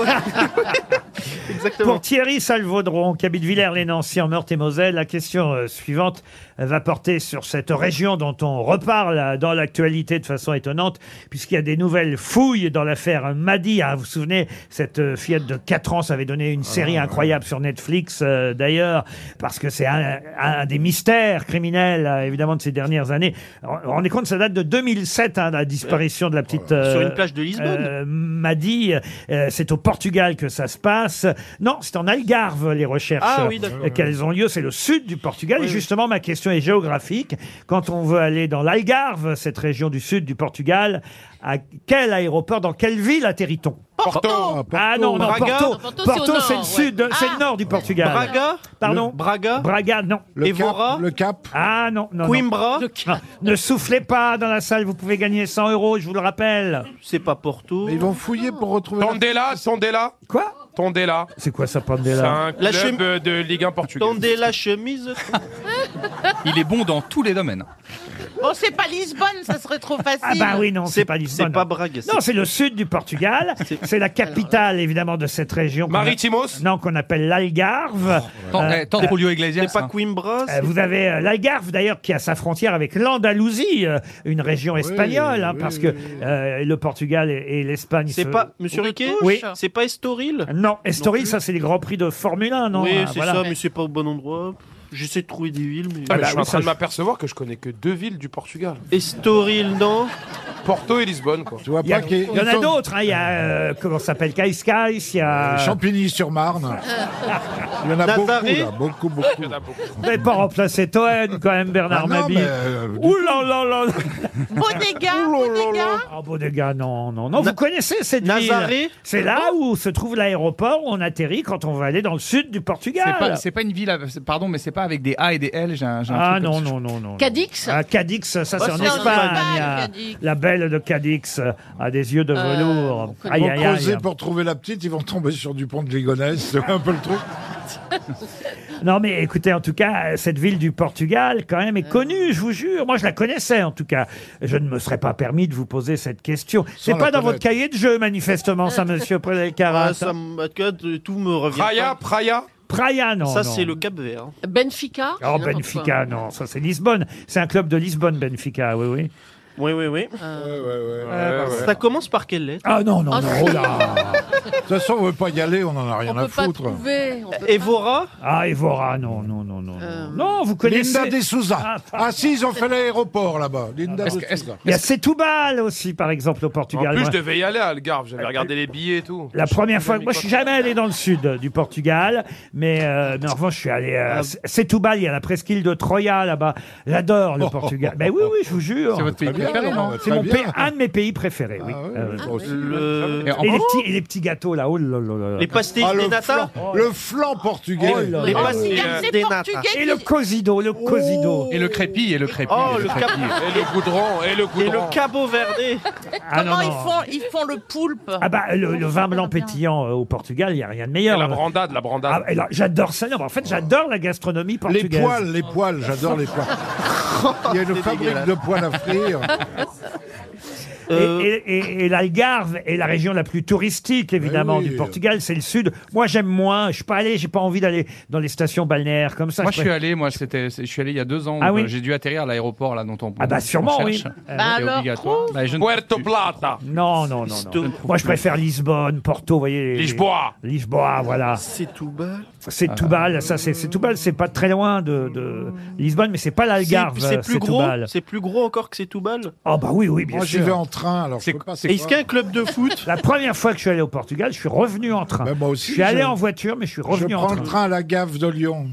[SPEAKER 2] Pour Thierry Salvaudron, qui habite Villers-les-Nancy en Meurthe-et-Moselle, la question euh, suivante va porter sur cette région dont on reparle euh, dans l'actualité de façon étonnante, puisqu'il y a des nouvelles fouilles dans l'affaire Madi. hein. vous vous souvenez, cette euh, fillette de 4 ans, ça avait donné une
[SPEAKER 5] Ah,
[SPEAKER 2] série incroyable sur Netflix, euh, d'ailleurs, parce que c'est un, un des mystères criminels, euh, évidemment, de ces dernières années. On, on est compte, ça date de 2007, hein, la disparition de la petite...
[SPEAKER 5] Sur une
[SPEAKER 2] euh,
[SPEAKER 5] plage de Lisbonne.
[SPEAKER 2] euh, m'a dit, euh, c'est au Portugal que ça se passe. Non, c'est en Algarve les recherches
[SPEAKER 5] Ah oui, d'accord.
[SPEAKER 2] euh, qu'elles ont lieu. C'est le sud du Portugal. Et justement, ma question est géographique. Quand on veut aller dans l'Algarve, cette région du sud du Portugal, à quel aéroport, dans quelle ville atterrit-on Porto. Ah non, non,
[SPEAKER 5] Braga.
[SPEAKER 2] Porto.
[SPEAKER 5] Non, Porto, c'est
[SPEAKER 2] Porto,
[SPEAKER 5] au
[SPEAKER 2] c'est le
[SPEAKER 5] nord,
[SPEAKER 2] sud,
[SPEAKER 5] ouais. Ah.
[SPEAKER 2] c'est le nord du Portugal.
[SPEAKER 5] Braga
[SPEAKER 2] Pardon
[SPEAKER 5] Le Braga
[SPEAKER 2] Braga, non.
[SPEAKER 5] Le Cap- Évora
[SPEAKER 2] Le Cap Ah non, non. non.
[SPEAKER 5] Coimbra
[SPEAKER 2] Ah, Ne soufflez pas dans la salle, vous pouvez gagner 100 euros, je vous le rappelle.
[SPEAKER 5] C'est pas Porto.
[SPEAKER 2] Ils vont fouiller pour retrouver...
[SPEAKER 4] Tondela, Tondela.
[SPEAKER 2] Quoi
[SPEAKER 4] Tondela.
[SPEAKER 2] C'est quoi ça,
[SPEAKER 4] C'est
[SPEAKER 2] Pandela
[SPEAKER 4] un
[SPEAKER 5] La
[SPEAKER 4] club
[SPEAKER 5] chem-
[SPEAKER 4] euh, de Ligue 1 portugais.
[SPEAKER 5] Tendez la chemise.
[SPEAKER 7] Il est bon dans tous les domaines.
[SPEAKER 8] Bon, c'est pas Lisbonne, ça serait trop facile.
[SPEAKER 2] Ah bah oui, non, c'est pas Lisbonne.
[SPEAKER 5] c'est pas Braga,
[SPEAKER 2] Non,
[SPEAKER 5] c'est-
[SPEAKER 2] c'est le sud du Portugal. C'est la capitale, évidemment, de cette région. qu'on a-
[SPEAKER 4] Maritimos
[SPEAKER 2] Non, qu'on appelle l'Algarve.
[SPEAKER 7] Tant-
[SPEAKER 2] Euh,
[SPEAKER 7] eh, tant Julio Iglesias.
[SPEAKER 5] C'est pas
[SPEAKER 7] hein.
[SPEAKER 5] Coimbra.
[SPEAKER 2] euh, vous avez euh, l'Algarve d'ailleurs qui a sa frontière avec l'Andalousie, euh, une région espagnole, hein, parce que euh, le Portugal et, et l'Espagne.
[SPEAKER 5] C'est
[SPEAKER 2] se-
[SPEAKER 5] pas Monsieur Riquet.
[SPEAKER 2] Euh, Oui.
[SPEAKER 5] C'est pas Estoril.
[SPEAKER 2] Non, Estoril, ça c'est les grands prix de Formule 1, non
[SPEAKER 5] oui,
[SPEAKER 2] Ah,
[SPEAKER 5] c'est
[SPEAKER 2] voilà. bah
[SPEAKER 5] ça, mais c'est pas au bon endroit. J'essaie de trouver des villes, mais.
[SPEAKER 4] Ah, mais je suis en train de m'apercevoir que je connais que deux villes du Portugal.
[SPEAKER 5] Estoril, non.
[SPEAKER 4] Porto et Lisbonne, quoi. Tu vois
[SPEAKER 2] Il y, a- il y en a d'autres, hein, il y a, euh, comment ça s'appelle, Caïscaïs, il y a... Euh.
[SPEAKER 6] Champigny-sur-Marne. Il y en a beaucoup,
[SPEAKER 2] Nazaré
[SPEAKER 6] là, beaucoup, beaucoup.
[SPEAKER 2] Vous n'avez pas remplacé Toen, quand même, Bernard
[SPEAKER 6] Ah non,
[SPEAKER 2] Mabille.
[SPEAKER 6] mais, euh,
[SPEAKER 2] Ouh là là là là.
[SPEAKER 8] Bodega, Bodega.
[SPEAKER 2] Ah, Bodega, non, non, non.
[SPEAKER 5] Na-
[SPEAKER 2] Vous connaissez cette
[SPEAKER 5] Nazaré
[SPEAKER 2] ville C'est là où se trouve l'aéroport où on atterrit quand on va aller dans le sud du Portugal.
[SPEAKER 7] C'est pas, c'est pas une ville, à- c'est- pardon, mais c'est pas avec des A et des L. j'ai un- j'ai un
[SPEAKER 2] Ah
[SPEAKER 7] truc
[SPEAKER 2] non,
[SPEAKER 7] comme ça.
[SPEAKER 2] non, non, non.
[SPEAKER 3] Cadix Bah,
[SPEAKER 2] Ah, Cadix, ça c'est
[SPEAKER 7] Oh,
[SPEAKER 2] en
[SPEAKER 7] c'est en
[SPEAKER 2] Espagne.
[SPEAKER 7] Espagne,
[SPEAKER 2] ah.
[SPEAKER 3] Cadix.
[SPEAKER 2] La belle de Cadix euh, a des yeux de
[SPEAKER 3] Euh,
[SPEAKER 2] velours.
[SPEAKER 6] Ils
[SPEAKER 2] Aïe,
[SPEAKER 6] vont
[SPEAKER 2] aïe,
[SPEAKER 6] creuser
[SPEAKER 2] aïe.
[SPEAKER 6] pour trouver la petite, ils vont tomber sur du pont de Ligonesse, c'est un peu le truc.
[SPEAKER 2] Non mais écoutez, en tout cas, euh, cette ville du Portugal, quand même, est connue, je vous jure. Moi, je la connaissais, en tout cas. Je ne me serais pas permis de vous poser cette question. C'est
[SPEAKER 5] la
[SPEAKER 2] pas dans votre
[SPEAKER 5] connaître.
[SPEAKER 2] cahier de jeu, manifestement, ça, monsieur Predelcarat.
[SPEAKER 5] Ah, ça me- en tout cas, de- tout me revient.
[SPEAKER 4] Praia, Praia.
[SPEAKER 2] Praia, non.
[SPEAKER 5] Ça,
[SPEAKER 2] non.
[SPEAKER 5] c'est le Cap Vert.
[SPEAKER 3] Benfica
[SPEAKER 2] Oh,
[SPEAKER 3] n'importe
[SPEAKER 2] Benfica, non, ça c'est Lisbonne. C'est un club de Lisbonne, Benfica, oui, oui.
[SPEAKER 5] Oui, oui,
[SPEAKER 2] ouais,
[SPEAKER 5] oui.
[SPEAKER 2] ouais.
[SPEAKER 5] Ça commence par quelle lettre
[SPEAKER 2] Ah non, non,
[SPEAKER 5] Ah,
[SPEAKER 2] non,
[SPEAKER 5] si.
[SPEAKER 2] oh là.
[SPEAKER 6] De toute façon, on veut pas y aller, on en a rien à foutre.
[SPEAKER 5] Evora
[SPEAKER 2] Ah, Evora, non, non, non, non. Non, Oh, vous connaissez.
[SPEAKER 6] Linda de Souza. Ah, si, ils ont fait l'aéroport là-bas.
[SPEAKER 2] Ah,
[SPEAKER 6] Linda
[SPEAKER 4] Est-ce
[SPEAKER 6] de
[SPEAKER 4] que- est-ce-
[SPEAKER 6] Souza.
[SPEAKER 2] Il y a Setúbal aussi, par exemple, au
[SPEAKER 4] En
[SPEAKER 2] Portugal.
[SPEAKER 4] plus, je
[SPEAKER 2] Moi,
[SPEAKER 4] devais y aller à Algarve. J'avais regardé les billets et tout.
[SPEAKER 2] Euh, La première fois, moi je suis jamais allé dans le sud euh, du Portugal, mais, euh, mais en revanche je suis allé à Setúbal, il y a la presqu'île de Troya là-bas. J'adore le Portugal. Mais oui, oui, je vous jure.
[SPEAKER 7] C'est votre pays
[SPEAKER 2] Très bien,
[SPEAKER 7] préféré, non
[SPEAKER 2] C'est
[SPEAKER 7] Très
[SPEAKER 2] mon
[SPEAKER 7] bien.
[SPEAKER 2] pays, un de mes pays préférés, oui. Euh,
[SPEAKER 5] Le-
[SPEAKER 2] Et, les petits, et les petits gâteaux là, oh là là là là.
[SPEAKER 5] Les pastilles
[SPEAKER 6] Ah,
[SPEAKER 5] des
[SPEAKER 6] le,
[SPEAKER 5] nata
[SPEAKER 6] flan, le flan portugais.
[SPEAKER 2] Oh là
[SPEAKER 5] Les
[SPEAKER 2] là.
[SPEAKER 5] pastilles
[SPEAKER 2] Et,
[SPEAKER 5] des
[SPEAKER 2] euh,
[SPEAKER 5] nata.
[SPEAKER 2] Et le cosido, le cosido.
[SPEAKER 7] Et le crépi, et le crépi.
[SPEAKER 5] Oh,
[SPEAKER 7] et
[SPEAKER 5] le
[SPEAKER 7] crépi.
[SPEAKER 5] Cap
[SPEAKER 4] Et le goudron, et le
[SPEAKER 5] Et
[SPEAKER 4] goudron.
[SPEAKER 5] le Cabo Verde
[SPEAKER 2] Ah, non, non.
[SPEAKER 8] Comment Ils, font, ils font le poulpe
[SPEAKER 2] Ah bah le, le vin blanc pétillant euh, au Portugal, il n'y a rien de meilleur.
[SPEAKER 4] Et la brandade, la brandade.
[SPEAKER 2] Ah, et là, j'adore ça. Non, mais en fait, j'adore la gastronomie portugaise.
[SPEAKER 6] Les poils, les poils, j'adore les poils. Il y a une fabrique de poils à frire.
[SPEAKER 2] Et, et- et- et l'Algarve est la région la plus touristique, évidemment,
[SPEAKER 6] Ah oui.
[SPEAKER 2] du Portugal. C'est le sud. Moi, j'aime moins. Je suis pas allé. J'ai pas envie d'aller dans les stations balnéaires comme ça.
[SPEAKER 7] Moi,
[SPEAKER 2] Je
[SPEAKER 7] je suis
[SPEAKER 2] préfère-
[SPEAKER 7] allé, moi, c'était, c'est- je suis allé il y a deux ans.
[SPEAKER 2] Ah
[SPEAKER 7] donc,
[SPEAKER 2] oui
[SPEAKER 7] euh, J'ai dû atterrir à l'aéroport là dont on.
[SPEAKER 2] Ah bah,
[SPEAKER 7] on
[SPEAKER 2] sûrement,
[SPEAKER 7] cherche.
[SPEAKER 2] oui.
[SPEAKER 7] Euh,
[SPEAKER 2] Bah
[SPEAKER 7] c'est
[SPEAKER 2] alors,
[SPEAKER 7] obligatoire. Bah, je ne-
[SPEAKER 4] Puerto Plata.
[SPEAKER 2] Non, non, non, non. Moi, je préfère Lisbonne, Porto, vous voyez.
[SPEAKER 4] Lisboa.
[SPEAKER 2] Lisboa, voilà.
[SPEAKER 5] C'est tout bas.
[SPEAKER 2] C'est
[SPEAKER 5] Ah.
[SPEAKER 2] Toubal, ça, c'est c'est Toubal, c'est pas très loin de, de Lisbonne, mais c'est pas l'Algarve.
[SPEAKER 5] C'est- C'est plus gros.
[SPEAKER 2] Setúbal.
[SPEAKER 5] C'est plus gros encore que c'est tout bal.
[SPEAKER 2] Ah bah oui, oui, bien
[SPEAKER 6] Moi, j'y
[SPEAKER 2] sûr.
[SPEAKER 6] vais en train, alors je peux pas. c'est
[SPEAKER 5] Est-ce
[SPEAKER 6] quoi
[SPEAKER 5] qu'il y a un club de foot
[SPEAKER 2] La première fois que je suis allé au Portugal, je suis revenu en train.
[SPEAKER 6] Ben, moi aussi,
[SPEAKER 2] je suis allé
[SPEAKER 6] je-
[SPEAKER 2] en voiture, mais je suis
[SPEAKER 6] Je
[SPEAKER 2] revenu en
[SPEAKER 6] prends
[SPEAKER 2] train.
[SPEAKER 6] le train à la gaffe de Lyon.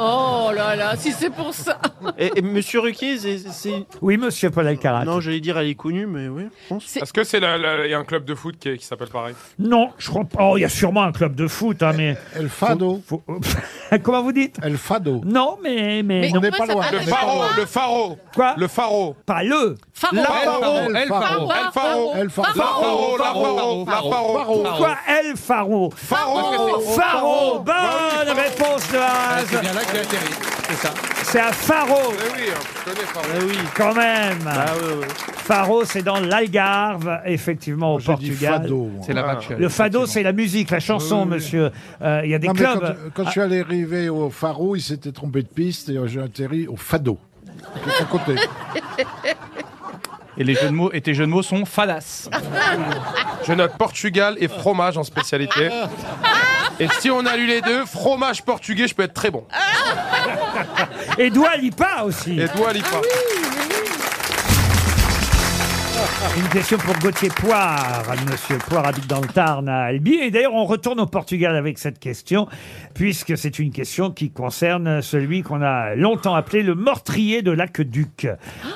[SPEAKER 3] Oh là là, si c'est pour ça.
[SPEAKER 5] et, et Monsieur Ruquier, c'est- c'est.
[SPEAKER 2] Oui, monsieur Paul Alcarat.
[SPEAKER 5] Non, j'allais dire, elle est connue, mais oui. je pense.
[SPEAKER 4] Est-ce que c'est la- la- il y a un club de foot qui, qui s'appelle pareil
[SPEAKER 2] Non, je crois pas. Oh, il y a sûrement un club de foot, hein, mais.
[SPEAKER 6] El Fado.
[SPEAKER 2] Faut- Comment vous dites
[SPEAKER 6] El Fado.
[SPEAKER 2] Non, mais. mais...
[SPEAKER 6] on n'est pas loin.
[SPEAKER 4] Le Faro, le Faro.
[SPEAKER 2] Quoi
[SPEAKER 4] Le Faro.
[SPEAKER 2] Pas le.
[SPEAKER 4] La
[SPEAKER 7] Faro,
[SPEAKER 4] Faro.
[SPEAKER 7] El Faro.
[SPEAKER 4] El Faro.
[SPEAKER 6] El Faro.
[SPEAKER 4] La Faro, la Faro, la Faro.
[SPEAKER 2] Pourquoi El Faro
[SPEAKER 4] Faro.
[SPEAKER 2] Faro Bonne réponse de
[SPEAKER 7] Ah,
[SPEAKER 2] Haas
[SPEAKER 6] Eh
[SPEAKER 7] C'est bien là que j'ai atterri. C'est ça.
[SPEAKER 2] C'est à Faro,
[SPEAKER 4] Eh oui, hein, je connais Faro.
[SPEAKER 5] Ah oui.
[SPEAKER 2] quand même
[SPEAKER 5] Ah oui, oui.
[SPEAKER 2] Faro, c'est dans l'Algarve, effectivement, au
[SPEAKER 6] dit
[SPEAKER 2] Portugal.
[SPEAKER 6] fado, moi. C'est là-bas que je suis allé,
[SPEAKER 2] Le fado, c'est la musique, la chanson,
[SPEAKER 6] Oui, oui.
[SPEAKER 2] monsieur. Euh, Il y a des
[SPEAKER 6] Non, mais
[SPEAKER 2] clubs. Ah.
[SPEAKER 6] Quand, quand je suis allé arriver au Faro, il s'était trompé de piste et j'ai atterri au Fado. qui est à côté.
[SPEAKER 7] Et, les jeux de mots, et tes jeux de mots sont fadas.
[SPEAKER 5] Ah
[SPEAKER 4] Je note Portugal et fromage en spécialité. Et si on a lu les deux, fromage portugais, je peux être très bon.
[SPEAKER 2] Et Dua Lipa aussi.
[SPEAKER 4] Et Dua Lipa.
[SPEAKER 2] Une question pour Gauthier Poire. Monsieur Poire habite dans le Tarn à Albi. Et d'ailleurs, on retourne au Portugal avec cette question, puisque c'est une question qui concerne celui qu'on a longtemps appelé le meurtrier de l'aqueduc.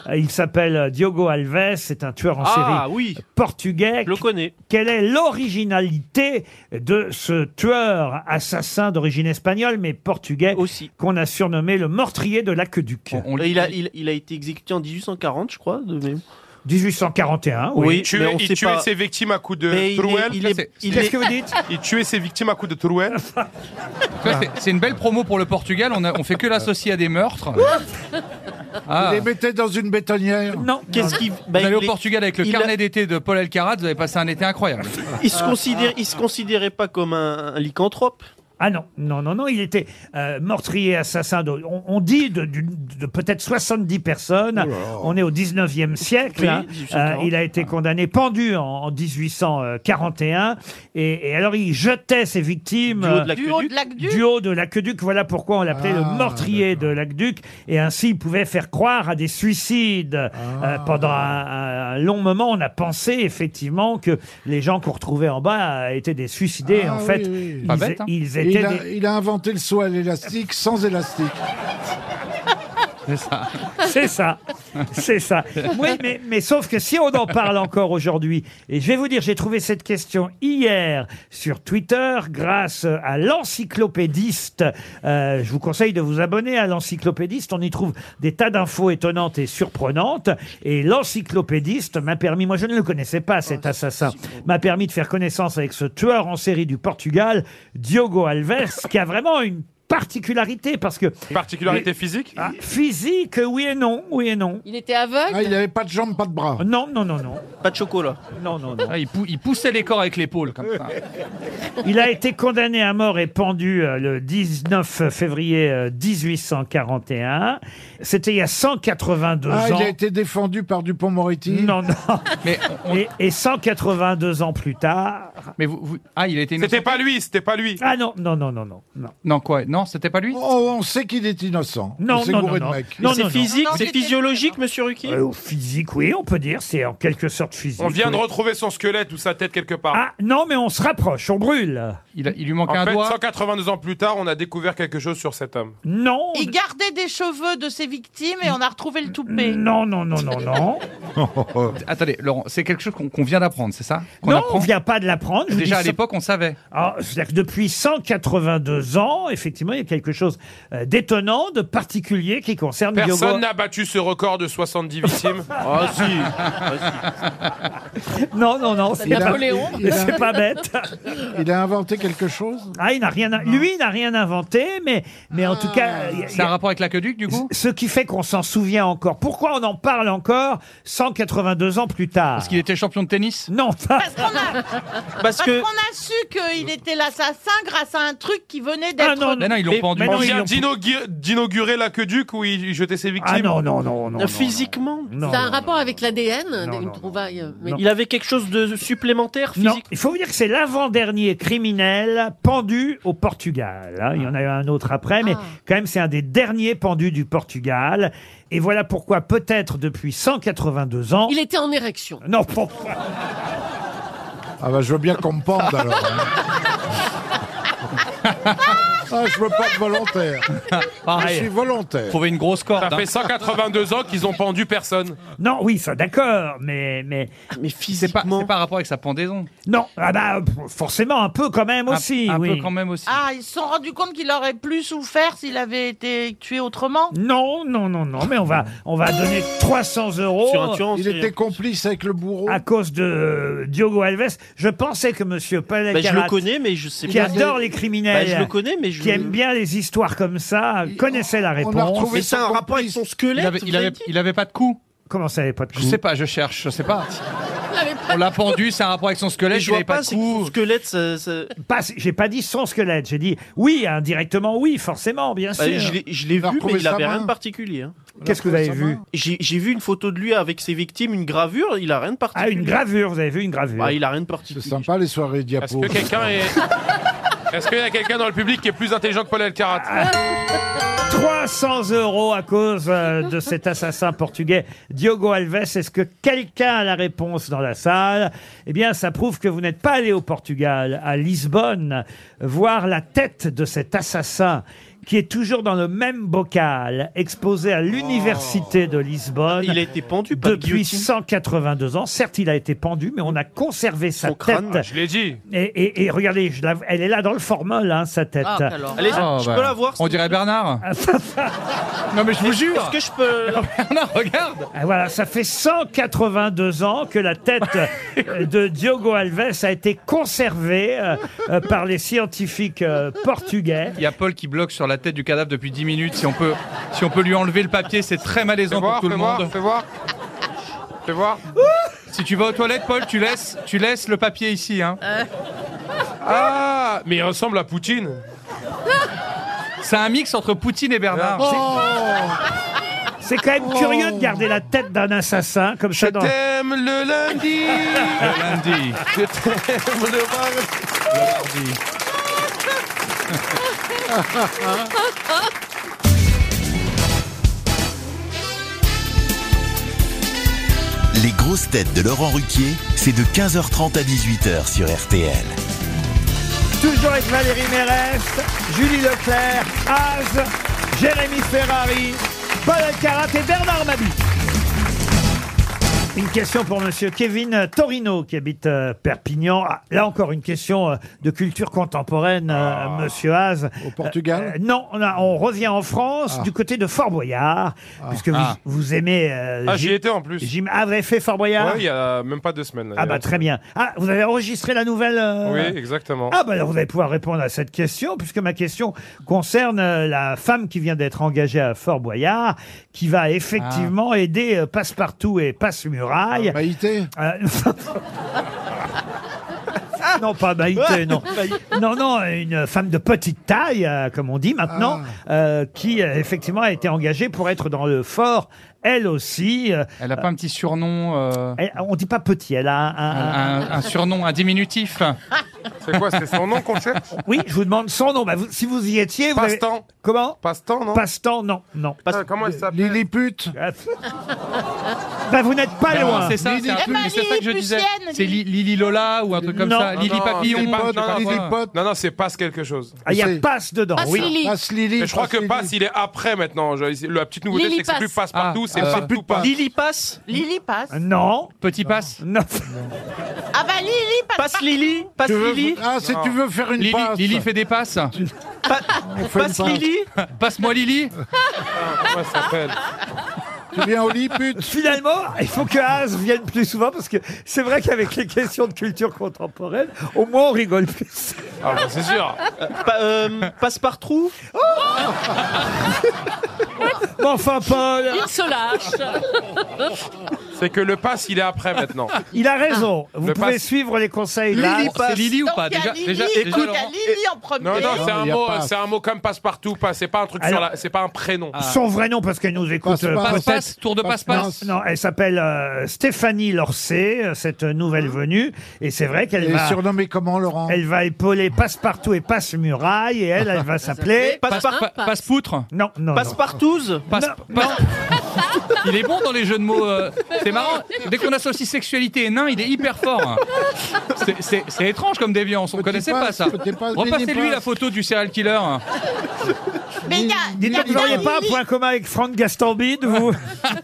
[SPEAKER 2] Euh, Il s'appelle Diogo Alves. C'est un tueur en
[SPEAKER 5] Ah,
[SPEAKER 2] série
[SPEAKER 5] oui.
[SPEAKER 2] portugais. Je le
[SPEAKER 5] connais.
[SPEAKER 2] Quelle est l'originalité de ce tueur assassin d'origine espagnole, mais portugais, qu'on a surnommé le meurtrier de l'aqueduc
[SPEAKER 5] Et il, a, il, il a été exécuté en 1840, je crois. De même.
[SPEAKER 2] 1841, oui.
[SPEAKER 5] Oui,
[SPEAKER 4] Tuer-
[SPEAKER 5] mais on
[SPEAKER 4] il
[SPEAKER 5] sait
[SPEAKER 4] tuait
[SPEAKER 5] pas.
[SPEAKER 4] ses victimes à coups de
[SPEAKER 5] Mais il est-
[SPEAKER 4] trouelle.
[SPEAKER 5] il est- Ça, c'est- il
[SPEAKER 7] Qu'est-ce est- que vous
[SPEAKER 2] dites
[SPEAKER 4] Il tuait ses victimes à coups de trouelle.
[SPEAKER 7] Ça, c'est- C'est une belle promo pour le Portugal. On, a- on fait que l'associer à des meurtres. Ah.
[SPEAKER 6] Il les mettait dans une bétonnière.
[SPEAKER 2] Non.
[SPEAKER 5] Qu'est-ce qu'il- bah,
[SPEAKER 7] vous allez
[SPEAKER 5] il
[SPEAKER 7] au
[SPEAKER 5] est-
[SPEAKER 7] Portugal avec le
[SPEAKER 5] il a-
[SPEAKER 7] carnet d'été de Paul Alcaraz, vous avez passé un été incroyable.
[SPEAKER 5] Il se, considère, il se considérait pas comme un, un lycanthrope.
[SPEAKER 2] Ah non, non, non, non, il était euh, meurtrier, assassin. de- on, on dit de, d'une- de peut-être 70 personnes. On est au 19e siècle.
[SPEAKER 5] Oui,
[SPEAKER 2] hein.
[SPEAKER 5] 1840.
[SPEAKER 2] Euh, il a été condamné pendu en, en 1841. Et, et alors, il jetait ses victimes.
[SPEAKER 5] Du haut
[SPEAKER 2] euh,
[SPEAKER 5] de l'aqueduc. Du haut de l'aqueduc.
[SPEAKER 2] Du haut de l'aqueduc. Voilà pourquoi on l'appelait
[SPEAKER 6] Ah,
[SPEAKER 2] le meurtrier de l'aqueduc. Et ainsi, il pouvait faire croire à des suicides.
[SPEAKER 6] Ah.
[SPEAKER 2] Euh, pendant un, un- un long moment, on a pensé effectivement que les gens qu'on retrouvait en bas euh, étaient des suicidés.
[SPEAKER 6] Ah
[SPEAKER 2] en
[SPEAKER 6] oui,
[SPEAKER 2] fait,
[SPEAKER 6] oui.
[SPEAKER 2] ils,
[SPEAKER 5] hein.
[SPEAKER 2] ils
[SPEAKER 6] Et
[SPEAKER 2] étaient
[SPEAKER 6] il, a,
[SPEAKER 2] des-
[SPEAKER 6] il a inventé le saut à l'élastique sans élastique.
[SPEAKER 7] C'est ça.
[SPEAKER 2] C'est ça. C'est ça. Oui, mais, mais sauf que si on en parle encore aujourd'hui, et je vais vous dire, j'ai trouvé cette question hier sur Twitter grâce à l'encyclopédiste. Euh, je vous conseille de vous abonner à l'encyclopédiste. On y trouve des tas d'infos étonnantes et surprenantes. Et l'encyclopédiste m'a permis, moi je ne le connaissais pas, cet assassin, m'a permis de faire connaissance avec ce tueur en série du Portugal, Diogo Alves, qui a vraiment une particularité parce que
[SPEAKER 4] Particularité
[SPEAKER 2] Et-
[SPEAKER 4] physique
[SPEAKER 2] ah, physique, oui et non, oui et non.
[SPEAKER 8] Il était aveugle
[SPEAKER 6] Ah, il n'avait pas de jambes, pas de bras.
[SPEAKER 2] Non, non, non, non.
[SPEAKER 5] Pas de chocolat.
[SPEAKER 2] Non, non, non.
[SPEAKER 7] Ah, il, pou- il poussait les corps avec l'épaule, comme ça.
[SPEAKER 2] Il a été condamné à mort et pendu euh, le 19 février euh, 1841. C'était il y a 182
[SPEAKER 6] Ah,
[SPEAKER 2] ans.
[SPEAKER 6] il a été défendu par Dupont-Moretti.
[SPEAKER 2] Non, non.
[SPEAKER 7] Mais,
[SPEAKER 2] Et, et 182 ans plus tard.
[SPEAKER 7] mais vous, vous- Ah, il était.
[SPEAKER 4] C'était pas lui, c'était pas lui.
[SPEAKER 2] Ah non, non, non, non, non. Non,
[SPEAKER 7] Non, quoi Non, c'était pas lui
[SPEAKER 6] Oh, on sait qu'il est innocent.
[SPEAKER 2] Non,
[SPEAKER 6] on s'est
[SPEAKER 2] non,
[SPEAKER 6] gouré
[SPEAKER 2] non, non.
[SPEAKER 6] de mec.
[SPEAKER 2] Non,
[SPEAKER 5] C'est
[SPEAKER 2] non,
[SPEAKER 5] physique,
[SPEAKER 2] non.
[SPEAKER 5] c'est physiologique, monsieur Ruquier
[SPEAKER 2] Euh, physique, oui, on peut dire. C'est en quelque sorte physique.
[SPEAKER 4] On vient de
[SPEAKER 2] oui.
[SPEAKER 4] retrouver son squelette ou sa tête quelque part.
[SPEAKER 2] Ah non, mais on se rapproche, on brûle.
[SPEAKER 7] il, a- il lui
[SPEAKER 4] en
[SPEAKER 7] manquait un
[SPEAKER 4] fait,
[SPEAKER 7] doigt.
[SPEAKER 4] 182 ans plus tard, on a découvert quelque chose sur cet homme.
[SPEAKER 2] Non.
[SPEAKER 8] Il gardait des cheveux de ses victimes et on a retrouvé le toupet.
[SPEAKER 2] Non, non, non, non, non.
[SPEAKER 7] Attendez, Laurent, c'est quelque chose qu'on qu'on vient d'apprendre, c'est ça Qu'on
[SPEAKER 2] non,
[SPEAKER 7] apprend
[SPEAKER 2] on vient pas de l'apprendre. je vous
[SPEAKER 7] Déjà
[SPEAKER 2] dis
[SPEAKER 7] à
[SPEAKER 2] ça-
[SPEAKER 7] l'époque, on savait.
[SPEAKER 2] Alors, c'est-à-dire que depuis 182 ans, effectivement, il y a quelque chose euh, d'étonnant, de particulier qui concerne Diogo.
[SPEAKER 4] Personne n'a battu ce record de 70 victimes. Ah si.
[SPEAKER 2] Non, non, non. c'est
[SPEAKER 6] Il a-
[SPEAKER 2] pas-
[SPEAKER 6] Napoléon. il- il a-
[SPEAKER 2] C'est pas bête.
[SPEAKER 6] Il a inventé quelque chose
[SPEAKER 2] Ah, il n'a rien, lui il n'a rien inventé, mais, mais en tout
[SPEAKER 6] Ah.
[SPEAKER 2] cas, il y a- il y
[SPEAKER 7] C'est un
[SPEAKER 2] a-
[SPEAKER 7] rapport avec l'aqueduc, du coup
[SPEAKER 2] ce qui fait qu'on s'en souvient encore. Pourquoi on en parle encore 182 ans plus tard
[SPEAKER 7] Parce qu'il était champion de tennis
[SPEAKER 2] Non.
[SPEAKER 5] Parce
[SPEAKER 8] Parce
[SPEAKER 5] que-
[SPEAKER 8] qu'on a su qu'il était l'assassin grâce à un truc qui venait d'être.
[SPEAKER 2] Ah non,
[SPEAKER 7] Mais non, ils l'ont pendu.
[SPEAKER 2] mais
[SPEAKER 4] On
[SPEAKER 2] non, ils
[SPEAKER 4] vient
[SPEAKER 2] l'ont-
[SPEAKER 4] d'inaugu- d'inaugurer l'aqueduc où il jetait ses victimes.
[SPEAKER 2] Ah non, non, non, non. non,
[SPEAKER 5] Physiquement
[SPEAKER 2] non,
[SPEAKER 3] Ça a un
[SPEAKER 2] non.
[SPEAKER 3] rapport avec l'ADN,
[SPEAKER 2] Non,
[SPEAKER 3] une
[SPEAKER 2] non,
[SPEAKER 3] trouvaille. euh, mais-
[SPEAKER 2] Non.
[SPEAKER 5] Il avait quelque chose de supplémentaire
[SPEAKER 2] Non,
[SPEAKER 5] physique
[SPEAKER 2] il faut vous dire que c'est l'avant-dernier criminel pendu au Portugal. hein. Il y en a eu un autre après, mais
[SPEAKER 3] Ah.
[SPEAKER 2] quand même, c'est un des derniers pendus du Portugal. Et voilà pourquoi, peut-être depuis 182 ans.
[SPEAKER 3] Il était en érection.
[SPEAKER 2] Non, bon,
[SPEAKER 6] Ah bah je veux bien qu'on me pende alors. hein. ah je veux pas de volontaire. Je suis
[SPEAKER 7] Pareil.
[SPEAKER 6] volontaire.
[SPEAKER 7] Trouver une grosse corde.
[SPEAKER 4] Ça
[SPEAKER 7] hein.
[SPEAKER 4] fait 182 ans qu'ils ont pendu personne.
[SPEAKER 2] non, oui, ça d'accord, mais, mais
[SPEAKER 5] Mais
[SPEAKER 7] C'est pas,
[SPEAKER 5] physiquement.
[SPEAKER 7] c'est pas rapport avec sa pendaison.
[SPEAKER 2] non, ah bah, pff, forcément un peu quand même
[SPEAKER 7] Un-
[SPEAKER 2] aussi.
[SPEAKER 7] un,
[SPEAKER 2] oui.
[SPEAKER 7] peu quand même aussi.
[SPEAKER 8] Ah, ils se sont rendus compte qu'il aurait plus souffert s'il avait été tué autrement
[SPEAKER 2] Non, non, non, non, mais on va, on va donner 300 euros.
[SPEAKER 5] Sur un tueur en
[SPEAKER 6] Il
[SPEAKER 5] série.
[SPEAKER 6] était complice avec le bourreau.
[SPEAKER 2] à cause de euh, Diogo Alves, je pensais que Monsieur Paul
[SPEAKER 5] Bah, je
[SPEAKER 2] Alcaraz,
[SPEAKER 5] le connais, mais je sais
[SPEAKER 2] qui
[SPEAKER 5] pas.
[SPEAKER 2] adore les
[SPEAKER 5] Bah,
[SPEAKER 2] criminels,
[SPEAKER 5] je le connais, mais je.
[SPEAKER 2] qui aime bien les histoires comme ça, connaissait la
[SPEAKER 6] on a
[SPEAKER 2] réponse.
[SPEAKER 6] retrouvé
[SPEAKER 5] Mais c'est
[SPEAKER 6] son
[SPEAKER 5] un rapport avec
[SPEAKER 6] complice.
[SPEAKER 5] son
[SPEAKER 7] Il
[SPEAKER 5] squelette.
[SPEAKER 7] avait,
[SPEAKER 5] vous
[SPEAKER 7] il
[SPEAKER 5] avez
[SPEAKER 7] avait-
[SPEAKER 5] dit
[SPEAKER 7] il avait pas de cou.
[SPEAKER 2] Comment ça, les pas de
[SPEAKER 7] Je sais pas, je cherche, je sais pas. On l'a pendu, c'est un rapport avec son
[SPEAKER 2] Mais
[SPEAKER 7] squelette,
[SPEAKER 2] je
[SPEAKER 7] il
[SPEAKER 2] vois
[SPEAKER 7] avait pas,
[SPEAKER 2] pas,
[SPEAKER 7] de
[SPEAKER 2] c'est
[SPEAKER 7] cou.
[SPEAKER 5] squelette,
[SPEAKER 2] Pas- J'ai pas dit son squelette, j'ai dit oui, indirectement oui, forcément, bien
[SPEAKER 5] Bah,
[SPEAKER 2] sûr.
[SPEAKER 5] je l'ai- je l'ai vu, mais il avait rien de particulier. hein.
[SPEAKER 2] Qu'est-ce que vous avez vu
[SPEAKER 5] J'ai j'ai vu une photo de lui avec ses victimes, une gravure, il a rien de particulier.
[SPEAKER 2] Ah, une gravure, vous avez vu une gravure
[SPEAKER 5] Bah, il a rien de particulier.
[SPEAKER 6] C'est sympa les soirées
[SPEAKER 4] Est-ce
[SPEAKER 6] diapo.
[SPEAKER 4] que quelqu'un est. Est-ce qu'il y a quelqu'un dans le public qui est plus intelligent que Paul Elkarat
[SPEAKER 7] Ah.
[SPEAKER 2] 300 euros à cause euh, de cet assassin portugais Diogo Alves. Est-ce que quelqu'un a la réponse dans la salle Eh bien, ça prouve que vous n'êtes pas allé au Portugal, à Lisbonne, voir la tête de cet assassin qui est toujours dans le même bocal, exposé à l'université de Lisbonne.
[SPEAKER 5] Il a été pendu par
[SPEAKER 2] depuis
[SPEAKER 5] guillotine.
[SPEAKER 2] 182 ans. Certes, il a été pendu, mais on a conservé sa
[SPEAKER 5] crâne.
[SPEAKER 2] tête.
[SPEAKER 4] Je l'ai dit.
[SPEAKER 2] Et, et- et regardez, je la- elle est là dans le formol, hein, sa tête.
[SPEAKER 5] Ah, alors. Allez, je peux la voir,
[SPEAKER 7] On dirait Bernard. non mais je vous jure.
[SPEAKER 5] Est-ce que je peux.
[SPEAKER 7] Bernard, regarde.
[SPEAKER 2] Ah, Voilà, ça fait 182 ans que la tête
[SPEAKER 5] Ah,
[SPEAKER 2] euh, de Diogo Alves a été conservée euh, euh, par les scientifiques euh, portugais.
[SPEAKER 7] Il y a Paul qui bloque sur la tête du cadavre depuis 10 minutes. Si on peut, si on peut lui enlever le papier, c'est très malaisant
[SPEAKER 4] Fais voir,
[SPEAKER 7] pour tout
[SPEAKER 4] fais
[SPEAKER 7] le
[SPEAKER 4] voir,
[SPEAKER 7] monde.
[SPEAKER 4] fais voir. Fais voir.
[SPEAKER 7] Si tu vas aux toilettes, Paul, tu laisses, tu laisses le papier ici. Hein.
[SPEAKER 5] Euh.
[SPEAKER 4] Ah, mais il ressemble à Poutine.
[SPEAKER 7] C'est un mix entre Poutine et Bernard.
[SPEAKER 4] Ah.
[SPEAKER 2] C'est quand même curieux de garder la tête d'un assassin comme ça. dans-
[SPEAKER 4] T'aimes le lundi.
[SPEAKER 7] Le lundi.
[SPEAKER 4] Je t'aime le mardi.
[SPEAKER 1] Les grosses têtes de Laurent Ruquier, c'est de 15h30 à 18h sur RTL.
[SPEAKER 2] Toujours avec Valérie Mérès, Julie Leclerc, Az, Jérémy Ferrari, Paul Alcarat et Bernard Mabi. Une question pour monsieur Kevin Torino qui habite euh, Perpignan. Ah, là encore une question euh, de culture contemporaine, euh, monsieur Az. Au Portugal Ah. Non, on, a- on revient en France du côté de Fort Boyard, puisque vous,
[SPEAKER 4] Ah.
[SPEAKER 2] vous aimez. euh,
[SPEAKER 4] Ah, j'y
[SPEAKER 2] Jim-
[SPEAKER 4] étais en plus.
[SPEAKER 2] Jim avait fait Fort Boyard
[SPEAKER 4] Ouais, il y a même pas deux semaines. là.
[SPEAKER 2] Ah bah très bien. Ah, vous avez enregistré la nouvelle euh,
[SPEAKER 4] Oui, exactement.
[SPEAKER 2] ah bah alors vous allez pouvoir répondre à cette question puisque ma question concerne euh, la femme qui vient d'être engagée à Fort Boyard qui va effectivement
[SPEAKER 7] Ah.
[SPEAKER 2] aider euh, Passepartout et Euh, Passe-Muraille. Maïté Non, pas Maïté, non. Non, non, une femme de petite taille, euh, comme on dit maintenant,
[SPEAKER 7] Ah.
[SPEAKER 2] euh, qui euh, effectivement a été engagée pour être dans le fort, elle aussi. euh,
[SPEAKER 7] Elle n'a pas un petit surnom euh
[SPEAKER 2] On dit pas petit, elle a un- un-
[SPEAKER 7] Un, un surnom, un diminutif.
[SPEAKER 4] C'est quoi, c'est son nom qu'on cherche
[SPEAKER 2] Oui, je vous demande son nom. Bah, vous- si vous y étiez, vous avez-
[SPEAKER 4] Passe-temps.
[SPEAKER 2] Comment
[SPEAKER 4] Passe-temps, non
[SPEAKER 2] Passe-temps, non, non.
[SPEAKER 7] Euh,
[SPEAKER 4] Ah, comment elle s'appelle
[SPEAKER 2] Lilliput Bah, vous n'êtes pas
[SPEAKER 7] Non,
[SPEAKER 2] loin.
[SPEAKER 7] Ben, C'est ça, c'est un truc- mais c'est ça que je disais.
[SPEAKER 4] Lilliputienne,
[SPEAKER 7] C'est Li- Lili Lola ou un truc comme
[SPEAKER 4] Non.
[SPEAKER 7] ça.
[SPEAKER 4] Non,
[SPEAKER 7] Lili
[SPEAKER 4] non,
[SPEAKER 7] Papillon.
[SPEAKER 4] c'est pas-
[SPEAKER 7] je sais
[SPEAKER 4] non,
[SPEAKER 7] pas
[SPEAKER 4] non,
[SPEAKER 7] quoi.
[SPEAKER 4] c'est- Non, non, c'est passe quelque chose.
[SPEAKER 2] Ah, il y a passe dedans.
[SPEAKER 4] Passe
[SPEAKER 2] oui.
[SPEAKER 4] Lily.
[SPEAKER 6] Passe Lily.
[SPEAKER 4] Mais je crois que passe, il est après maintenant. Je- La petite nouveauté,
[SPEAKER 8] Lily
[SPEAKER 4] c'est que c'est
[SPEAKER 8] Pass.
[SPEAKER 4] plus passe partout,
[SPEAKER 7] Ah,
[SPEAKER 4] c'est
[SPEAKER 7] euh,
[SPEAKER 4] passe
[SPEAKER 7] c'est plus
[SPEAKER 4] partout passe.
[SPEAKER 5] Lily passe
[SPEAKER 8] Lily passe.
[SPEAKER 2] Euh, Non.
[SPEAKER 7] Petit passe.
[SPEAKER 2] Non.
[SPEAKER 8] Ah bah Lily passe.
[SPEAKER 5] Passe Lily Passe
[SPEAKER 7] Tu veux-
[SPEAKER 5] Lily
[SPEAKER 7] Ah, si Non. tu veux faire une Lily- passe. Lily fait des passes.
[SPEAKER 5] Passe Lily
[SPEAKER 7] Passe-moi Lily.
[SPEAKER 4] Comment Ah, ça s'appelle
[SPEAKER 2] Tu viens au lit, pute Finalement, il faut que Haas vienne plus souvent parce que c'est vrai qu'avec les questions de culture contemporaine, au moins on rigole plus.
[SPEAKER 4] Ah, bah, c'est sûr.
[SPEAKER 5] passe par trou
[SPEAKER 9] Oh.
[SPEAKER 2] Mais enfin, euh, Paul
[SPEAKER 3] Il se lâche.
[SPEAKER 4] C'est que le passe, il est après maintenant.
[SPEAKER 2] Il a raison.
[SPEAKER 7] Ah.
[SPEAKER 2] Vous
[SPEAKER 4] Le
[SPEAKER 2] pouvez
[SPEAKER 4] passe.
[SPEAKER 2] suivre les conseils
[SPEAKER 4] Lily
[SPEAKER 2] là.
[SPEAKER 4] passe. Ah, C'est Lily ou pas
[SPEAKER 8] Donc, il y a
[SPEAKER 4] Déjà-
[SPEAKER 8] Lily,
[SPEAKER 4] déjà- déjà,
[SPEAKER 8] écoute, il y a
[SPEAKER 4] Laurent.
[SPEAKER 8] Lily en premier.
[SPEAKER 4] Non, non, c'est un,
[SPEAKER 2] il y a
[SPEAKER 4] mot,
[SPEAKER 2] passe.
[SPEAKER 4] c'est un mot comme passe partout, passe. C'est pas un truc
[SPEAKER 2] Alors- Ah.
[SPEAKER 4] sur la. C'est pas un prénom.
[SPEAKER 2] Son vrai nom, parce qu'elle nous écoute. euh,
[SPEAKER 7] Ah. Passe-passe,
[SPEAKER 2] peut-être.
[SPEAKER 7] tour de passe-passe.
[SPEAKER 2] Non, non, elle s'appelle euh, Stéphanie Lorcé, euh, cette nouvelle
[SPEAKER 7] Ah.
[SPEAKER 2] venue. Et c'est vrai qu'elle
[SPEAKER 6] Elle est
[SPEAKER 2] va.
[SPEAKER 6] surnommée comment, Laurent
[SPEAKER 2] Elle va épauler Passe-Partout et Passe-Muraille. Et elle, elle va s'appeler.
[SPEAKER 7] Passe- pa- Passe-poutre.
[SPEAKER 2] Non, non. non.
[SPEAKER 5] Passe-partouze
[SPEAKER 7] Passe, passe- Il est bon dans les jeux de mots. euh, C'est marrant. Dès qu'on associe sexualité et nain, il est hyper fort.
[SPEAKER 9] Oh.
[SPEAKER 7] hein. C'est- C'est c'est étrange comme déviance. On connaissait pas
[SPEAKER 6] passe,
[SPEAKER 7] ça.
[SPEAKER 6] petit passe, mini
[SPEAKER 7] Repassez-lui
[SPEAKER 6] passe.
[SPEAKER 7] la photo du serial killer.
[SPEAKER 8] Mais il y a, il y a
[SPEAKER 2] Dites-moi que vous
[SPEAKER 8] bien
[SPEAKER 2] n'auriez pas un
[SPEAKER 8] Lily.
[SPEAKER 2] point commun avec Franck Gastambide, vous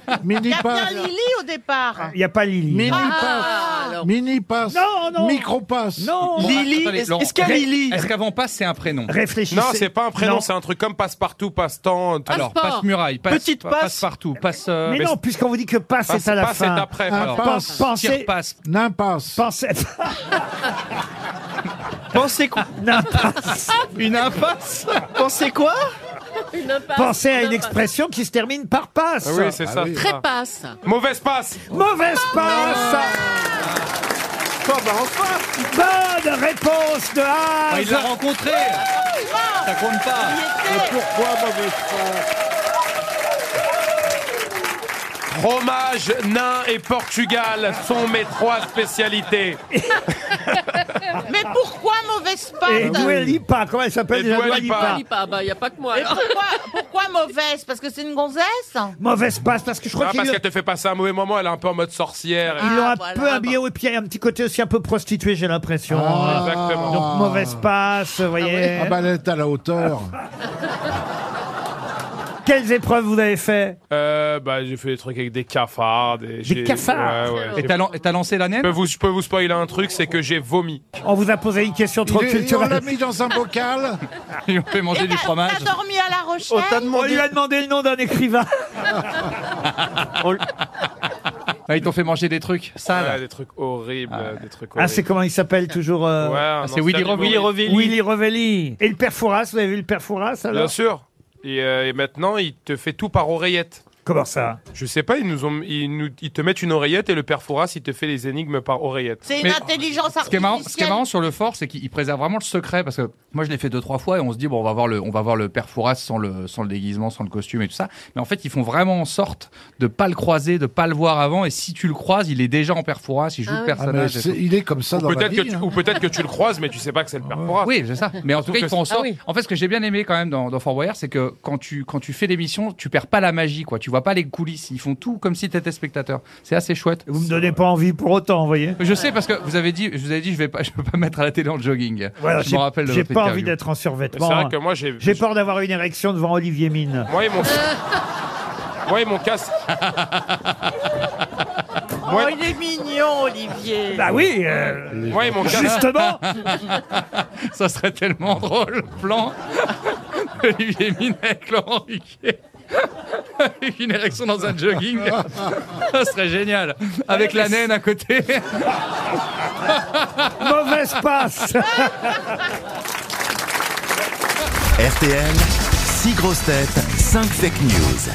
[SPEAKER 8] Il
[SPEAKER 2] Mini
[SPEAKER 8] y a bien Lily au départ.
[SPEAKER 2] Ah, Il n'y a pas Lily.
[SPEAKER 6] Mini
[SPEAKER 2] non.
[SPEAKER 6] passe. Mini passe.
[SPEAKER 2] Non, non.
[SPEAKER 6] Micro passe.
[SPEAKER 2] Non.
[SPEAKER 7] Ah. Attendez, Laurent, ré- Est-ce qu'avant passe, c'est un prénom
[SPEAKER 2] Réfléchissez.
[SPEAKER 4] Non, c'est pas un prénom,
[SPEAKER 7] Non.
[SPEAKER 4] c'est un truc comme passe partout, passe temps.
[SPEAKER 7] Alors, passe-muraille, passe,
[SPEAKER 4] Petite passe.
[SPEAKER 7] passe partout, passe. euh,
[SPEAKER 2] Mais non, puisqu'on vous dit que passe,
[SPEAKER 7] Passe-
[SPEAKER 2] c'est à la
[SPEAKER 7] passe
[SPEAKER 2] fin.
[SPEAKER 7] est après,
[SPEAKER 2] Un
[SPEAKER 7] alors.
[SPEAKER 2] passe,
[SPEAKER 7] Passe.
[SPEAKER 2] pensez-
[SPEAKER 7] Tire-passe.
[SPEAKER 6] Ah, N'impasse.
[SPEAKER 2] Pensez.
[SPEAKER 5] Pensez quoi
[SPEAKER 2] Une impasse
[SPEAKER 5] Pensez quoi
[SPEAKER 3] Une passe,
[SPEAKER 2] Pensez à
[SPEAKER 3] une
[SPEAKER 2] une
[SPEAKER 3] passe.
[SPEAKER 2] expression qui se termine par passe.
[SPEAKER 4] Ah oui, c'est ça.
[SPEAKER 3] Très passe.
[SPEAKER 4] Mauvaise passe.
[SPEAKER 2] Mauvaise passe. Bonne réponse de Haas.
[SPEAKER 7] Ah, il l'a rencontré Ça compte pas
[SPEAKER 6] pourquoi mauvaise foi
[SPEAKER 4] Fromage, nain et Portugal sont mes trois spécialités.
[SPEAKER 8] Ah. Mais pourquoi mauvaise pâte
[SPEAKER 2] Et Dua Lipa, comment elle s'appelle déjà Dua Lipa.
[SPEAKER 3] Ah bah, y a pas que moi.
[SPEAKER 8] Et pourquoi, pourquoi mauvaise Parce que c'est une gonzesse
[SPEAKER 2] Mauvaise passe parce que je crois
[SPEAKER 4] Ah,
[SPEAKER 2] qu'il
[SPEAKER 4] parce qu'elle te fait passer un mauvais moment, elle est un peu en mode sorcière.
[SPEAKER 2] Ils
[SPEAKER 3] Ah,
[SPEAKER 6] Ah,
[SPEAKER 2] l'ont un peu habillé, et puis il y a un petit côté aussi un peu prostitué, j'ai l'impression.
[SPEAKER 4] Exactement.
[SPEAKER 2] Donc mauvaise passe, vous voyez.
[SPEAKER 6] Ah bah, elle est à la hauteur.
[SPEAKER 2] Quelles épreuves vous avez fait
[SPEAKER 4] Euh, bah, j'ai fait des trucs avec des cafards. Des, j'ai-
[SPEAKER 2] cafards
[SPEAKER 4] Ouais, ouais.
[SPEAKER 7] Et t'as lan- et t'as lancé la
[SPEAKER 4] Je
[SPEAKER 7] naine
[SPEAKER 4] peux, vous, je peux vous spoiler un truc, c'est que j'ai vomi.
[SPEAKER 2] On vous a posé une question trop
[SPEAKER 6] Il est- on l'a
[SPEAKER 2] culturelle.
[SPEAKER 6] mis dans un bocal.
[SPEAKER 7] Ils ont fait manger du fromage.
[SPEAKER 8] Ah, T'as dormi à La Rochelle
[SPEAKER 5] On t'a
[SPEAKER 2] On
[SPEAKER 5] demandé,
[SPEAKER 2] lui a Oh, demandé le nom d'un écrivain.
[SPEAKER 7] Ah, ils t'ont fait manger des trucs
[SPEAKER 4] Ouais,
[SPEAKER 7] sales.
[SPEAKER 4] des trucs horribles, Euh, des trucs horribles.
[SPEAKER 2] Ah, c'est comment il s'appelle toujours euh,
[SPEAKER 4] Ouais, un
[SPEAKER 7] Ah, c'est Willy
[SPEAKER 4] ancien
[SPEAKER 7] Revelli.
[SPEAKER 5] Willy Revelli.
[SPEAKER 2] Willy Revelli. Et le père Fouras, vous avez vu le père Fouras alors
[SPEAKER 4] Bien sûr. Et, euh, et maintenant, il te fait tout par oreillette.
[SPEAKER 2] Comment ça
[SPEAKER 4] Je sais pas, ils nous ont, ils nous, ils te mettent une oreillette et le père Fouras, il te fait les énigmes par oreillette.
[SPEAKER 8] C'est une
[SPEAKER 7] Mais-
[SPEAKER 8] intelligence
[SPEAKER 7] Ce qui,
[SPEAKER 8] artificielle.
[SPEAKER 7] est marrant, ce qui est marrant sur le fort, c'est qu'il préserve vraiment le secret parce que moi je l'ai fait deux trois fois et on se dit bon on va voir le on va voir le père Fouras sans le sans le déguisement, sans le costume et tout ça. Mais en fait ils font vraiment en sorte de pas le croiser, de pas le voir avant et si tu le croises il est déjà en père Fouras, il joue
[SPEAKER 3] Ah
[SPEAKER 7] le
[SPEAKER 3] oui.
[SPEAKER 6] Ah, mais
[SPEAKER 7] personnage. et
[SPEAKER 6] c'est-
[SPEAKER 7] tout.
[SPEAKER 6] il est comme ça dans la
[SPEAKER 4] Peut-être que,
[SPEAKER 6] vie.
[SPEAKER 4] tu-
[SPEAKER 6] hein.
[SPEAKER 4] ou peut-être que tu le croises, mais tu sais pas que c'est le père Fouras.
[SPEAKER 7] Ah. Oui, c'est ça. Mais en tout cas,
[SPEAKER 4] que
[SPEAKER 7] ils font en
[SPEAKER 3] c'est-
[SPEAKER 7] sorte.
[SPEAKER 3] Ah oui.
[SPEAKER 7] En fait, ce que j'ai bien aimé quand même dans, dans Fort Boyard, c'est que quand tu, quand tu fais l'émission, tu perds pas la magie, quoi. Tu vois pas les coulisses. Ils font tout comme si tu étais spectateur. C'est assez chouette.
[SPEAKER 2] Vous me donnez pas envie pour autant, vous voyez
[SPEAKER 7] Je sais parce que vous avez dit, je vous avais dit, je vais pas, je peux pas me mettre à la télé en jogging.
[SPEAKER 2] Voilà,
[SPEAKER 7] je
[SPEAKER 2] j'ai-
[SPEAKER 7] me rappelle de
[SPEAKER 2] J'ai
[SPEAKER 7] votre
[SPEAKER 2] pas envie
[SPEAKER 7] interview.
[SPEAKER 2] d'être en
[SPEAKER 4] C'est
[SPEAKER 2] survêtement.
[SPEAKER 4] vrai
[SPEAKER 2] hein.
[SPEAKER 4] que moi, j'ai,
[SPEAKER 2] J'ai peur d'avoir une érection devant Olivier Mine.
[SPEAKER 4] moi et mon, moi et mon casque.
[SPEAKER 8] Oh, il est mignon, Olivier.
[SPEAKER 2] Bah oui, euh,
[SPEAKER 4] Moi et mon casque.
[SPEAKER 2] justement.
[SPEAKER 7] Ça serait tellement drôle, le plan. Olivier Mine avec Laurent Riquet. Avec une érection dans un jogging. Ça serait génial. Avec la naine à côté.
[SPEAKER 2] Mauvaise passe.
[SPEAKER 1] RTL, 6 grosses têtes, 5 fake news.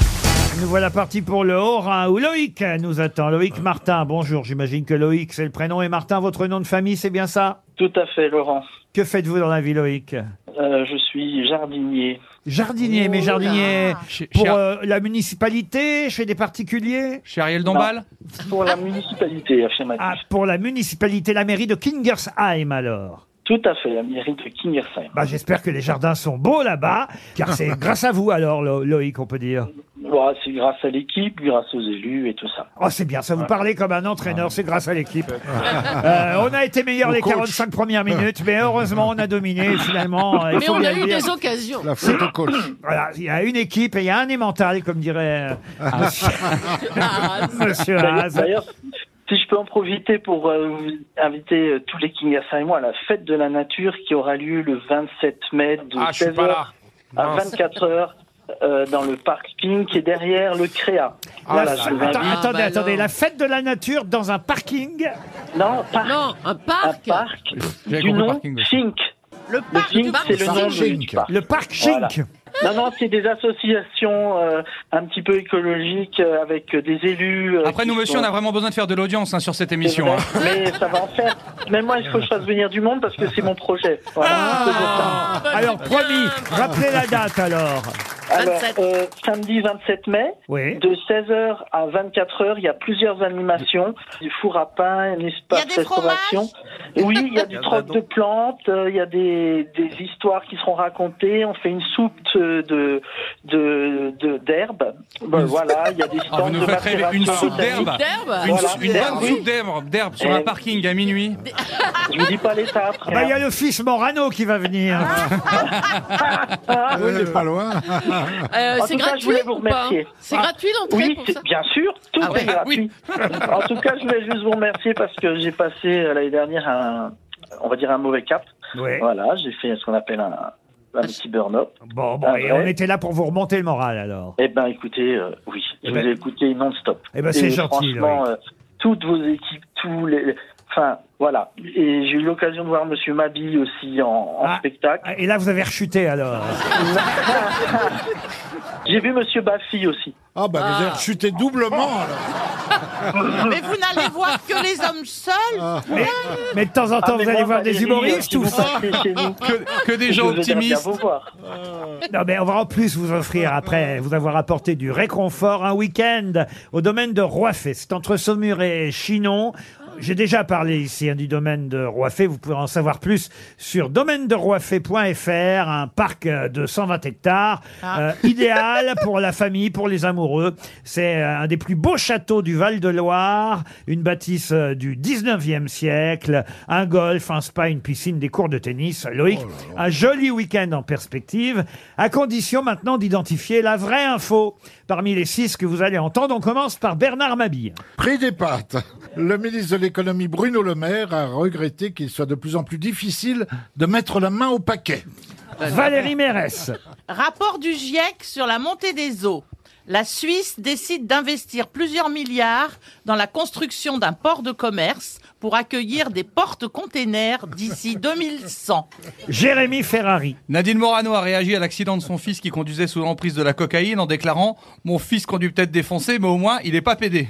[SPEAKER 2] Nous voilà partis pour le Haut-Rhin où Loïc nous attend. Loïc Martin, bonjour. J'imagine que Loïc, c'est le prénom. Et Martin, votre nom de famille, c'est bien ça
[SPEAKER 15] Tout à fait, Laurent.
[SPEAKER 2] Que faites-vous dans la vie, Loïc
[SPEAKER 15] Euh, je suis jardinier. Oh
[SPEAKER 2] Jardinier, mais jardinier
[SPEAKER 7] Chez,
[SPEAKER 2] pour
[SPEAKER 7] chez Ar-
[SPEAKER 2] euh, la municipalité, chez des particuliers
[SPEAKER 7] chez Ariel Dombal
[SPEAKER 15] Pour la municipalité,
[SPEAKER 2] bah,
[SPEAKER 15] à
[SPEAKER 2] Ah,
[SPEAKER 15] Schématis.
[SPEAKER 2] pour la municipalité, la mairie de Kingersheim alors.
[SPEAKER 15] Tout à fait, la mairie de Kingersheim.
[SPEAKER 2] Bah, J'espère que les jardins sont beaux là-bas, car c'est grâce à vous alors, Lo- Loïc, on peut dire.
[SPEAKER 15] Voilà, c'est grâce à l'équipe, grâce aux élus et tout ça.
[SPEAKER 2] Oh, c'est bien, ça vous parlez comme un entraîneur, c'est grâce à l'équipe. Euh, on a été meilleur
[SPEAKER 6] Au
[SPEAKER 2] les
[SPEAKER 6] coach.
[SPEAKER 2] 45 premières minutes, mais heureusement, on a dominé finalement. euh, il
[SPEAKER 3] Mais
[SPEAKER 2] faut
[SPEAKER 3] on
[SPEAKER 2] bien
[SPEAKER 3] a
[SPEAKER 2] le
[SPEAKER 3] eu
[SPEAKER 2] dire.
[SPEAKER 3] des occasions.
[SPEAKER 6] La photo coach.
[SPEAKER 2] Voilà, il y a une équipe et il y a un émental, comme dirait euh, monsieur,
[SPEAKER 3] Ah,
[SPEAKER 2] monsieur
[SPEAKER 15] D'ailleurs,
[SPEAKER 2] Haas.
[SPEAKER 15] d'ailleurs, si je peux en profiter pour euh, vous inviter euh, tous les Kingersheimois à la fête de la nature qui aura lieu le 27 mai de
[SPEAKER 4] Ah, je suis
[SPEAKER 15] 16h
[SPEAKER 4] pas là.
[SPEAKER 15] à
[SPEAKER 4] Mince.
[SPEAKER 15] 24h euh, dans le parc Pink qui est derrière le CREA.
[SPEAKER 2] La-
[SPEAKER 15] Voilà, je vous invite.
[SPEAKER 2] Attends, attendez,
[SPEAKER 4] Ah,
[SPEAKER 3] bah
[SPEAKER 2] attendez,
[SPEAKER 3] non.
[SPEAKER 2] la fête de la nature dans un parking.
[SPEAKER 15] Non, parc,
[SPEAKER 3] Non, un
[SPEAKER 15] un
[SPEAKER 3] parc.
[SPEAKER 15] parc
[SPEAKER 7] J'avais
[SPEAKER 15] du
[SPEAKER 7] compris
[SPEAKER 15] nom
[SPEAKER 7] parking aussi.
[SPEAKER 15] Pink.
[SPEAKER 8] Le
[SPEAKER 15] Le
[SPEAKER 8] parc du
[SPEAKER 15] Pink, c'est le
[SPEAKER 8] Parc-
[SPEAKER 15] nom
[SPEAKER 6] Pink.
[SPEAKER 15] du parc.
[SPEAKER 2] Le parc
[SPEAKER 15] Voilà.
[SPEAKER 2] Chink.
[SPEAKER 15] Non, non, c'est des associations euh, un petit peu écologiques euh, avec euh, des élus. euh,
[SPEAKER 7] Après,
[SPEAKER 15] qui
[SPEAKER 7] nous, monsieur,
[SPEAKER 15] sont-
[SPEAKER 7] on a vraiment besoin de faire de l'audience hein, sur cette
[SPEAKER 15] C'est
[SPEAKER 7] émission.
[SPEAKER 15] vrai,
[SPEAKER 7] hein.
[SPEAKER 15] Mais ça va en faire. Même moi, il faut que je fasse venir du monde parce que c'est mon projet. Voilà,
[SPEAKER 7] Ah.
[SPEAKER 15] c'est pour ça.
[SPEAKER 2] Alors, promis, rappelez la date alors.
[SPEAKER 15] Alors,
[SPEAKER 3] 27.
[SPEAKER 15] euh, samedi 27 mai,
[SPEAKER 2] Oui.
[SPEAKER 15] de 16h à 24h, il y a plusieurs animations. Du four à pain, un espace
[SPEAKER 8] Il y a des
[SPEAKER 15] restauration. Oui, il y
[SPEAKER 5] Il
[SPEAKER 15] a
[SPEAKER 5] y
[SPEAKER 15] du
[SPEAKER 5] en a
[SPEAKER 15] troc
[SPEAKER 5] donc.
[SPEAKER 15] de plantes, euh, il y a des, des histoires qui seront racontées. On fait une soupe de d'herbes. De, de, d'herbes. Ben, voilà, il y a des
[SPEAKER 7] Ah,
[SPEAKER 15] stands
[SPEAKER 7] vous nous
[SPEAKER 15] de
[SPEAKER 7] faites rêver une
[SPEAKER 15] macération
[SPEAKER 7] soupe d'herbe.
[SPEAKER 15] botanique.
[SPEAKER 3] D'herbe.
[SPEAKER 7] Une,
[SPEAKER 15] Voilà.
[SPEAKER 7] sou- une bonne
[SPEAKER 15] Oui.
[SPEAKER 7] soupe d'herbe d'herbe sur un
[SPEAKER 15] Eh.
[SPEAKER 7] parking à minuit.
[SPEAKER 15] Je vous dis pas les tartres.
[SPEAKER 2] Ah bah, Il y a le fils Morano qui va venir.
[SPEAKER 6] Ah oui, il est pas loin.
[SPEAKER 3] Euh,
[SPEAKER 15] En
[SPEAKER 3] c'est
[SPEAKER 15] tout cas, je
[SPEAKER 3] gratuit
[SPEAKER 15] voulais vous
[SPEAKER 3] ou pas
[SPEAKER 15] remercier.
[SPEAKER 3] C'est
[SPEAKER 15] Ah,
[SPEAKER 3] gratuit l'entrée
[SPEAKER 15] Oui,
[SPEAKER 3] pour
[SPEAKER 15] c'est-
[SPEAKER 3] ça
[SPEAKER 15] bien sûr, tout
[SPEAKER 7] Ah ouais,
[SPEAKER 15] est gratuit. en tout cas, je voulais juste vous remercier parce que j'ai passé euh, l'année dernière un, on va dire un mauvais cap.
[SPEAKER 2] Oui.
[SPEAKER 15] Voilà, j'ai fait ce qu'on appelle un, un petit burn-up.
[SPEAKER 2] Bon, bon,
[SPEAKER 15] Ah
[SPEAKER 2] et
[SPEAKER 15] ouais.
[SPEAKER 2] on était là pour vous remonter le moral alors.
[SPEAKER 15] Eh ben, écoutez, euh, oui, je
[SPEAKER 2] Eh
[SPEAKER 15] vous
[SPEAKER 2] ben-
[SPEAKER 15] ai écouté non-stop.
[SPEAKER 2] Eh ben, c'est
[SPEAKER 15] Et
[SPEAKER 2] gentil,
[SPEAKER 15] Franchement,
[SPEAKER 2] Loïc.
[SPEAKER 15] euh, toutes vos équipes, tous les, Enfin, voilà. Et j'ai eu l'occasion de voir Monsieur Mabi aussi en, en
[SPEAKER 2] Ah.
[SPEAKER 15] spectacle.
[SPEAKER 2] Et là, vous avez rechuté alors.
[SPEAKER 15] J'ai vu Monsieur Baffy aussi.
[SPEAKER 6] Ah bah vous avez
[SPEAKER 2] Ah.
[SPEAKER 6] rechuté doublement alors.
[SPEAKER 8] Mais vous n'allez voir que les hommes seuls
[SPEAKER 2] Mais, mais de temps en temps,
[SPEAKER 8] Ah, mais
[SPEAKER 2] vous allez
[SPEAKER 8] moi,
[SPEAKER 2] voir des
[SPEAKER 8] Valérie,
[SPEAKER 2] humoristes
[SPEAKER 8] euh,
[SPEAKER 2] ou
[SPEAKER 8] si vous partez chez nous,
[SPEAKER 2] que,
[SPEAKER 8] que des je gens vais bien optimistes. vous voir.
[SPEAKER 2] Non, mais on va en plus vous offrir, après vous avoir apporté du réconfort, un week-end au domaine de Roiffet. C'est entre Saumur et Chinon. J'ai déjà parlé ici hein, du domaine de Roiffet. Vous pouvez en savoir plus sur domaine de un parc euh, de 120 hectares,
[SPEAKER 14] Ah.
[SPEAKER 2] euh, idéal pour la famille, pour les amoureux. C'est euh, un des plus beaux châteaux du Val-de-Loire, une bâtisse euh, du 19e siècle, un golf, un spa, une piscine, des cours de tennis. Loïc, un joli week-end en perspective, à condition maintenant d'identifier la vraie info parmi les six que vous allez entendre. On commence par Bernard Mabille.
[SPEAKER 6] Prix des pâtes. Le ministre de l'économie Bruno Le Maire a regretté qu'il soit de plus en plus difficile de mettre la main au paquet.
[SPEAKER 2] Valérie Mérès.
[SPEAKER 8] Rapport du GIEC sur la montée des eaux. La Suisse décide d'investir plusieurs milliards dans la construction d'un port de commerce pour accueillir des portes-containers d'ici 2100.
[SPEAKER 2] Jérémy Ferrari.
[SPEAKER 7] Nadine Morano a réagi à l'accident de son fils qui conduisait sous l'emprise de la cocaïne en déclarant Mon fils conduit peut-être défoncé, mais au moins il n'est pas pédé.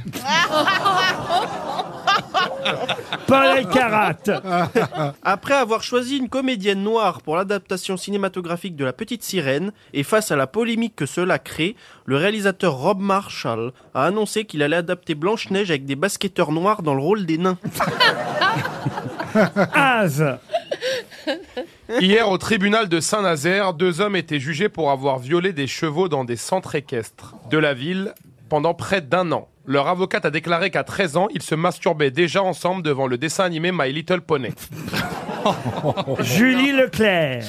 [SPEAKER 2] Paul Elkarat.
[SPEAKER 5] Après avoir choisi une comédienne noire pour l'adaptation cinématographique de La Petite Sirène, et face à la polémique que cela crée, le réalisateur Rob Marshall a annoncé qu'il allait adapter Blanche-Neige avec des basketteurs noirs dans le rôle des nains.
[SPEAKER 2] Az.
[SPEAKER 4] Hier, au tribunal de Saint-Nazaire, deux hommes étaient jugés pour avoir violé des chevaux dans des centres équestres de la ville pendant près d'un an. Leur avocate a déclaré qu'à 13 ans, ils se masturbaient déjà ensemble devant le dessin animé My Little Pony.
[SPEAKER 2] Julie Leclerc.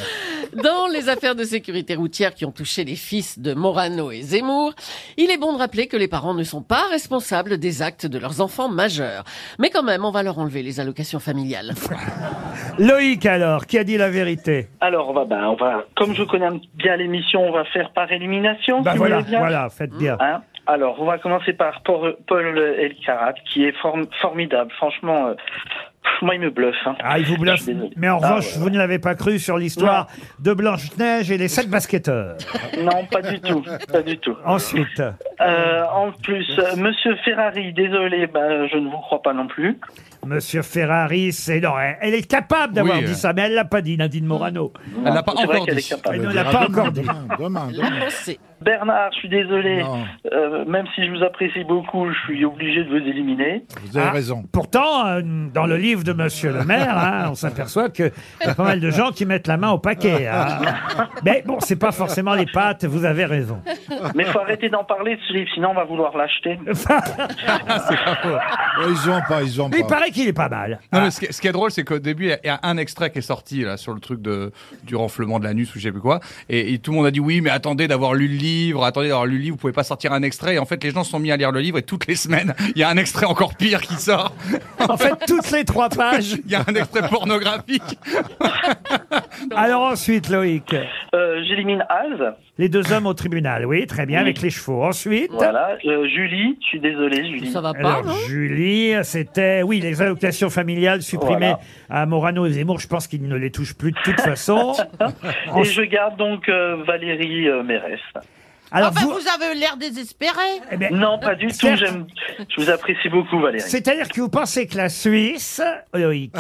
[SPEAKER 3] Dans les affaires de sécurité routière qui ont touché les fils de Morano et Zemmour, il est bon de rappeler que les parents ne sont pas responsables des actes de leurs enfants majeurs. Mais quand même, on va leur enlever les allocations familiales.
[SPEAKER 2] Loïc alors, qui a dit la vérité
[SPEAKER 15] Alors, on va, bah, on va, comme je connais bien l'émission, on va faire par élimination.
[SPEAKER 2] Bah
[SPEAKER 15] si vous
[SPEAKER 2] voilà,
[SPEAKER 15] voulez bien.
[SPEAKER 2] voilà, faites bien.
[SPEAKER 15] Hein Alors, on va commencer par Paul Paul Elkarat, qui est form- formidable. Franchement, euh, pff, moi, il me bluffe. hein.
[SPEAKER 2] Ah, il vous
[SPEAKER 15] Je
[SPEAKER 2] bluffe.
[SPEAKER 15] suis désolé.
[SPEAKER 2] Mais en
[SPEAKER 15] Ah,
[SPEAKER 2] revanche,
[SPEAKER 15] ouais.
[SPEAKER 2] vous ne l'avez pas cru sur l'histoire de Blanche-Neige et les sept basketteurs.
[SPEAKER 15] Non, pas du tout. Pas du tout.
[SPEAKER 2] Ensuite,
[SPEAKER 15] Euh, en plus, euh, Monsieur Ferrari, désolé, bah, je ne vous crois pas non plus.
[SPEAKER 2] Monsieur Ferrari, c'est non, elle- elle est capable d'avoir
[SPEAKER 15] Oui, euh.
[SPEAKER 2] dit ça, mais elle l'a pas dit, Nadine Morano.
[SPEAKER 15] Elle l'a pas Mmh. C'est vrai encore qu'elle dit. est capable.
[SPEAKER 2] Elle ne
[SPEAKER 15] Elle
[SPEAKER 2] l'a
[SPEAKER 15] dira
[SPEAKER 2] pas
[SPEAKER 15] demain,
[SPEAKER 2] encore dit.
[SPEAKER 15] Bernard, je suis désolé. Euh, même si je vous apprécie beaucoup, je suis obligé de vous éliminer. Ah.
[SPEAKER 6] Vous avez raison.
[SPEAKER 2] Ah, Pourtant, euh, dans le livre de Monsieur le Maire, hein, on s'aperçoit que y a pas mal de gens qui mettent la main au paquet. hein. Mais bon, c'est pas forcément les pattes. Vous avez raison.
[SPEAKER 15] Mais faut arrêter d'en parler de ce livre, sinon on va vouloir l'acheter.
[SPEAKER 6] Ouais, Oh, ils ont pas, ils ont pas.
[SPEAKER 2] Il paraît qu'il est pas mal.
[SPEAKER 7] Non, mais ce, qui, ce qui est drôle, c'est qu'au début, il y a un extrait qui est sorti là, sur le truc de, du renflement de l'anus ou je sais plus quoi. Et, et tout le monde a dit oui, mais attendez d'avoir lu le livre, attendez d'avoir lu le livre, vous pouvez pas sortir un extrait. Et en fait, les gens se sont mis à lire le livre et toutes les semaines, il y a un extrait encore pire qui sort.
[SPEAKER 2] En fait, toutes les trois pages,
[SPEAKER 7] il y a un extrait pornographique.
[SPEAKER 2] Alors ensuite, Loïc.
[SPEAKER 15] Euh, J'élimine Az.
[SPEAKER 2] Les deux hommes au tribunal, oui, très bien,
[SPEAKER 15] Oui.
[SPEAKER 2] avec les chevaux. Ensuite.
[SPEAKER 15] Voilà, euh, Julie, je suis désolé, Julie. Ça va
[SPEAKER 2] Alors, Julie, c'était, oui, les allocations familiales supprimées à Morano et Zemmour. Je pense qu'ils ne les touchent plus de toute façon.
[SPEAKER 15] Et je garde donc euh, Valérie euh, Mérès.
[SPEAKER 2] Alors,
[SPEAKER 8] enfin,
[SPEAKER 2] vous- Eh ben,
[SPEAKER 8] vous... avez l'air désespéré.
[SPEAKER 15] non, pas du tout.
[SPEAKER 2] certes.
[SPEAKER 15] J'aime, je vous apprécie beaucoup, Valérie.
[SPEAKER 2] C'est-à-dire que vous pensez que la Suisse, Loïc,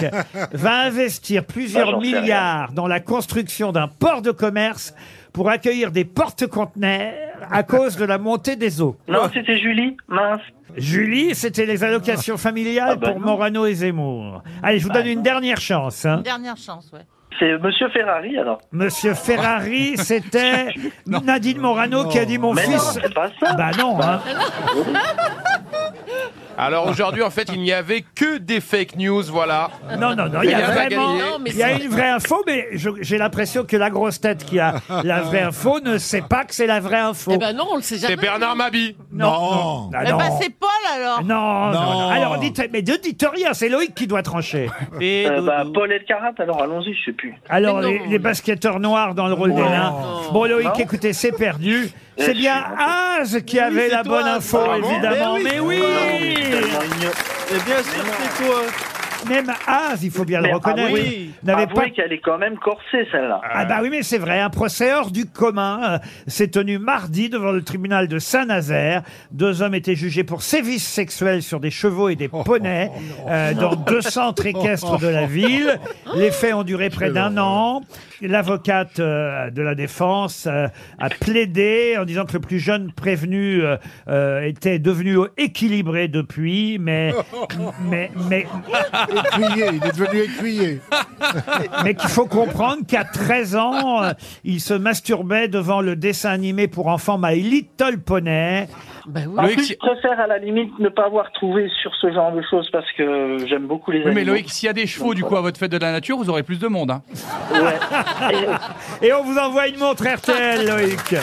[SPEAKER 2] va investir
[SPEAKER 15] Ah,
[SPEAKER 2] plusieurs
[SPEAKER 15] j'en sais rien.
[SPEAKER 2] milliards dans la construction d'un port de commerce pour accueillir des porte-conteneurs à cause de la montée des eaux.
[SPEAKER 15] Non, c'était Julie. Mince.
[SPEAKER 2] Julie, c'était les allocations familiales
[SPEAKER 15] Ah bah
[SPEAKER 2] pour
[SPEAKER 15] non. Ah,
[SPEAKER 2] Morano et Zemmour. Allez, je vous donne une dernière chance. hein.
[SPEAKER 8] Une dernière chance, ouais.
[SPEAKER 15] C'est Monsieur Ferrari, alors.
[SPEAKER 2] Monsieur Ferrari, c'était Nadine Morano qui a dit mon
[SPEAKER 15] Mais non,
[SPEAKER 2] fils.
[SPEAKER 15] c'est pas ça.
[SPEAKER 2] Bah non, hein.
[SPEAKER 4] Alors aujourd'hui, en fait, il n'y avait que des fake news, voilà.
[SPEAKER 2] Non, non, non, il y a
[SPEAKER 4] Rien à
[SPEAKER 2] vraiment,
[SPEAKER 4] gagner.
[SPEAKER 2] il y a une vraie info, mais je- j'ai l'impression que la grosse tête qui a la vraie info ne sait pas que c'est la vraie info.
[SPEAKER 3] Eh ben non, on le sait jamais.
[SPEAKER 4] C'est Bernard Mabi.
[SPEAKER 2] Non, non, ah
[SPEAKER 8] hein. Eh
[SPEAKER 2] non.
[SPEAKER 8] ben, c'est Paul alors.
[SPEAKER 2] Oh, non, non, non.
[SPEAKER 8] Non.
[SPEAKER 2] Alors dites, mais ne dites rien, c'est Loïc qui doit trancher.
[SPEAKER 15] Euh, bah, Paul Elkarat, alors allons-y, je sais plus.
[SPEAKER 2] Alors les, les basketteurs noirs dans le rôle des
[SPEAKER 15] Non.
[SPEAKER 2] nains. Bon Loïc,
[SPEAKER 15] Non.
[SPEAKER 2] écoutez, c'est perdu.
[SPEAKER 15] Eh,
[SPEAKER 2] C'est bien
[SPEAKER 15] je
[SPEAKER 2] Az qui avait la
[SPEAKER 7] hein.
[SPEAKER 2] bonne info, évidemment. Mais oui.
[SPEAKER 5] Eh bien sûr, c'est toi
[SPEAKER 2] même Az, Ah, il faut bien le reconnaître, n'avait
[SPEAKER 15] n'avait
[SPEAKER 2] pas
[SPEAKER 15] ah qu'elle est quand même corsée, celle-là.
[SPEAKER 2] Ah bah oui, mais c'est vrai, un procès hors du commun euh, s'est tenu mardi devant le tribunal de Saint-Nazaire. Deux hommes étaient jugés pour sévices sexuels sur des chevaux et des poneys euh, dans deux centres équestres de la ville. Les faits ont duré près d'un an. L'avocate euh, de la défense euh, a plaidé en disant que le plus jeune prévenu euh, euh, était devenu équilibré depuis, mais... mais, mais...
[SPEAKER 6] Écuyer, il est devenu écuyer.
[SPEAKER 2] Mais qu'il faut comprendre qu'à 13 ans, euh, il se masturbait devant le dessin animé pour enfants My Little Pony. Ah,
[SPEAKER 15] En plus, je préfère à la limite ne pas avoir trouvé sur ce genre de choses parce que j'aime beaucoup les
[SPEAKER 7] Oui, mais
[SPEAKER 15] animaux.
[SPEAKER 7] Loïc, s'il y a des chevaux, du coup, à votre fête de la nature, vous aurez plus de monde. hein.
[SPEAKER 2] Et on vous envoie une montre RTL, Loïc.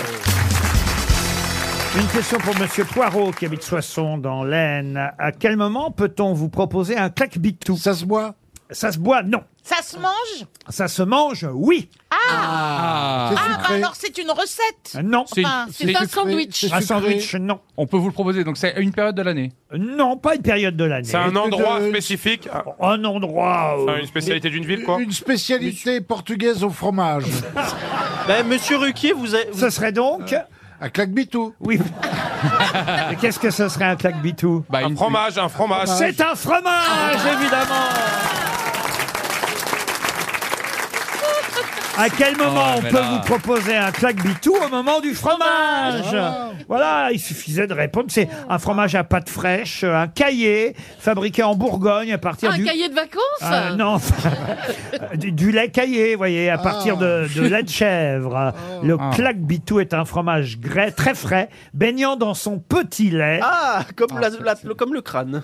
[SPEAKER 2] Une question pour Monsieur Poirot qui habite Soissons dans l'Aisne. À quel moment peut-on vous proposer un claque-bitou Ça se boit Ça se boit, non.
[SPEAKER 8] Ça se mange
[SPEAKER 2] Ça se mange, oui.
[SPEAKER 8] Ah,
[SPEAKER 2] C'est
[SPEAKER 8] Ah, bah
[SPEAKER 2] sucré.
[SPEAKER 8] alors c'est une recette
[SPEAKER 2] Euh, Non.
[SPEAKER 8] Enfin, c'est un sandwich.
[SPEAKER 2] Un sandwich, non. Euh,
[SPEAKER 7] On peut vous le proposer, donc c'est à une période de l'année
[SPEAKER 2] Non, pas une période de l'année.
[SPEAKER 4] C'est un endroit spécifique
[SPEAKER 2] Un endroit. euh,
[SPEAKER 4] Enfin, une spécialité d'une ville, quoi
[SPEAKER 6] Une spécialité portugaise au fromage.
[SPEAKER 5] Ben, monsieur Ruquier, vous avez...
[SPEAKER 2] Ce serait donc
[SPEAKER 6] Un Euh, claque-bitou.
[SPEAKER 2] Oui. Mais Qu'est-ce que ce serait un claque-bitou
[SPEAKER 14] Bah,
[SPEAKER 4] Un fromage, un fromage.
[SPEAKER 2] C'est un fromage, évidemment À quel moment
[SPEAKER 14] Ah,
[SPEAKER 2] on
[SPEAKER 14] mais
[SPEAKER 2] peut
[SPEAKER 14] là.
[SPEAKER 2] vous proposer un claque-bitou au moment du fromage
[SPEAKER 14] Fromage.
[SPEAKER 3] Ah.
[SPEAKER 2] Voilà, il suffisait de répondre. C'est un fromage à pâte fraîche, un caillé, fabriqué en Bourgogne à partir
[SPEAKER 3] Ah, un
[SPEAKER 2] du...
[SPEAKER 3] cahier de vacances
[SPEAKER 2] Euh, non, du, du lait caillé, vous voyez, à partir de,
[SPEAKER 3] Ah.
[SPEAKER 2] de lait de chèvre.
[SPEAKER 3] Oh.
[SPEAKER 2] Le
[SPEAKER 14] Ah.
[SPEAKER 2] claque-bitou est un fromage grès très frais, baignant dans son petit lait.
[SPEAKER 5] Ah, comme, la- la- le, comme le crâne.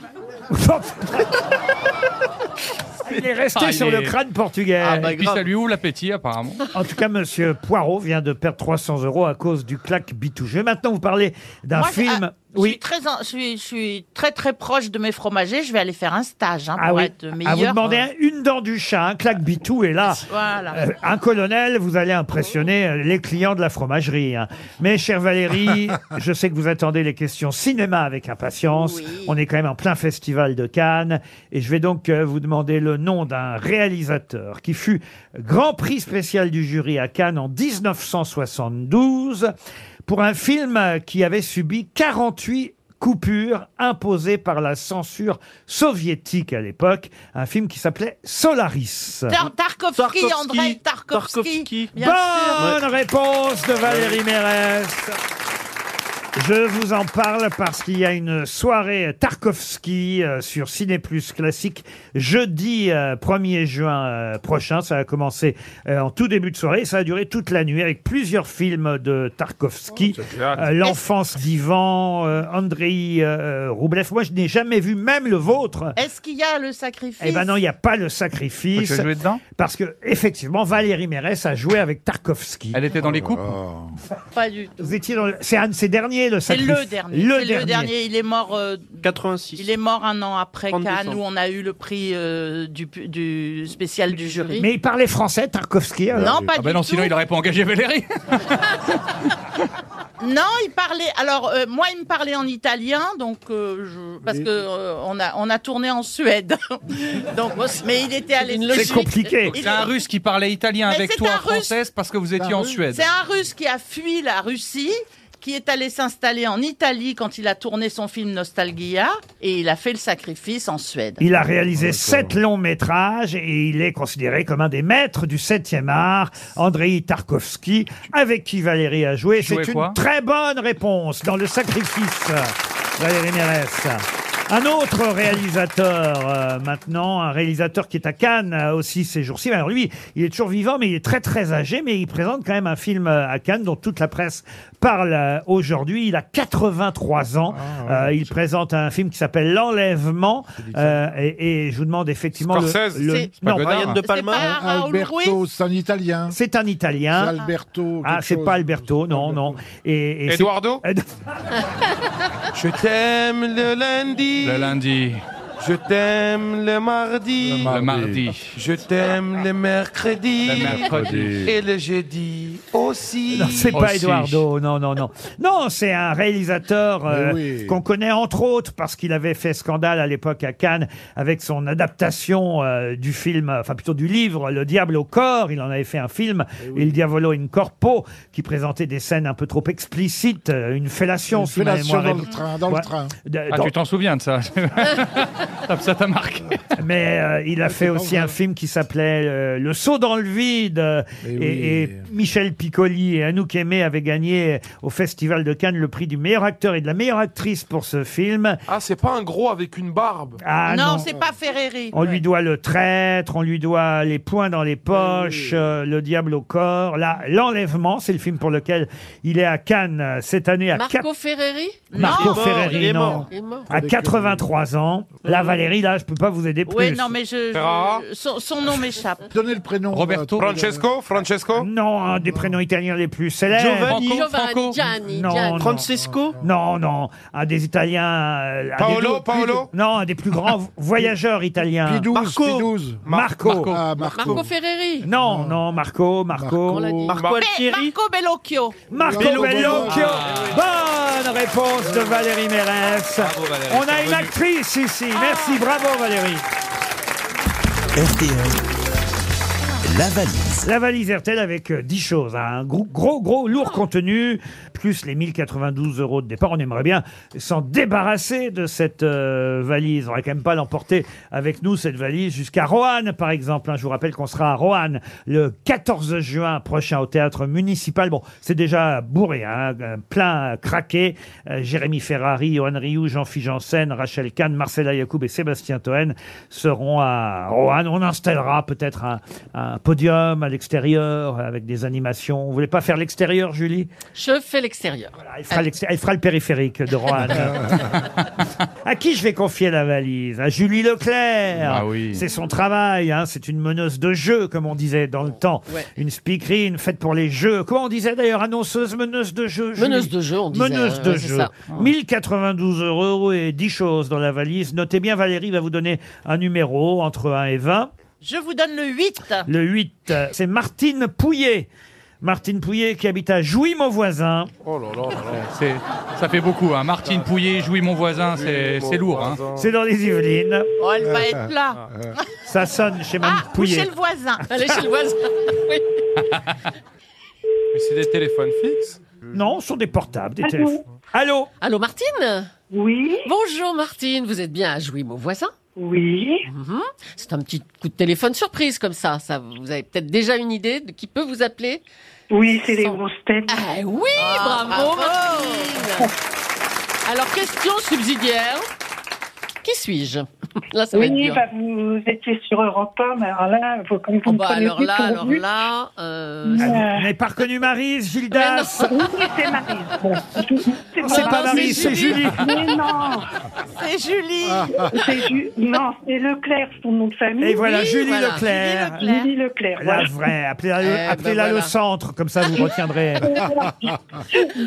[SPEAKER 2] Il est resté
[SPEAKER 7] Ah, il
[SPEAKER 2] sur
[SPEAKER 7] est-
[SPEAKER 2] le crâne portugais.
[SPEAKER 7] Et puis ça lui ouvre l'appétit, apparemment.
[SPEAKER 2] En tout cas, Monsieur Poirot vient de perdre 300 euros à cause du claque-bitou. Je vais maintenant vous parler d'un
[SPEAKER 8] Moi, je-
[SPEAKER 2] film.
[SPEAKER 8] ah, je, suis très, en- je, suis, je suis très très proche de mes fromagers. Je vais aller faire un stage hein, pour
[SPEAKER 2] Ah oui.
[SPEAKER 8] être
[SPEAKER 2] Ah,
[SPEAKER 8] meilleur. euh,
[SPEAKER 2] vous demandez un- une dent du chat, un claque-bitou, et là,
[SPEAKER 8] Voilà.
[SPEAKER 2] euh, un colonel, vous allez impressionner euh, les clients de la fromagerie. hein. Mais chère Valérie, je sais que vous attendez les questions cinéma avec impatience. On est quand même en plein festival de Cannes, et je vais donc euh, vous demander le nom d'un réalisateur qui fut grand prix spécial du jury à Cannes en 1972 pour un film qui avait subi 48 coupure imposée par la censure soviétique à l'époque, un film qui s'appelait Solaris.
[SPEAKER 8] Tar- Tarkovsky,
[SPEAKER 5] Tarkovsky.
[SPEAKER 8] Andrei Tarkovsky. Bien sûr.
[SPEAKER 2] Bonne réponse de Valérie Mérès. Je vous en parle parce qu'il y a une soirée Tarkovsky euh, sur Ciné Plus Classique jeudi euh, 1er juin euh, prochain. Ça a commencé euh, en tout début de soirée. Ça a duré toute la nuit avec plusieurs films de Tarkovsky. Euh, L'enfance d'Ivan, euh, Andrei euh, Roublev. Moi, je n'ai jamais vu même le vôtre.
[SPEAKER 8] Est-ce qu'il y a le sacrifice
[SPEAKER 2] Eh ben non, il n'y a pas le
[SPEAKER 7] Faut que
[SPEAKER 2] sacrifice.
[SPEAKER 7] je joue dedans
[SPEAKER 2] Parce que, effectivement, Valérie Mérès a joué avec Tarkovsky.
[SPEAKER 7] Elle était dans les coupes
[SPEAKER 8] Pas du tout.
[SPEAKER 2] Vous étiez dans le- C'est un de ses derniers, le
[SPEAKER 8] C'est
[SPEAKER 2] sacrifice.
[SPEAKER 8] le dernier. C'est le dernier. Il est mort. euh,
[SPEAKER 5] 86.
[SPEAKER 8] il est mort un an après
[SPEAKER 5] 30
[SPEAKER 8] Cannes
[SPEAKER 5] décembre.
[SPEAKER 8] où on a eu le prix euh, du, pu- du spécial du jury.
[SPEAKER 2] Mais il parlait français, Tarkovsky. hein, alors.
[SPEAKER 8] Non, pas
[SPEAKER 7] Ah bah
[SPEAKER 8] du
[SPEAKER 7] non,
[SPEAKER 8] tout.
[SPEAKER 7] sinon il aurait pas engagé Valérie.
[SPEAKER 8] Non, il parlait. Alors euh, moi, il me parlait en italien, donc euh, je- parce que euh, on a on a tourné en Suède. donc, mais il était allé.
[SPEAKER 7] C'est
[SPEAKER 2] compliqué.
[SPEAKER 7] C'est un russe qui parlait italien
[SPEAKER 8] Mais
[SPEAKER 7] avec
[SPEAKER 8] c'est
[SPEAKER 7] toi
[SPEAKER 8] un
[SPEAKER 7] en française parce que vous étiez en Suède.
[SPEAKER 8] Bah C'est un Russe qui a fui la Russie, qui est allé s'installer en Italie quand il a tourné son film Nostalgia, et il a fait le sacrifice en Suède.
[SPEAKER 2] Il a réalisé sept longs métrages et il est considéré comme un des maîtres du septième art, Andrei Tarkovsky, avec qui Valérie a joué. C'est
[SPEAKER 7] Joué
[SPEAKER 2] une
[SPEAKER 7] quoi
[SPEAKER 2] très bonne réponse dans le sacrifice, Valérie Mérès. Un autre réalisateur euh, maintenant, un réalisateur qui est à Cannes euh, aussi ces jours-ci. Alors lui, il est toujours vivant, mais il est très très âgé, mais il présente quand même un film euh, à Cannes dont toute la presse parle euh, aujourd'hui. Il a 83
[SPEAKER 6] Ah,
[SPEAKER 2] ans. Euh, il présente un film qui s'appelle L'enlèvement. Euh, et, et je vous demande effectivement le-
[SPEAKER 4] Scorsese,
[SPEAKER 2] le,
[SPEAKER 4] c'est pas Godard. Brian De Palma. C'est pas Raoul
[SPEAKER 6] Alberto, c'est un italien.
[SPEAKER 2] C'est un Italien.
[SPEAKER 6] C'est Alberto,
[SPEAKER 2] Ah,
[SPEAKER 6] quelque
[SPEAKER 2] c'est
[SPEAKER 6] chose.
[SPEAKER 2] pas Alberto, non, non. Et, et c'est-
[SPEAKER 4] Eduardo
[SPEAKER 2] Ed-
[SPEAKER 14] Je t'aime le lundi.
[SPEAKER 7] Le lundi.
[SPEAKER 14] Je t'aime le mardi.
[SPEAKER 7] Le mardi.
[SPEAKER 14] Je t'aime le mercredi.
[SPEAKER 7] Le mercredi.
[SPEAKER 14] Et le jeudi aussi.
[SPEAKER 2] Non, c'est
[SPEAKER 6] Oh,
[SPEAKER 2] pas Eduardo, non, non, non. Non, c'est un réalisateur euh,
[SPEAKER 14] Mais oui.
[SPEAKER 2] qu'on connaît entre autres parce qu'il avait fait scandale à l'époque à Cannes avec son adaptation euh, du film, enfin plutôt du livre Le Diable au corps. Il en avait fait un film,
[SPEAKER 6] Eh
[SPEAKER 2] Il Diavolo in Corpo, qui présentait des scènes un peu trop explicites, euh, une fellation,
[SPEAKER 6] Une
[SPEAKER 2] si ma
[SPEAKER 6] fellation
[SPEAKER 2] mémoire
[SPEAKER 6] dans
[SPEAKER 2] est-
[SPEAKER 6] le train, dans le
[SPEAKER 2] Ouais.
[SPEAKER 6] train.
[SPEAKER 2] De-
[SPEAKER 7] Ah,
[SPEAKER 2] Euh, dans-
[SPEAKER 7] tu t'en souviens de ça Ça t'a marqué.
[SPEAKER 2] Mais
[SPEAKER 4] Ah.
[SPEAKER 2] euh, il a fait aussi un film qui s'appelait euh, Le saut dans le vide. euh, Et, et Michel Piccoli et Anouk Aimé avaient gagné au Festival de Cannes le prix du meilleur acteur et de la meilleure actrice pour ce film.
[SPEAKER 4] Ah, c'est pas un gros avec une barbe.
[SPEAKER 2] Ah,
[SPEAKER 8] non,
[SPEAKER 2] non.
[SPEAKER 8] c'est pas Ferreri.
[SPEAKER 2] On lui doit le traître, on lui doit les poings dans les poches, euh, le diable au corps. Là, l'enlèvement, c'est le film pour lequel il est à Cannes euh, cette année à
[SPEAKER 3] Marco Ferreri
[SPEAKER 2] Marco
[SPEAKER 3] Non.
[SPEAKER 2] Ferreri,
[SPEAKER 3] Il est
[SPEAKER 2] non.
[SPEAKER 3] mort. Il est mort.
[SPEAKER 6] euh,
[SPEAKER 2] à 83 ans. Là, Valérie, là, je peux pas vous aider plus.
[SPEAKER 8] Oui, non, mais je, je-
[SPEAKER 2] Ferrara.
[SPEAKER 8] son, son nom m'échappe.
[SPEAKER 6] Donnez le prénom.
[SPEAKER 2] Roberto.
[SPEAKER 4] Francesco Francesco
[SPEAKER 2] Non, un des prénoms italiens les plus célèbres.
[SPEAKER 3] Giovanni. Giovanni, Gianni,
[SPEAKER 2] Non,
[SPEAKER 3] Gianni.
[SPEAKER 2] non.
[SPEAKER 5] Francesco
[SPEAKER 2] Non, non. Un des Italiens. euh, un
[SPEAKER 4] Paolo,
[SPEAKER 2] des plus-
[SPEAKER 4] Paolo
[SPEAKER 2] Non, un des plus grands vo- voyageurs italiens.
[SPEAKER 6] Pidouze,
[SPEAKER 2] Marco.
[SPEAKER 6] Pidouze.
[SPEAKER 2] Marco.
[SPEAKER 6] Ah, Marco.
[SPEAKER 3] Marco Ferreri.
[SPEAKER 2] Non, non, Marco, Marco.
[SPEAKER 3] On l'a dit.
[SPEAKER 5] Marco Altieri
[SPEAKER 8] Marco Bellocchio.
[SPEAKER 2] Marco
[SPEAKER 6] Bello-
[SPEAKER 2] Bellocchio.
[SPEAKER 6] Ah,
[SPEAKER 2] Bonne réponse de Valérie Mérès.
[SPEAKER 14] Valérie,
[SPEAKER 2] On a une
[SPEAKER 14] bienvenue.
[SPEAKER 2] actrice ici. Merci, bravo Valérie.
[SPEAKER 1] RTL, la valise.
[SPEAKER 2] La valise RTL avec euh, 10 choses. hein. Un gros, gros, gros, lourd contenu, plus les 1092 euros de départ. On aimerait bien s'en débarrasser de cette euh, valise. On va quand même pas l'emporter avec nous, cette valise, jusqu'à Roanne, par exemple. hein. Je vous rappelle qu'on sera à Roanne le 14 juin prochain au théâtre municipal. Bon, c'est déjà bourré, hein, euh, plein euh, craqué. Euh, Jérémy Ferrari, Johan Rioux, Jean-Philippe Janssen, Rachel Kahn, Marcella Yacoub et Sébastien Toen seront à Roanne. On installera peut-être un, un podium à l'extérieur avec des animations. Vous voulez pas faire l'extérieur, Julie
[SPEAKER 3] Je fais l'extérieur.
[SPEAKER 2] elle fera, l'extérieur- elle fera le périphérique de Roanne.
[SPEAKER 3] Ah, ben
[SPEAKER 2] à qui je vais confier la valise À Julie Leclerc.
[SPEAKER 7] Ah oui.
[SPEAKER 2] C'est son travail. hein. C'est une meneuse de jeu, comme on disait dans le temps.
[SPEAKER 3] Ouais.
[SPEAKER 2] Une speakerine faite pour les jeux. Comment on disait d'ailleurs Annonceuse, meneuse de jeu. Julie
[SPEAKER 3] Meneuse de jeu, on disait.
[SPEAKER 2] Meneuse
[SPEAKER 3] euh,
[SPEAKER 2] de
[SPEAKER 3] ouais, c'est
[SPEAKER 2] jeu.
[SPEAKER 3] ça.
[SPEAKER 7] Ah.
[SPEAKER 2] 1092 euros et 10 choses dans la valise. Notez bien, Valérie va vous donner un numéro entre 1 et 20.
[SPEAKER 8] Je vous donne le 8.
[SPEAKER 2] Le 8, euh, c'est Martine Pouillet. Martine Pouillet qui habite à Jouy, mon voisin.
[SPEAKER 4] Oh là là là là.
[SPEAKER 7] C'est- Ça fait beaucoup. Hein. Martine Pouillet, Jouy mon voisin, c'est c'est lourd. Hein.
[SPEAKER 2] C'est dans les Yvelines.
[SPEAKER 8] Oh, elle va être là.
[SPEAKER 2] Ça sonne chez Mme
[SPEAKER 8] Ah, ou
[SPEAKER 2] Euh, Pouillet.
[SPEAKER 8] chez le voisin.
[SPEAKER 3] Allez chez le voisin. Oui.
[SPEAKER 4] Mais c'est des téléphones fixes
[SPEAKER 2] Non, ce sont des portables, des
[SPEAKER 10] Allô
[SPEAKER 2] téléphones.
[SPEAKER 3] Ah
[SPEAKER 2] Allô
[SPEAKER 3] Allô, Martine
[SPEAKER 10] Oui,
[SPEAKER 3] Bonjour, Martine. Vous êtes bien à Jouy, mon voisin
[SPEAKER 10] oui.
[SPEAKER 3] Mhm. C'est un petit coup de téléphone surprise comme ça. ça vous avez peut-être déjà une idée de qui peut vous appeler
[SPEAKER 10] Oui, c'est les
[SPEAKER 3] Sans-
[SPEAKER 10] grosses têtes.
[SPEAKER 3] Ah oui, bravo, Martine Alors, question subsidiaire. Qui suis-je Là, ça va être
[SPEAKER 10] Oui,
[SPEAKER 3] dur.
[SPEAKER 10] bah, vous étiez sur Europe 1, mais alors là, vous, comme vous
[SPEAKER 3] Oh,
[SPEAKER 10] me
[SPEAKER 3] bah,
[SPEAKER 10] prenez
[SPEAKER 3] alors
[SPEAKER 10] plus
[SPEAKER 3] là,
[SPEAKER 10] pour
[SPEAKER 3] alors
[SPEAKER 10] vue-
[SPEAKER 3] là... euh,
[SPEAKER 10] Ouais.
[SPEAKER 2] Ah, Vous n'avez pas reconnu Marise, Gildas
[SPEAKER 10] Oui, c'est Marie. Bon, c'est
[SPEAKER 2] Ah, C'est pas
[SPEAKER 10] Maryse.
[SPEAKER 2] Marise, c'est Julie.
[SPEAKER 10] Mais non, Ah.
[SPEAKER 8] C'est Julie.
[SPEAKER 10] c'est Ju- non, c'est Leclerc, son nom de famille.
[SPEAKER 2] Et voilà,
[SPEAKER 3] Oui,
[SPEAKER 2] Julie
[SPEAKER 3] voilà.
[SPEAKER 2] Leclerc.
[SPEAKER 8] Leclerc.
[SPEAKER 10] Julie Leclerc.
[SPEAKER 2] La
[SPEAKER 10] voilà.
[SPEAKER 2] vraie. Appelez-la
[SPEAKER 3] Eh ben
[SPEAKER 2] appelez-la le
[SPEAKER 3] voilà.
[SPEAKER 2] centre, comme ça vous retiendrez.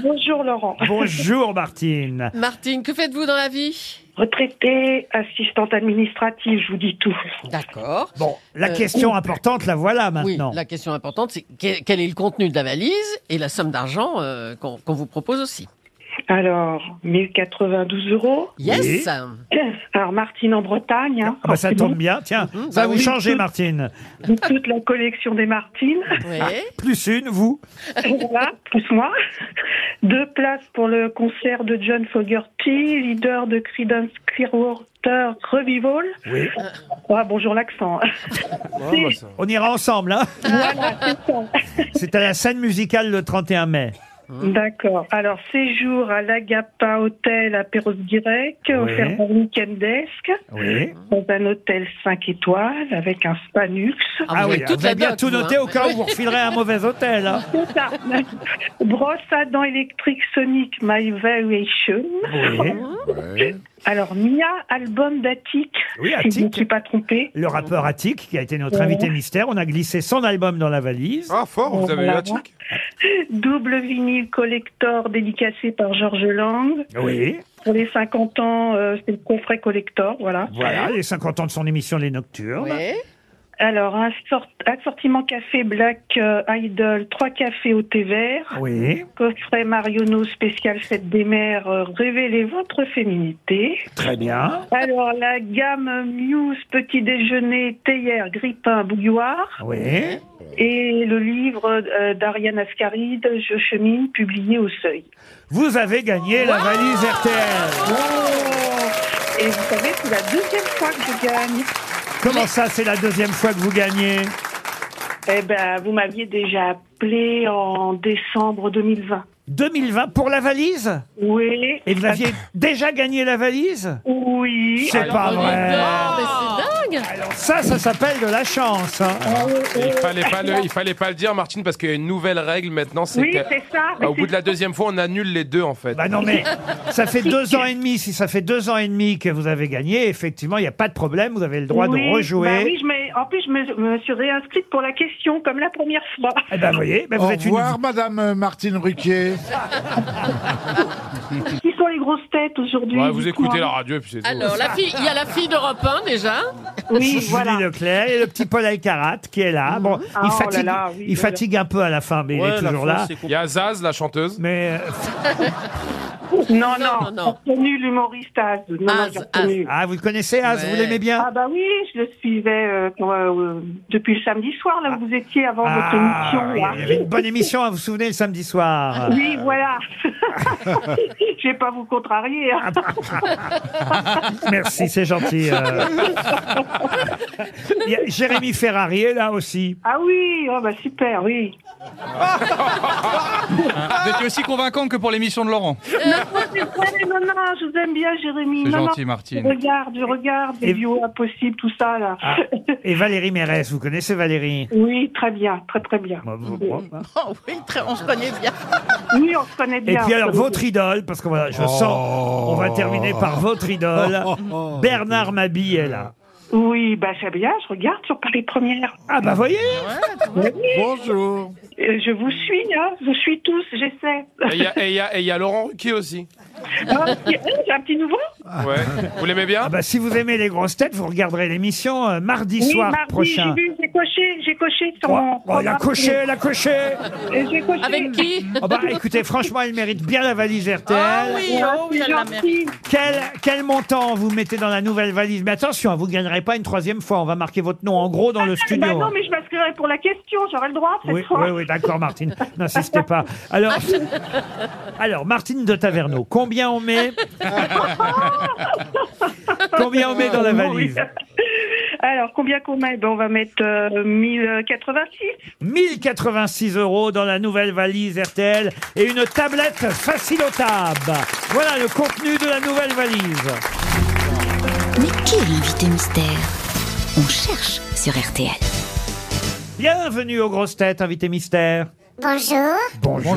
[SPEAKER 10] Bonjour Laurent.
[SPEAKER 2] Bonjour Martine.
[SPEAKER 3] Martine, que faites-vous dans la vie
[SPEAKER 10] Retraitée, assistante administrative, je vous dis tout.
[SPEAKER 3] D'accord.
[SPEAKER 2] Bon, la
[SPEAKER 3] Euh,
[SPEAKER 2] question importante, la voilà
[SPEAKER 3] Oui,
[SPEAKER 2] maintenant.
[SPEAKER 3] la question importante, c'est que- quel est le contenu de la valise et la somme d'argent euh, qu'on qu'on vous propose aussi.
[SPEAKER 10] Alors, 1092 euros.
[SPEAKER 3] Yes
[SPEAKER 10] Alors, Martine en Bretagne. hein,
[SPEAKER 2] Ah bah, ça
[SPEAKER 10] forcément.
[SPEAKER 2] tombe bien, tiens,
[SPEAKER 3] Mhm,
[SPEAKER 2] ça
[SPEAKER 3] bah
[SPEAKER 2] va vous
[SPEAKER 3] oui.
[SPEAKER 2] changer Martine.
[SPEAKER 10] Donc, Toute la collection des Martines.
[SPEAKER 3] Oui.
[SPEAKER 2] Ah, Plus une, vous.
[SPEAKER 10] Voilà, plus moi. Deux places pour le concert de John Fogerty, leader de Creedence Clearwater Revival.
[SPEAKER 2] Oui.
[SPEAKER 10] Ah, bonjour l'accent.
[SPEAKER 4] Ouais, bah, ça-
[SPEAKER 2] On ira ensemble, hein
[SPEAKER 10] Voilà, c'est ça.
[SPEAKER 2] C'est à la scène musicale le 31 mai.
[SPEAKER 10] D'accord. Alors, séjour à l'Agapa Hotel à Perros-Guirec, offert par Weekend Desk,
[SPEAKER 2] Oui.
[SPEAKER 10] dans un hôtel 5 étoiles avec un spa luxe.
[SPEAKER 2] Ah, oui,
[SPEAKER 3] avez
[SPEAKER 2] vous avez bien
[SPEAKER 3] doc,
[SPEAKER 2] tout
[SPEAKER 3] vous,
[SPEAKER 2] noté
[SPEAKER 3] hein.
[SPEAKER 2] au cas où vous refilerez un mauvais hôtel. hein.
[SPEAKER 10] C'est ça. Brosse à dents électrique Sonic My Variation.
[SPEAKER 2] Oui.
[SPEAKER 10] Alors, Mia, album d'Attic.
[SPEAKER 2] Oui,
[SPEAKER 10] Si je ne
[SPEAKER 2] Attic.
[SPEAKER 10] me suis pas trompée.
[SPEAKER 2] Le rappeur Attic, qui a été notre
[SPEAKER 10] Ouais.
[SPEAKER 2] invité mystère, on a glissé son album dans la valise.
[SPEAKER 4] Ah, fort, vous avez eu la chic
[SPEAKER 10] Double vinyle collector dédicacé par Georges Lang.
[SPEAKER 2] Oui.
[SPEAKER 10] Pour les 50 ans, euh, c'est le coffret collector, voilà.
[SPEAKER 2] Voilà, les 50 ans de son émission Les Nocturnes.
[SPEAKER 10] Alors, un sort- assortiment café Black euh, Idol, trois cafés au thé vert.
[SPEAKER 2] Oui.
[SPEAKER 10] Coffret Mariono spécial fête des mères, euh, révélez votre féminité.
[SPEAKER 2] Très bien.
[SPEAKER 10] Alors, la gamme Muse, petit déjeuner, théière, grippin, bouilloire.
[SPEAKER 2] Oui.
[SPEAKER 10] Et le livre euh, d'Ariane Ascaride, Je chemine, publié au seuil.
[SPEAKER 2] Vous avez gagné la valise RTL.
[SPEAKER 10] Et vous savez, c'est la deuxième fois que je gagne.
[SPEAKER 2] Comment ça, c'est la deuxième fois que vous gagnez
[SPEAKER 10] Eh ben, vous m'aviez déjà appelé en décembre 2020.
[SPEAKER 2] 2020 pour la valise
[SPEAKER 10] Oui.
[SPEAKER 2] Et vous aviez déjà gagné la valise
[SPEAKER 10] Oui.
[SPEAKER 2] C'est pas vrai.
[SPEAKER 3] Ah, mais c'est dingue.
[SPEAKER 2] Ça, ça s'appelle de la chance. hein.
[SPEAKER 4] Il fallait pas le, il fallait pas le dire, Martine, parce qu'il y a une nouvelle règle maintenant.
[SPEAKER 2] Oui,
[SPEAKER 4] que-
[SPEAKER 2] c'est ça, mais
[SPEAKER 4] Au
[SPEAKER 2] c'est-
[SPEAKER 4] bout de la deuxième fois, on annule les deux en fait.
[SPEAKER 2] Bah non mais ça fait deux ans et demi. Si ça fait deux ans et demi que vous avez gagné, effectivement, il n'y a pas de problème. Vous avez le droit
[SPEAKER 10] Oui,
[SPEAKER 2] de rejouer.
[SPEAKER 10] bah oui, je m'ai- en plus, je me, me suis réinscrite pour la question, comme la première fois.
[SPEAKER 2] Eh ben, vous voyez, ben, vous
[SPEAKER 6] Au
[SPEAKER 2] êtes une-
[SPEAKER 6] revoir, Madame euh, Martine Ruquier.
[SPEAKER 10] Qui sont les grosses têtes aujourd'hui
[SPEAKER 4] Ouais, vous
[SPEAKER 10] dites-moi.
[SPEAKER 4] écoutez la radio, et puis c'est tout.
[SPEAKER 3] Alors, la fille, il y a la fille d'Europe 1 déjà.
[SPEAKER 2] Julie Leclerc et le petit Paul Alcarat qui est là. Bon,
[SPEAKER 3] Ah,
[SPEAKER 2] il
[SPEAKER 3] oh là
[SPEAKER 2] fatigue,
[SPEAKER 3] là, oui,
[SPEAKER 2] il
[SPEAKER 3] voilà.
[SPEAKER 2] fatigue un peu à la fin, mais il
[SPEAKER 4] Ouais,
[SPEAKER 2] est
[SPEAKER 4] la
[SPEAKER 2] toujours
[SPEAKER 4] France,
[SPEAKER 2] là.
[SPEAKER 4] c'est compliqué. Il y a Zaz, la chanteuse.
[SPEAKER 2] Mais
[SPEAKER 10] Non, non, j'ai reconnu l'humoriste Az. Non, non, j'ai reconnu.
[SPEAKER 2] ah, vous le connaissez, Az, vous l'aimez bien.
[SPEAKER 10] Ah bah oui, je le suivais euh, quand, euh, depuis le samedi soir, là où vous étiez avant votre
[SPEAKER 2] Ah,
[SPEAKER 10] émission. là.
[SPEAKER 2] il y avait une bonne émission, hein, vous vous souvenez, le samedi soir.
[SPEAKER 10] Oui, voilà. Je vais pas vous contrarier. hein.
[SPEAKER 2] Merci, c'est gentil. euh. Il y a Jérémy Ferrari est là aussi.
[SPEAKER 10] Ah oui, oh bah super, oui.
[SPEAKER 7] Hein, Vous étiez aussi convaincante que pour l'émission de Laurent.
[SPEAKER 10] Non, c'est vrai, mais non, non, je vous aime bien, Jérémy.
[SPEAKER 7] C'est
[SPEAKER 10] Non, non,
[SPEAKER 7] gentil, Martine.
[SPEAKER 10] Je regarde, je regarde, les bio impossibles, tout ça, là.
[SPEAKER 2] Ah. Et Valérie Mérès, vous connaissez Valérie
[SPEAKER 10] Oui, très bien, très très bien.
[SPEAKER 2] Moi, vous- moi.
[SPEAKER 8] Oh oui, très- on se connaît bien.
[SPEAKER 10] Oui, on se connaît
[SPEAKER 2] Et
[SPEAKER 10] bien.
[SPEAKER 2] puis alors,
[SPEAKER 10] on se connaît
[SPEAKER 2] votre idole, parce que voilà, je
[SPEAKER 10] Oh.
[SPEAKER 2] sens, on va terminer par votre idole.
[SPEAKER 10] Oh, oh, oh.
[SPEAKER 2] Bernard Mabille est là.
[SPEAKER 10] bien. Oui, bah c'est bien, je regarde sur Paris Première.
[SPEAKER 2] Ah bah voyez
[SPEAKER 6] Bonjour.
[SPEAKER 10] Je vous suis, hein, je vous suis tous, j'essaie.
[SPEAKER 4] Et
[SPEAKER 2] euh,
[SPEAKER 4] Ah, il y a- et il y, a- et il y a Laurent Ruquier aussi.
[SPEAKER 10] Ah, J'ai un petit nouveau
[SPEAKER 4] Ouais. Vous l'aimez bien
[SPEAKER 2] Ah bah, si vous aimez les grosses têtes, vous regarderez l'émission euh, mardi
[SPEAKER 10] Oui,
[SPEAKER 2] soir
[SPEAKER 10] mardi,
[SPEAKER 2] prochain.
[SPEAKER 10] J'ai vu, j'ai coché, j'ai coché sur
[SPEAKER 2] Oh,
[SPEAKER 10] mon.
[SPEAKER 2] oh, il a
[SPEAKER 10] programme.
[SPEAKER 2] coché, il a coché.
[SPEAKER 10] Et j'ai coché.
[SPEAKER 3] Avec qui
[SPEAKER 2] Oh bah, écoutez, franchement, elle mérite bien la valise RTL.
[SPEAKER 8] Ah oui, oh oui, elle la mérite.
[SPEAKER 2] Quel, quel montant vous mettez dans la nouvelle valise Mais attention, vous ne gagnerez pas une troisième fois. On va marquer votre nom en gros dans le studio.
[SPEAKER 10] Bah non, mais je m'inscrirai pour la question, j'aurai le droit cette
[SPEAKER 2] Oui,
[SPEAKER 10] fois. Ah,
[SPEAKER 2] oui, oui, d'accord, Martine. N'insistez pas. Alors, alors, Martine de Taverneau, combien on met Combien on met dans la
[SPEAKER 10] Oh,
[SPEAKER 2] valise
[SPEAKER 10] Alors, combien qu'on met ben, On va mettre euh, 1086.
[SPEAKER 2] 1086 euros dans la nouvelle valise RTL et une tablette facilotable. Voilà le contenu de la nouvelle valise.
[SPEAKER 13] Mais qui est l'invité mystère On cherche sur RTL.
[SPEAKER 2] Bienvenue aux grosses têtes, invité mystère.
[SPEAKER 9] Bonjour.
[SPEAKER 2] Bonjour.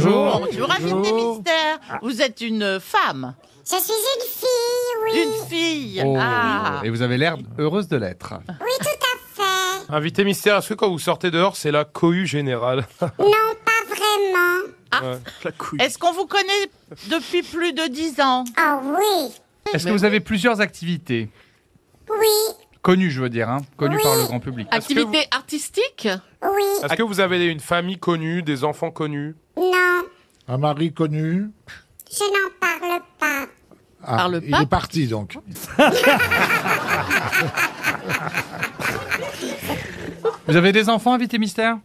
[SPEAKER 8] Bonjour, invité mystère. Vous êtes une femme.
[SPEAKER 9] Je suis une fille, oui.
[SPEAKER 8] Une fille.
[SPEAKER 7] Oh,
[SPEAKER 8] Ah.
[SPEAKER 7] Et vous avez l'air heureuse de l'être.
[SPEAKER 4] Invité mystère, est-ce que quand vous sortez dehors, c'est la cohue générale
[SPEAKER 9] Non, pas vraiment.
[SPEAKER 4] Ouais.
[SPEAKER 8] Est-ce qu'on vous connaît depuis plus de 10 ans
[SPEAKER 9] Ah oui.
[SPEAKER 7] Est-ce que vous avez plusieurs activités
[SPEAKER 9] Oui,
[SPEAKER 7] Connues, je veux dire, hein, connues
[SPEAKER 9] Oui.
[SPEAKER 7] par le grand public.
[SPEAKER 3] Activité artistique
[SPEAKER 9] oui,
[SPEAKER 4] Est-ce que vous avez une famille connue, des enfants connus
[SPEAKER 9] non.
[SPEAKER 6] Un mari connu.
[SPEAKER 9] Je n'en parle pas.
[SPEAKER 6] Ah,
[SPEAKER 9] Parle
[SPEAKER 6] il
[SPEAKER 9] pas.
[SPEAKER 6] est parti donc.
[SPEAKER 7] Vous avez des enfants, invité mystère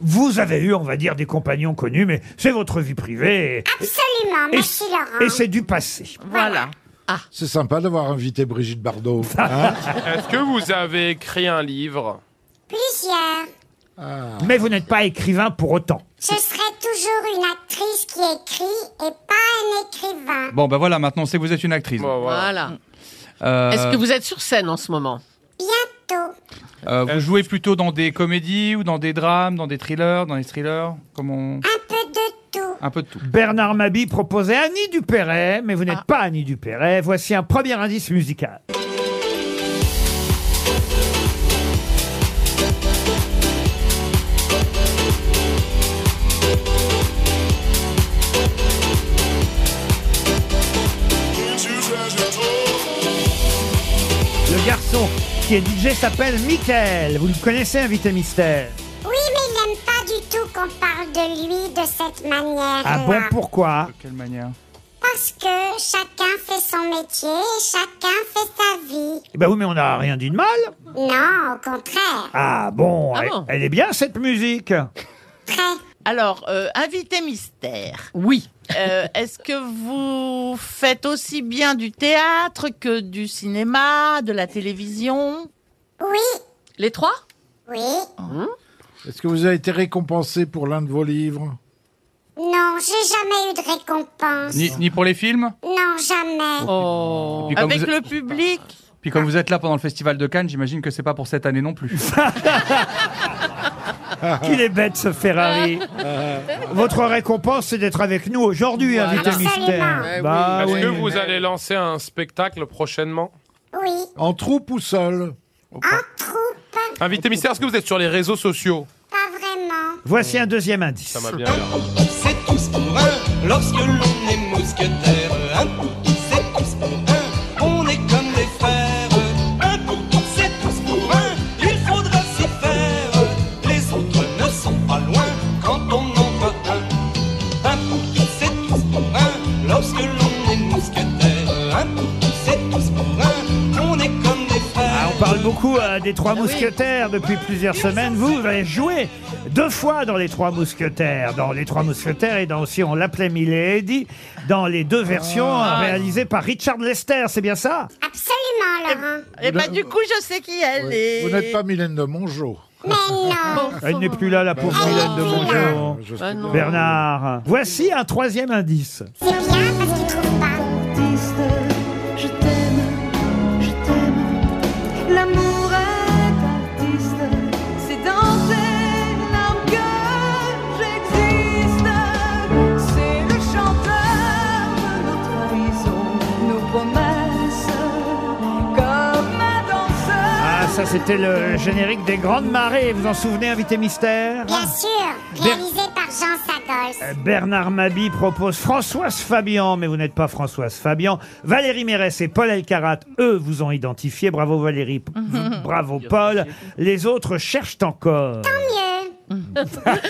[SPEAKER 2] Vous avez eu, on va dire, des compagnons connus, mais c'est votre vie privée. et-
[SPEAKER 9] Absolument,
[SPEAKER 2] Et,
[SPEAKER 9] merci Laurent.
[SPEAKER 2] et c'est du passé.
[SPEAKER 8] Voilà.
[SPEAKER 6] Ah. C'est sympa d'avoir invité Brigitte Bardot. hein
[SPEAKER 4] Est-ce que vous avez écrit un livre
[SPEAKER 9] Plusieurs.
[SPEAKER 2] Mais vous n'êtes pas écrivain pour autant.
[SPEAKER 9] Je serai toujours une actrice qui écrit et pas un écrivain.
[SPEAKER 7] Bon, ben voilà, maintenant on sait que vous êtes une actrice.
[SPEAKER 3] Voilà.
[SPEAKER 7] Euh,
[SPEAKER 3] Est-ce que vous êtes sur scène en ce moment
[SPEAKER 9] Bientôt.
[SPEAKER 7] euh, vous jouez plutôt dans des comédies ou dans des drames, dans des thrillers, dans des thrillers Comme on...
[SPEAKER 9] Un peu de tout.
[SPEAKER 7] Un peu de tout.
[SPEAKER 2] Bernard Mabi proposait Annie Dupéret, mais vous
[SPEAKER 8] Ah.
[SPEAKER 2] n'êtes pas Annie Dupéret. Voici un premier indice musical.
[SPEAKER 9] It's
[SPEAKER 2] est DJ, s'appelle Michael. Vous le connaissez, invité mystère
[SPEAKER 16] Oui, mais il n'aime pas du tout qu'on parle de lui de cette manière.
[SPEAKER 2] Ah bon, pourquoi
[SPEAKER 7] quelle manière
[SPEAKER 16] Parce que chacun fait son métier, chacun fait sa vie.
[SPEAKER 2] Eh ben oui, mais on n'a rien dit de mal.
[SPEAKER 16] Non, au contraire.
[SPEAKER 2] Ah bon,
[SPEAKER 8] Ah
[SPEAKER 2] elle,
[SPEAKER 8] bon
[SPEAKER 2] elle est bien cette musique.
[SPEAKER 8] Alors, euh, invité mystère. Euh,
[SPEAKER 3] Oui.
[SPEAKER 8] Est-ce que vous faites aussi bien du théâtre que du cinéma, de la télévision
[SPEAKER 16] Oui.
[SPEAKER 3] Les trois
[SPEAKER 16] Oui.
[SPEAKER 6] Est-ce que vous avez été récompensé pour l'un de vos livres
[SPEAKER 16] Non, j'ai jamais eu de récompense.
[SPEAKER 7] ni, ni pour les films
[SPEAKER 16] Non, jamais.
[SPEAKER 7] Et puis comme Avec vous- le
[SPEAKER 8] public
[SPEAKER 7] Puis comme vous êtes là pendant le festival de Cannes, j'imagine que c'est pas pour cette année non plus.
[SPEAKER 2] Qu'il est bête ce Ferrari.
[SPEAKER 8] Ah.
[SPEAKER 2] Votre récompense, c'est d'être avec nous aujourd'hui, invité mystère.
[SPEAKER 7] Eh
[SPEAKER 2] Bah
[SPEAKER 4] Est-ce
[SPEAKER 2] oui.
[SPEAKER 4] que vous allez lancer un spectacle prochainement
[SPEAKER 16] Oui.
[SPEAKER 6] En troupe ou seul
[SPEAKER 4] Invité mystère, est-ce que vous êtes sur les réseaux sociaux
[SPEAKER 16] Pas vraiment.
[SPEAKER 2] Voici un deuxième indice.
[SPEAKER 9] C'est tous pour un lorsque l'on est mousquetaire. Un pour tous, c'est tous pour un. On est comme des frères. Un pour tous, c'est tous pour un. Il faudra s'y faire. Les autres ne sont pas loin quand on en voit un. Un pour tous, c'est tous pour un. Lorsque l'on est mousquetaire. Un pour tous, c'est tous pour un. On est comme des frères.
[SPEAKER 2] On parle beaucoup euh, des Trois Mousquetaires depuis plusieurs semaines. Vous, vous avez joué deux fois dans les Trois Mousquetaires, dans les Trois Mousquetaires et dans aussi on l'appelait Milady, dans les deux versions
[SPEAKER 6] Ah.
[SPEAKER 2] euh, réalisées par Richard Lester. C'est bien ça
[SPEAKER 16] Absolument, Laurent.
[SPEAKER 8] Eh ben, du coup, je sais qui elle est.
[SPEAKER 6] Vous n'êtes pas Mylène de Mongeau. Bah
[SPEAKER 16] Mais
[SPEAKER 6] Ah,
[SPEAKER 16] non.
[SPEAKER 2] Elle n'est plus là, la pauvre
[SPEAKER 16] Elle
[SPEAKER 2] Mylène de
[SPEAKER 16] n'est plus là.
[SPEAKER 2] Mongeau. Bernard, voici un troisième indice.
[SPEAKER 16] C'est bien parce qu'il trouve pas.
[SPEAKER 9] Je t'aime, je t'aime. L'amour est artiste, c'est dans tes larmes que j'existe. C'est le chanteur de notre horizon, nos promesses, comme un danseur.
[SPEAKER 2] Ah, ça c'était le générique des Grandes Marées. Vous en souvenez, invité mystère
[SPEAKER 16] Bien sûr, réalisé par Jean Sadols.
[SPEAKER 2] Bernard Mabi propose Françoise Fabian, mais vous n'êtes pas Françoise Fabian. Valérie Mérès et Paul Elkarat, eux, vous ont identifié. Bravo Valérie, p- bravo Paul. Les autres cherchent encore.
[SPEAKER 16] Mieux.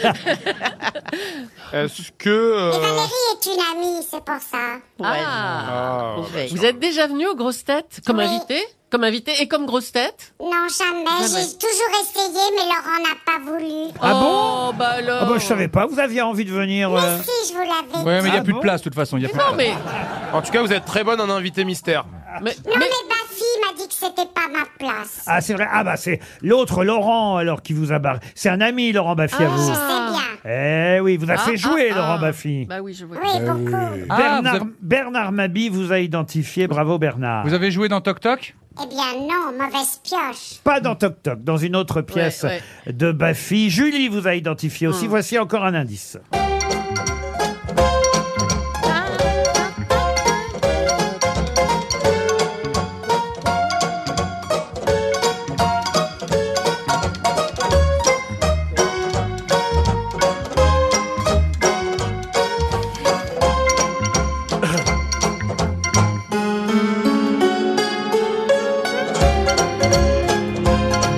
[SPEAKER 4] Est-ce que... euh,
[SPEAKER 16] Et Valérie est une amie, c'est pour ça.
[SPEAKER 3] Ah.
[SPEAKER 4] Ah, ouais.
[SPEAKER 3] Vous êtes déjà venu aux grosses têtes comme
[SPEAKER 16] Oui.
[SPEAKER 3] invité Comme invité et comme grosse tête
[SPEAKER 16] Non, jamais. J'ai toujours essayé, mais Laurent n'a pas voulu.
[SPEAKER 2] Ah
[SPEAKER 3] bon bah
[SPEAKER 2] Ah
[SPEAKER 3] alors.
[SPEAKER 2] bah, je savais pas, vous aviez envie de venir. euh. Ah
[SPEAKER 16] Si, je vous l'avais
[SPEAKER 7] Ouais, mais
[SPEAKER 16] dit.
[SPEAKER 7] il n'y a plus de place de toute façon. il Y a plus de
[SPEAKER 3] Non
[SPEAKER 7] place.
[SPEAKER 3] mais,
[SPEAKER 4] En tout cas, vous êtes très bonne en invité mystère.
[SPEAKER 3] mais-
[SPEAKER 16] Non, mais ma fille m'a dit que c'était pas ma place.
[SPEAKER 2] Ah, c'est vrai. Ah, bah, c'est l'autre Laurent, alors, qui vous a barré. C'est un ami, Laurent Baffy, à
[SPEAKER 16] Ah, Je
[SPEAKER 2] vous.
[SPEAKER 16] sais bien.
[SPEAKER 2] Eh oui, vous a
[SPEAKER 3] Ah,
[SPEAKER 2] fait
[SPEAKER 3] ah,
[SPEAKER 2] jouer,
[SPEAKER 3] ah.
[SPEAKER 2] Laurent Baffy.
[SPEAKER 3] Bah oui, je vois.
[SPEAKER 16] Oui, beaucoup.
[SPEAKER 7] Ah,
[SPEAKER 2] Bernard,
[SPEAKER 7] vous avez-
[SPEAKER 2] Bernard Mabi vous a identifié. Bravo, Bernard.
[SPEAKER 7] Vous avez joué dans Toc Toc
[SPEAKER 16] Eh bien non, mauvaise pioche.
[SPEAKER 2] Pas dans Toc Toc, dans une autre pièce
[SPEAKER 3] Ouais, Hmm.
[SPEAKER 2] de Baffy. Julie vous a identifié aussi. Voici encore un indice.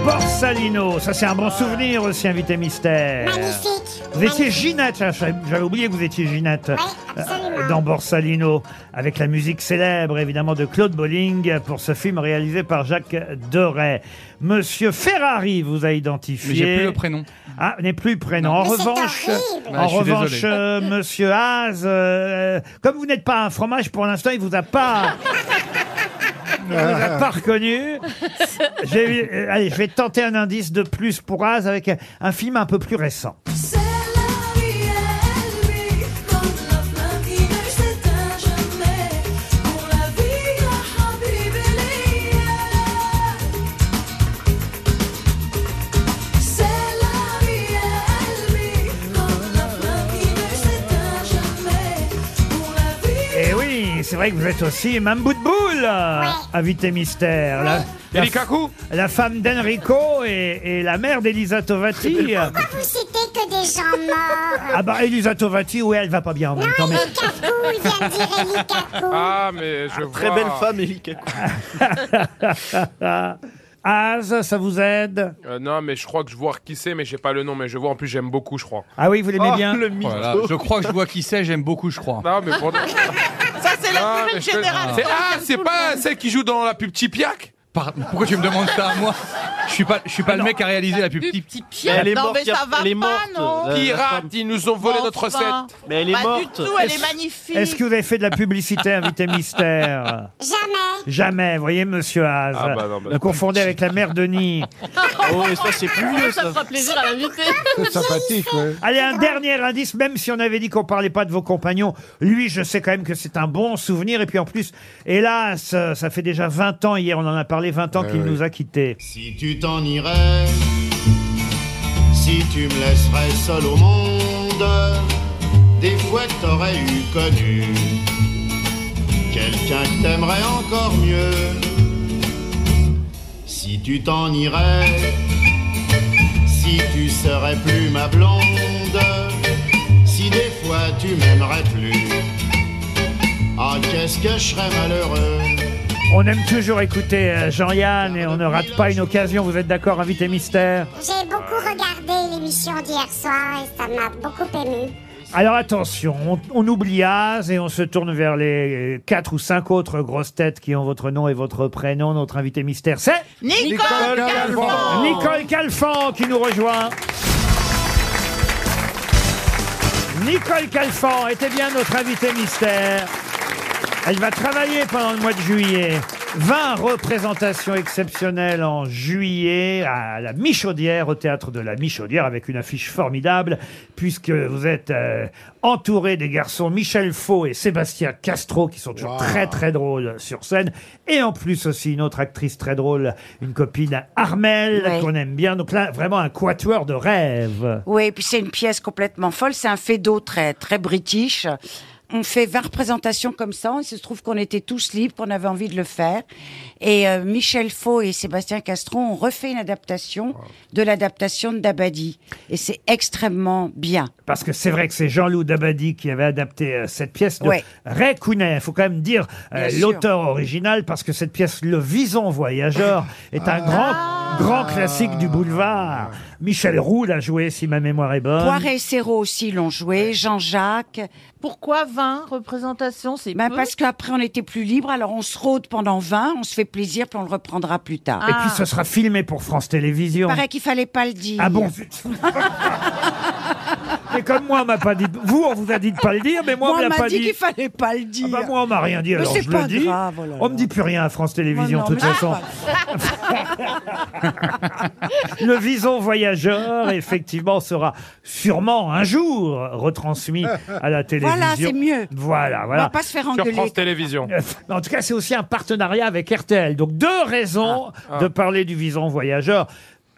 [SPEAKER 2] Borsalino, ça c'est un bon souvenir aussi, invité mystère.
[SPEAKER 16] Magnifique.
[SPEAKER 2] Vous étiez
[SPEAKER 16] Magnifique.
[SPEAKER 2] Ginette, j'avais- j'avais oublié que vous étiez Ginette.
[SPEAKER 16] Oui, absolument.
[SPEAKER 2] euh, Dans Borsalino, avec la musique célèbre évidemment de Claude Bolling pour ce film réalisé par Jacques Deray. Monsieur Ferrari vous a identifié.
[SPEAKER 7] Mais j'ai plus le prénom.
[SPEAKER 2] Ah, n'est plus prénom. En
[SPEAKER 16] Mais c'est
[SPEAKER 2] revanche,
[SPEAKER 16] horrible.
[SPEAKER 2] en
[SPEAKER 7] Ah, je suis
[SPEAKER 2] revanche,
[SPEAKER 7] désolé.
[SPEAKER 2] euh, Monsieur Haas, euh, comme vous n'êtes pas un fromage pour l'instant, il vous a pas. il vous a pas reconnu. J'ai eu- euh, allez, je vais tenter un indice de plus pour Haas avec un, un film un peu plus récent.
[SPEAKER 9] C'est la vie, elle vit comme la flamme qui ne s'éteint jamais. Pour la vie, ya habibi l'hier. C'est la vie, elle vit comme la flamme qui ne s'éteint jamais. Pour la vie,
[SPEAKER 2] Et Eh oui, c'est vrai que vous êtes aussi Mme Bout de Boule, euh, invité mystère. La, la,
[SPEAKER 4] Eric Hakou
[SPEAKER 2] la femme d'Enrico et, et la mère d'Elisa Tovati.
[SPEAKER 16] Vous citez que des gens morts.
[SPEAKER 2] Ah bah Elisa Tovati, oui, elle va pas bien en même temps. mais-
[SPEAKER 16] Élie Kakou, il vient de dire Élie Kakou.
[SPEAKER 4] Ah, mais je vois.
[SPEAKER 5] Très belle femme, Elika.
[SPEAKER 2] Ah. Az, ça vous aide
[SPEAKER 4] Euh, non, mais je crois que je vois qui c'est, mais j'ai pas le nom, mais je vois en plus j'aime beaucoup, je crois.
[SPEAKER 2] Ah oui, vous
[SPEAKER 7] Oh,
[SPEAKER 2] l'aimez bien
[SPEAKER 7] Voilà, Je crois que je vois qui c'est, j'aime beaucoup, je crois.
[SPEAKER 4] Oh, Non, mais pour-
[SPEAKER 8] Ça, c'est la
[SPEAKER 4] Ah,
[SPEAKER 8] nouvelle
[SPEAKER 4] mais je-
[SPEAKER 8] génération.
[SPEAKER 4] C'est- Ah,
[SPEAKER 8] qui aime
[SPEAKER 4] c'est
[SPEAKER 8] tout
[SPEAKER 4] pas
[SPEAKER 8] le monde.
[SPEAKER 4] celle qui joue dans la pub Tipiac
[SPEAKER 7] Par- Pourquoi tu me demandes ça à moi Je suis pas, je suis pas le mec à réaliser Ah la pub.
[SPEAKER 8] Plus
[SPEAKER 7] type.
[SPEAKER 8] petit pied. non, mais ça va pas, non
[SPEAKER 4] Pirates, ils nous ont volé notre
[SPEAKER 8] Enfin.
[SPEAKER 4] recette.
[SPEAKER 5] Mais elle
[SPEAKER 8] est Pas du morte. tout, elle est magnifique.
[SPEAKER 2] Est-ce que vous avez fait de la publicité, invité mystère
[SPEAKER 10] Jamais.
[SPEAKER 2] Jamais, voyez, monsieur Haas.
[SPEAKER 4] Ah bah non, bah-
[SPEAKER 2] vous confondez avec la mère Denis. Ah
[SPEAKER 5] Oh, et ça, c'est plus vieux,
[SPEAKER 3] Ça
[SPEAKER 5] ça.
[SPEAKER 3] fera plaisir à l'invité.
[SPEAKER 6] sympathique, ouais.
[SPEAKER 2] Allez, un dernier indice, même si on avait dit qu'on parlait pas de vos compagnons, lui, je sais quand même que c'est un bon souvenir. Et puis en plus, hélas, euh, ça fait déjà 20 ans, hier on en a parlé, 20 ans
[SPEAKER 17] Ouais,
[SPEAKER 2] qu'il
[SPEAKER 17] ouais.
[SPEAKER 2] nous a quittés.
[SPEAKER 17] Si tu t'en irais, si tu me laisserais seul au monde, des fois que t'aurais eu connu quelqu'un que t'aimerais encore mieux. Si tu t'en irais, si tu serais plus ma blonde, si des fois tu m'aimerais plus, ah qu'est-ce que je serais malheureux.
[SPEAKER 2] On aime toujours écouter euh, Jean-Yann et on ne rate pas une occasion. Vous êtes d'accord, invité mystère
[SPEAKER 16] J'ai beaucoup regardé l'émission d'hier soir et ça m'a beaucoup ému.
[SPEAKER 2] Alors attention, on, on oublie Az et on se tourne vers les quatre ou cinq autres grosses têtes qui ont votre nom et votre prénom. Notre invité mystère, c'est
[SPEAKER 8] Nicole,
[SPEAKER 6] Nicole
[SPEAKER 8] Calfon.
[SPEAKER 6] Calfon.
[SPEAKER 2] Nicole Calfan qui nous rejoint. Nicole Calfan était bien notre invitée mystère. Elle va travailler pendant le mois de juillet. 20 représentations exceptionnelles en juillet à la Michaudière, au théâtre de la Michaudière, avec une affiche formidable, puisque vous êtes euh, entouré des garçons Michel Faux et Sébastien Castro, qui sont toujours
[SPEAKER 6] Wow.
[SPEAKER 2] très très drôles sur scène. Et en plus aussi une autre actrice très drôle, une copine Armel,
[SPEAKER 18] Ouais.
[SPEAKER 2] qu'on aime bien. Donc là, vraiment un quatuor de rêve.
[SPEAKER 18] Oui, et puis c'est une pièce complètement folle. C'est un fait d'eau très, très british. On fait 20 représentations comme ça. Il se trouve qu'on était tous libres, qu'on avait envie de le faire. Et euh, Michel Faux et Sébastien Castron ont refait une adaptation de l'adaptation de Dabadi. Et c'est extrêmement bien.
[SPEAKER 2] Parce que c'est vrai que c'est Jean-Loup Dabadi qui avait adapté euh, cette pièce de
[SPEAKER 18] Ouais.
[SPEAKER 2] Ray Kounet. Il faut quand même dire euh,
[SPEAKER 18] Bien sûr.
[SPEAKER 2] l'auteur original, parce que cette pièce, Le Vison Voyageur, est
[SPEAKER 18] Ah.
[SPEAKER 2] un grand, grand classique du boulevard. Michel Roux l'a joué, si ma mémoire est bonne.
[SPEAKER 18] Poiré et Serrault aussi l'ont joué, Jean-Jacques.
[SPEAKER 8] Pourquoi 20 représentations C'est
[SPEAKER 18] Ben
[SPEAKER 8] peu
[SPEAKER 18] parce qu'après, on était plus libres, alors on se rôde pendant 20, on se fait plaisir, puis on le reprendra plus tard.
[SPEAKER 2] Et puis ce sera filmé pour France Télévisions.
[SPEAKER 18] Paraît qu'il fallait pas le dire.
[SPEAKER 2] Ah bon zut. Mais comme moi, on m'a pas dit. Vous, on vous a dit de pas le dire, mais moi,
[SPEAKER 18] Moi,
[SPEAKER 2] on
[SPEAKER 18] on
[SPEAKER 2] me l'a
[SPEAKER 18] m'a
[SPEAKER 2] pas
[SPEAKER 18] dit
[SPEAKER 2] dit.
[SPEAKER 18] qu'il fallait pas le dire.
[SPEAKER 2] Ah bah, moi, on m'a rien dit,
[SPEAKER 18] Mais
[SPEAKER 2] alors
[SPEAKER 18] c'est
[SPEAKER 2] je
[SPEAKER 18] pas
[SPEAKER 2] le dis.
[SPEAKER 18] grave, oh là
[SPEAKER 2] on me dit plus rien à France Télévisions, de
[SPEAKER 18] non,
[SPEAKER 2] toute
[SPEAKER 18] mais-
[SPEAKER 2] façon. Le Vison Voyageur, effectivement, sera sûrement un jour retransmis à la télévision.
[SPEAKER 18] Voilà, c'est mieux.
[SPEAKER 2] Voilà, voilà.
[SPEAKER 18] On va pas se faire Sur engueuler. France
[SPEAKER 4] Télévisions.
[SPEAKER 2] Mais en tout cas, c'est aussi un partenariat avec RTL. Donc, deux raisons
[SPEAKER 18] Ah,
[SPEAKER 2] de parler du Vison Voyageur.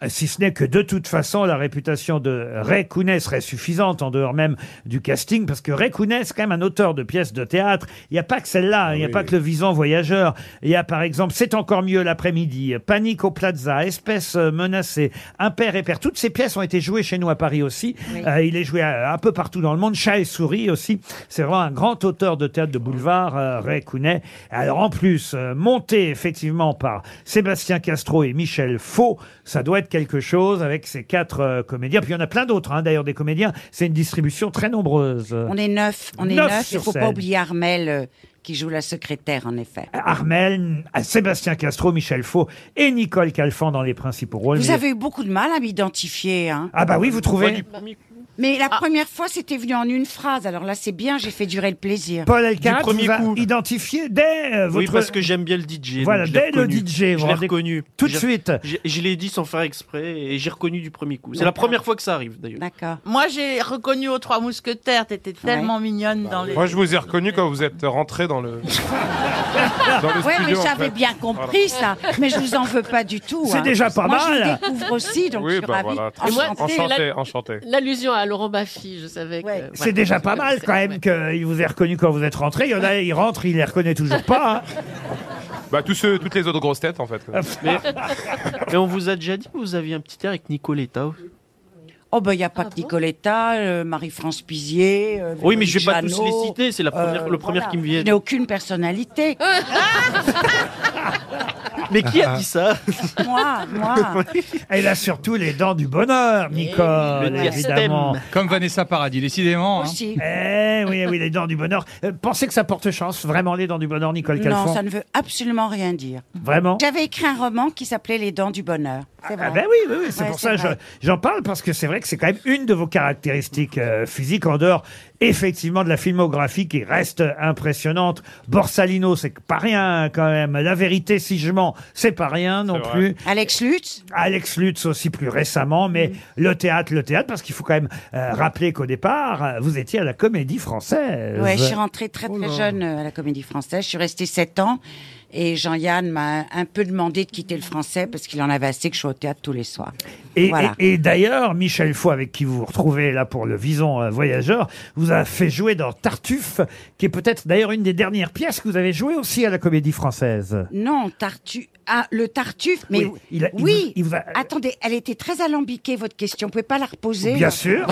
[SPEAKER 2] euh, Si ce n'est que de toute façon, la réputation de Ray Kounet serait suffisante en dehors même du casting, parce que Ray Kounet, c'est quand même un auteur de pièces de théâtre. Il n'y a pas que celle-là,
[SPEAKER 18] Ah
[SPEAKER 2] il n'y a pas que le Vison Voyageur. Il y a par exemple C'est encore mieux l'après-midi, Panique au Plaza, euh, Espèces menacées, Impair et Père. Toutes ces pièces ont été jouées chez nous à Paris aussi.
[SPEAKER 18] Oui.
[SPEAKER 2] Euh, il est joué euh, un peu partout dans le monde. Chat et souris aussi. C'est vraiment un grand auteur de théâtre de boulevard, euh, Ray Kounet. Alors en plus, euh, monté effectivement par Sébastien Castro et Michel Faux, ça doit être quelque chose avec ces quatre euh, comédiens. Puis il y en a plein d'autres, hein, d'ailleurs, des comédiens. C'est une distribution très nombreuse.
[SPEAKER 18] On est neuf, on est
[SPEAKER 2] Neuf
[SPEAKER 18] neuf. Il
[SPEAKER 2] sur
[SPEAKER 18] faut pas
[SPEAKER 2] scène. Ah,
[SPEAKER 18] oublier Armel euh, qui joue la secrétaire, en effet.
[SPEAKER 2] Armel, à Sébastien Castro, Michel Faux et Nicole Calfan dans les principaux rôles.
[SPEAKER 18] Vous
[SPEAKER 2] Mais-
[SPEAKER 18] avez eu beaucoup de mal à m'identifier. hein.
[SPEAKER 2] Ah bah oui, vous trouvez
[SPEAKER 18] Mais la première fois, c'était venu en une phrase. Alors là, c'est bien, j'ai fait durer le plaisir. Ah,
[SPEAKER 2] Paul Elkarat vous a identifié dès euh, votre...
[SPEAKER 5] Oui, parce que j'aime bien le DJ. donc
[SPEAKER 2] Voilà,
[SPEAKER 5] je l'ai
[SPEAKER 2] dès le
[SPEAKER 5] reconnu.
[SPEAKER 2] DJ, vous
[SPEAKER 5] Je l'ai
[SPEAKER 2] rendez-
[SPEAKER 5] reconnu.
[SPEAKER 2] tout de
[SPEAKER 5] J'ai-
[SPEAKER 2] suite.
[SPEAKER 5] j'ai- Je l'ai dit sans faire exprès et j'ai reconnu du premier coup. C'est la
[SPEAKER 8] D'accord.
[SPEAKER 5] première fois que ça arrive d'ailleurs.
[SPEAKER 18] D'accord.
[SPEAKER 8] Moi, j'ai reconnu aux Trois Mousquetaires. T'étais tellement mignonne dans les.
[SPEAKER 4] Bah Moi, je vous ai reconnu quand vous êtes rentré dans le. dans le
[SPEAKER 18] Ouais, mais
[SPEAKER 4] studio, en
[SPEAKER 18] j'avais
[SPEAKER 4] fait.
[SPEAKER 18] bien compris ça. Mais je vous en veux pas du tout.
[SPEAKER 2] C'est
[SPEAKER 18] hein.
[SPEAKER 2] déjà pas
[SPEAKER 18] Moi, je
[SPEAKER 2] mal.
[SPEAKER 18] vous découvre aussi, donc je
[SPEAKER 4] Oui,
[SPEAKER 18] suis
[SPEAKER 4] bah
[SPEAKER 18] ravie.
[SPEAKER 4] voilà.
[SPEAKER 3] Et moi,
[SPEAKER 4] Enchanté,
[SPEAKER 3] c'est la-
[SPEAKER 4] enchanté, enchanté.
[SPEAKER 3] L'allusion à Laurent Baffy, je savais que.
[SPEAKER 2] C'est déjà pas mal quand même qu'il vous ait reconnu quand vous êtes rentré. Il y en a, il rentre, il les reconnaît toujours pas. hein.
[SPEAKER 4] Bah, tous ceux, toutes les autres grosses têtes, en fait.
[SPEAKER 5] Mais on vous a déjà dit que vous aviez un petit air avec Nicoletta.
[SPEAKER 18] Oh ben il y a Pat Nicoletta, euh, Marie-France Pizier. euh,
[SPEAKER 5] Oui, mais je vais pas
[SPEAKER 18] Jeannot, euh,
[SPEAKER 5] tous les citer, c'est la première- le premier qui me vient.
[SPEAKER 18] Je n'ai aucune personnalité.
[SPEAKER 5] Mais qui a dit ça
[SPEAKER 18] Moi, moi.
[SPEAKER 2] Elle a surtout les dents du bonheur, Nicole,
[SPEAKER 7] Le diastème.
[SPEAKER 2] évidemment.
[SPEAKER 7] Comme Vanessa Paradis, décidément. hein.
[SPEAKER 2] Eh oui, eh oui, les dents du bonheur. Euh, Pensez que ça porte chance, vraiment les dents du bonheur, Nicole Calfon.
[SPEAKER 18] Non, ça ne veut absolument rien dire.
[SPEAKER 2] Vraiment
[SPEAKER 18] J'avais écrit un roman qui s'appelait Les Dents du Bonheur. C'est vrai.
[SPEAKER 2] Ah ben oui, oui, oui, c'est
[SPEAKER 18] Ouais,
[SPEAKER 2] pour ça que
[SPEAKER 18] vrai.
[SPEAKER 2] je- j'en parle parce que c'est vrai que c'est quand même une de vos caractéristiques euh, physiques en dehors effectivement de la filmographie qui reste impressionnante. Borsalino, c'est pas rien quand même. La vérité, si je mens, c'est pas rien non plus.
[SPEAKER 18] Alex Lutz Mm.
[SPEAKER 2] Alex Lutz aussi plus récemment, mais le théâtre, le théâtre, parce qu'il faut quand même euh, rappeler qu'au départ, euh, vous étiez à la comédie française.
[SPEAKER 18] Ouais, je suis rentrée très
[SPEAKER 5] Oh
[SPEAKER 18] très jeune euh, à la Comédie Française. Je suis restée 7 ans et Jean-Yann m'a un peu demandé de quitter le français parce qu'il en avait assez que je sois au théâtre tous les soirs.
[SPEAKER 2] Et,
[SPEAKER 18] voilà.
[SPEAKER 2] et- et d'ailleurs, Michel Faux, avec qui vous vous retrouvez là pour le Vison euh, Voyageur, vous a fait jouer dans Tartuffe, qui est peut-être d'ailleurs une des dernières pièces que vous avez jouées aussi à la Comédie Française.
[SPEAKER 18] Non, Tartuffe. Ah, le Tartuffe, mais
[SPEAKER 2] Oui,
[SPEAKER 18] oui.
[SPEAKER 2] il a- il vous- il vous a-
[SPEAKER 18] Attendez, elle était très alambiquée votre question. Vous pouvez pas la reposer
[SPEAKER 2] Bien
[SPEAKER 18] là
[SPEAKER 2] sûr.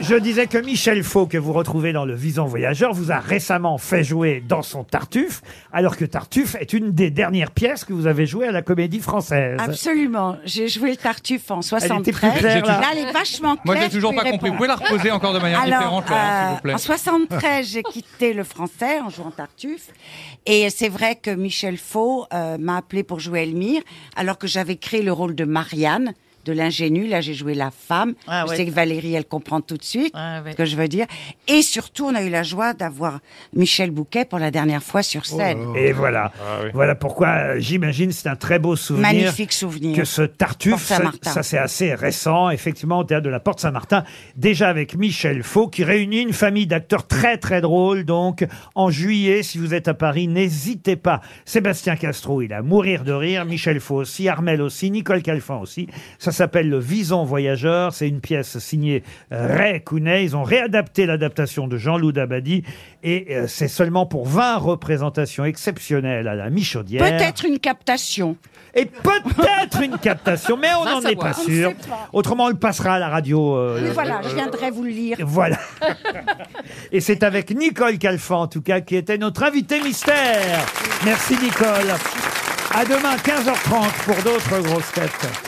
[SPEAKER 2] Je disais que Michel Faux, que vous retrouvez dans le Vison Voyageur, vous a récemment fait jouer dans son Tartuffe, alors que Tartuffe est une des dernières pièces que vous avez jouées à la Comédie Française.
[SPEAKER 18] Absolument. J'ai joué le Tartuffe en
[SPEAKER 2] était plus
[SPEAKER 18] 73.
[SPEAKER 2] claire, là.
[SPEAKER 18] elle est vachement claire.
[SPEAKER 7] Moi, j'ai toujours
[SPEAKER 18] tu
[SPEAKER 7] pas
[SPEAKER 18] y
[SPEAKER 7] compris.
[SPEAKER 18] réponds.
[SPEAKER 7] Vous pouvez la reposer encore de manière
[SPEAKER 18] Alors, euh,
[SPEAKER 7] différente, Laurent, s'il vous plaît.
[SPEAKER 18] En 73, j'ai quitté le français en jouant Tartuffe. Et c'est vrai que Michel Faux euh, m'a appelé pour jouer Elmire, alors que j'avais créé le rôle de Marianne, de l'ingénue. Là, j'ai joué la femme.
[SPEAKER 8] Ah
[SPEAKER 18] je
[SPEAKER 8] ouais.
[SPEAKER 18] sais que Valérie, elle comprend tout de suite
[SPEAKER 8] Ah ouais.
[SPEAKER 18] ce que je veux dire. Et surtout, on a eu la joie d'avoir Michel Bouquet pour la dernière fois sur scène.
[SPEAKER 8] Oh.
[SPEAKER 2] Et voilà. Voilà pourquoi, euh, j'imagine, c'est un très beau souvenir.
[SPEAKER 18] Magnifique souvenir.
[SPEAKER 2] Que ce
[SPEAKER 18] Porte
[SPEAKER 2] Tartuffe, ça,
[SPEAKER 18] Saint-Martin.
[SPEAKER 2] ça, c'est assez récent, effectivement, au théâtre de la Porte Saint-Martin, déjà avec Michel Faux, qui réunit une famille d'acteurs très très drôles. Donc, en juillet, si vous êtes à Paris, n'hésitez pas. Sébastien Castro, il a mourir de rire. Michel Faux aussi, Armel aussi, Nicole Calfan aussi. Ça s'appelle Le Vison Voyageur. C'est une pièce signée euh, Ray Cooney. Ils ont réadapté l'adaptation de Jean-Loup Dabadi. Et euh, c'est seulement pour 20 représentations exceptionnelles à la Michaudière.
[SPEAKER 18] Peut-être une captation.
[SPEAKER 2] Et peut-être une captation, mais on
[SPEAKER 18] Va
[SPEAKER 2] n'en est
[SPEAKER 18] savoir.
[SPEAKER 2] pas
[SPEAKER 18] On ne
[SPEAKER 2] sûr.
[SPEAKER 18] sait pas.
[SPEAKER 2] Autrement, on le passera à la radio. euh,
[SPEAKER 18] Mais
[SPEAKER 2] euh,
[SPEAKER 18] voilà,
[SPEAKER 2] euh,
[SPEAKER 18] je viendrai vous le lire.
[SPEAKER 2] Voilà. Et c'est avec Nicole Calfan, en tout cas, qui était notre invitée mystère. Merci, Nicole. À demain, 15h30, pour d'autres grosses têtes.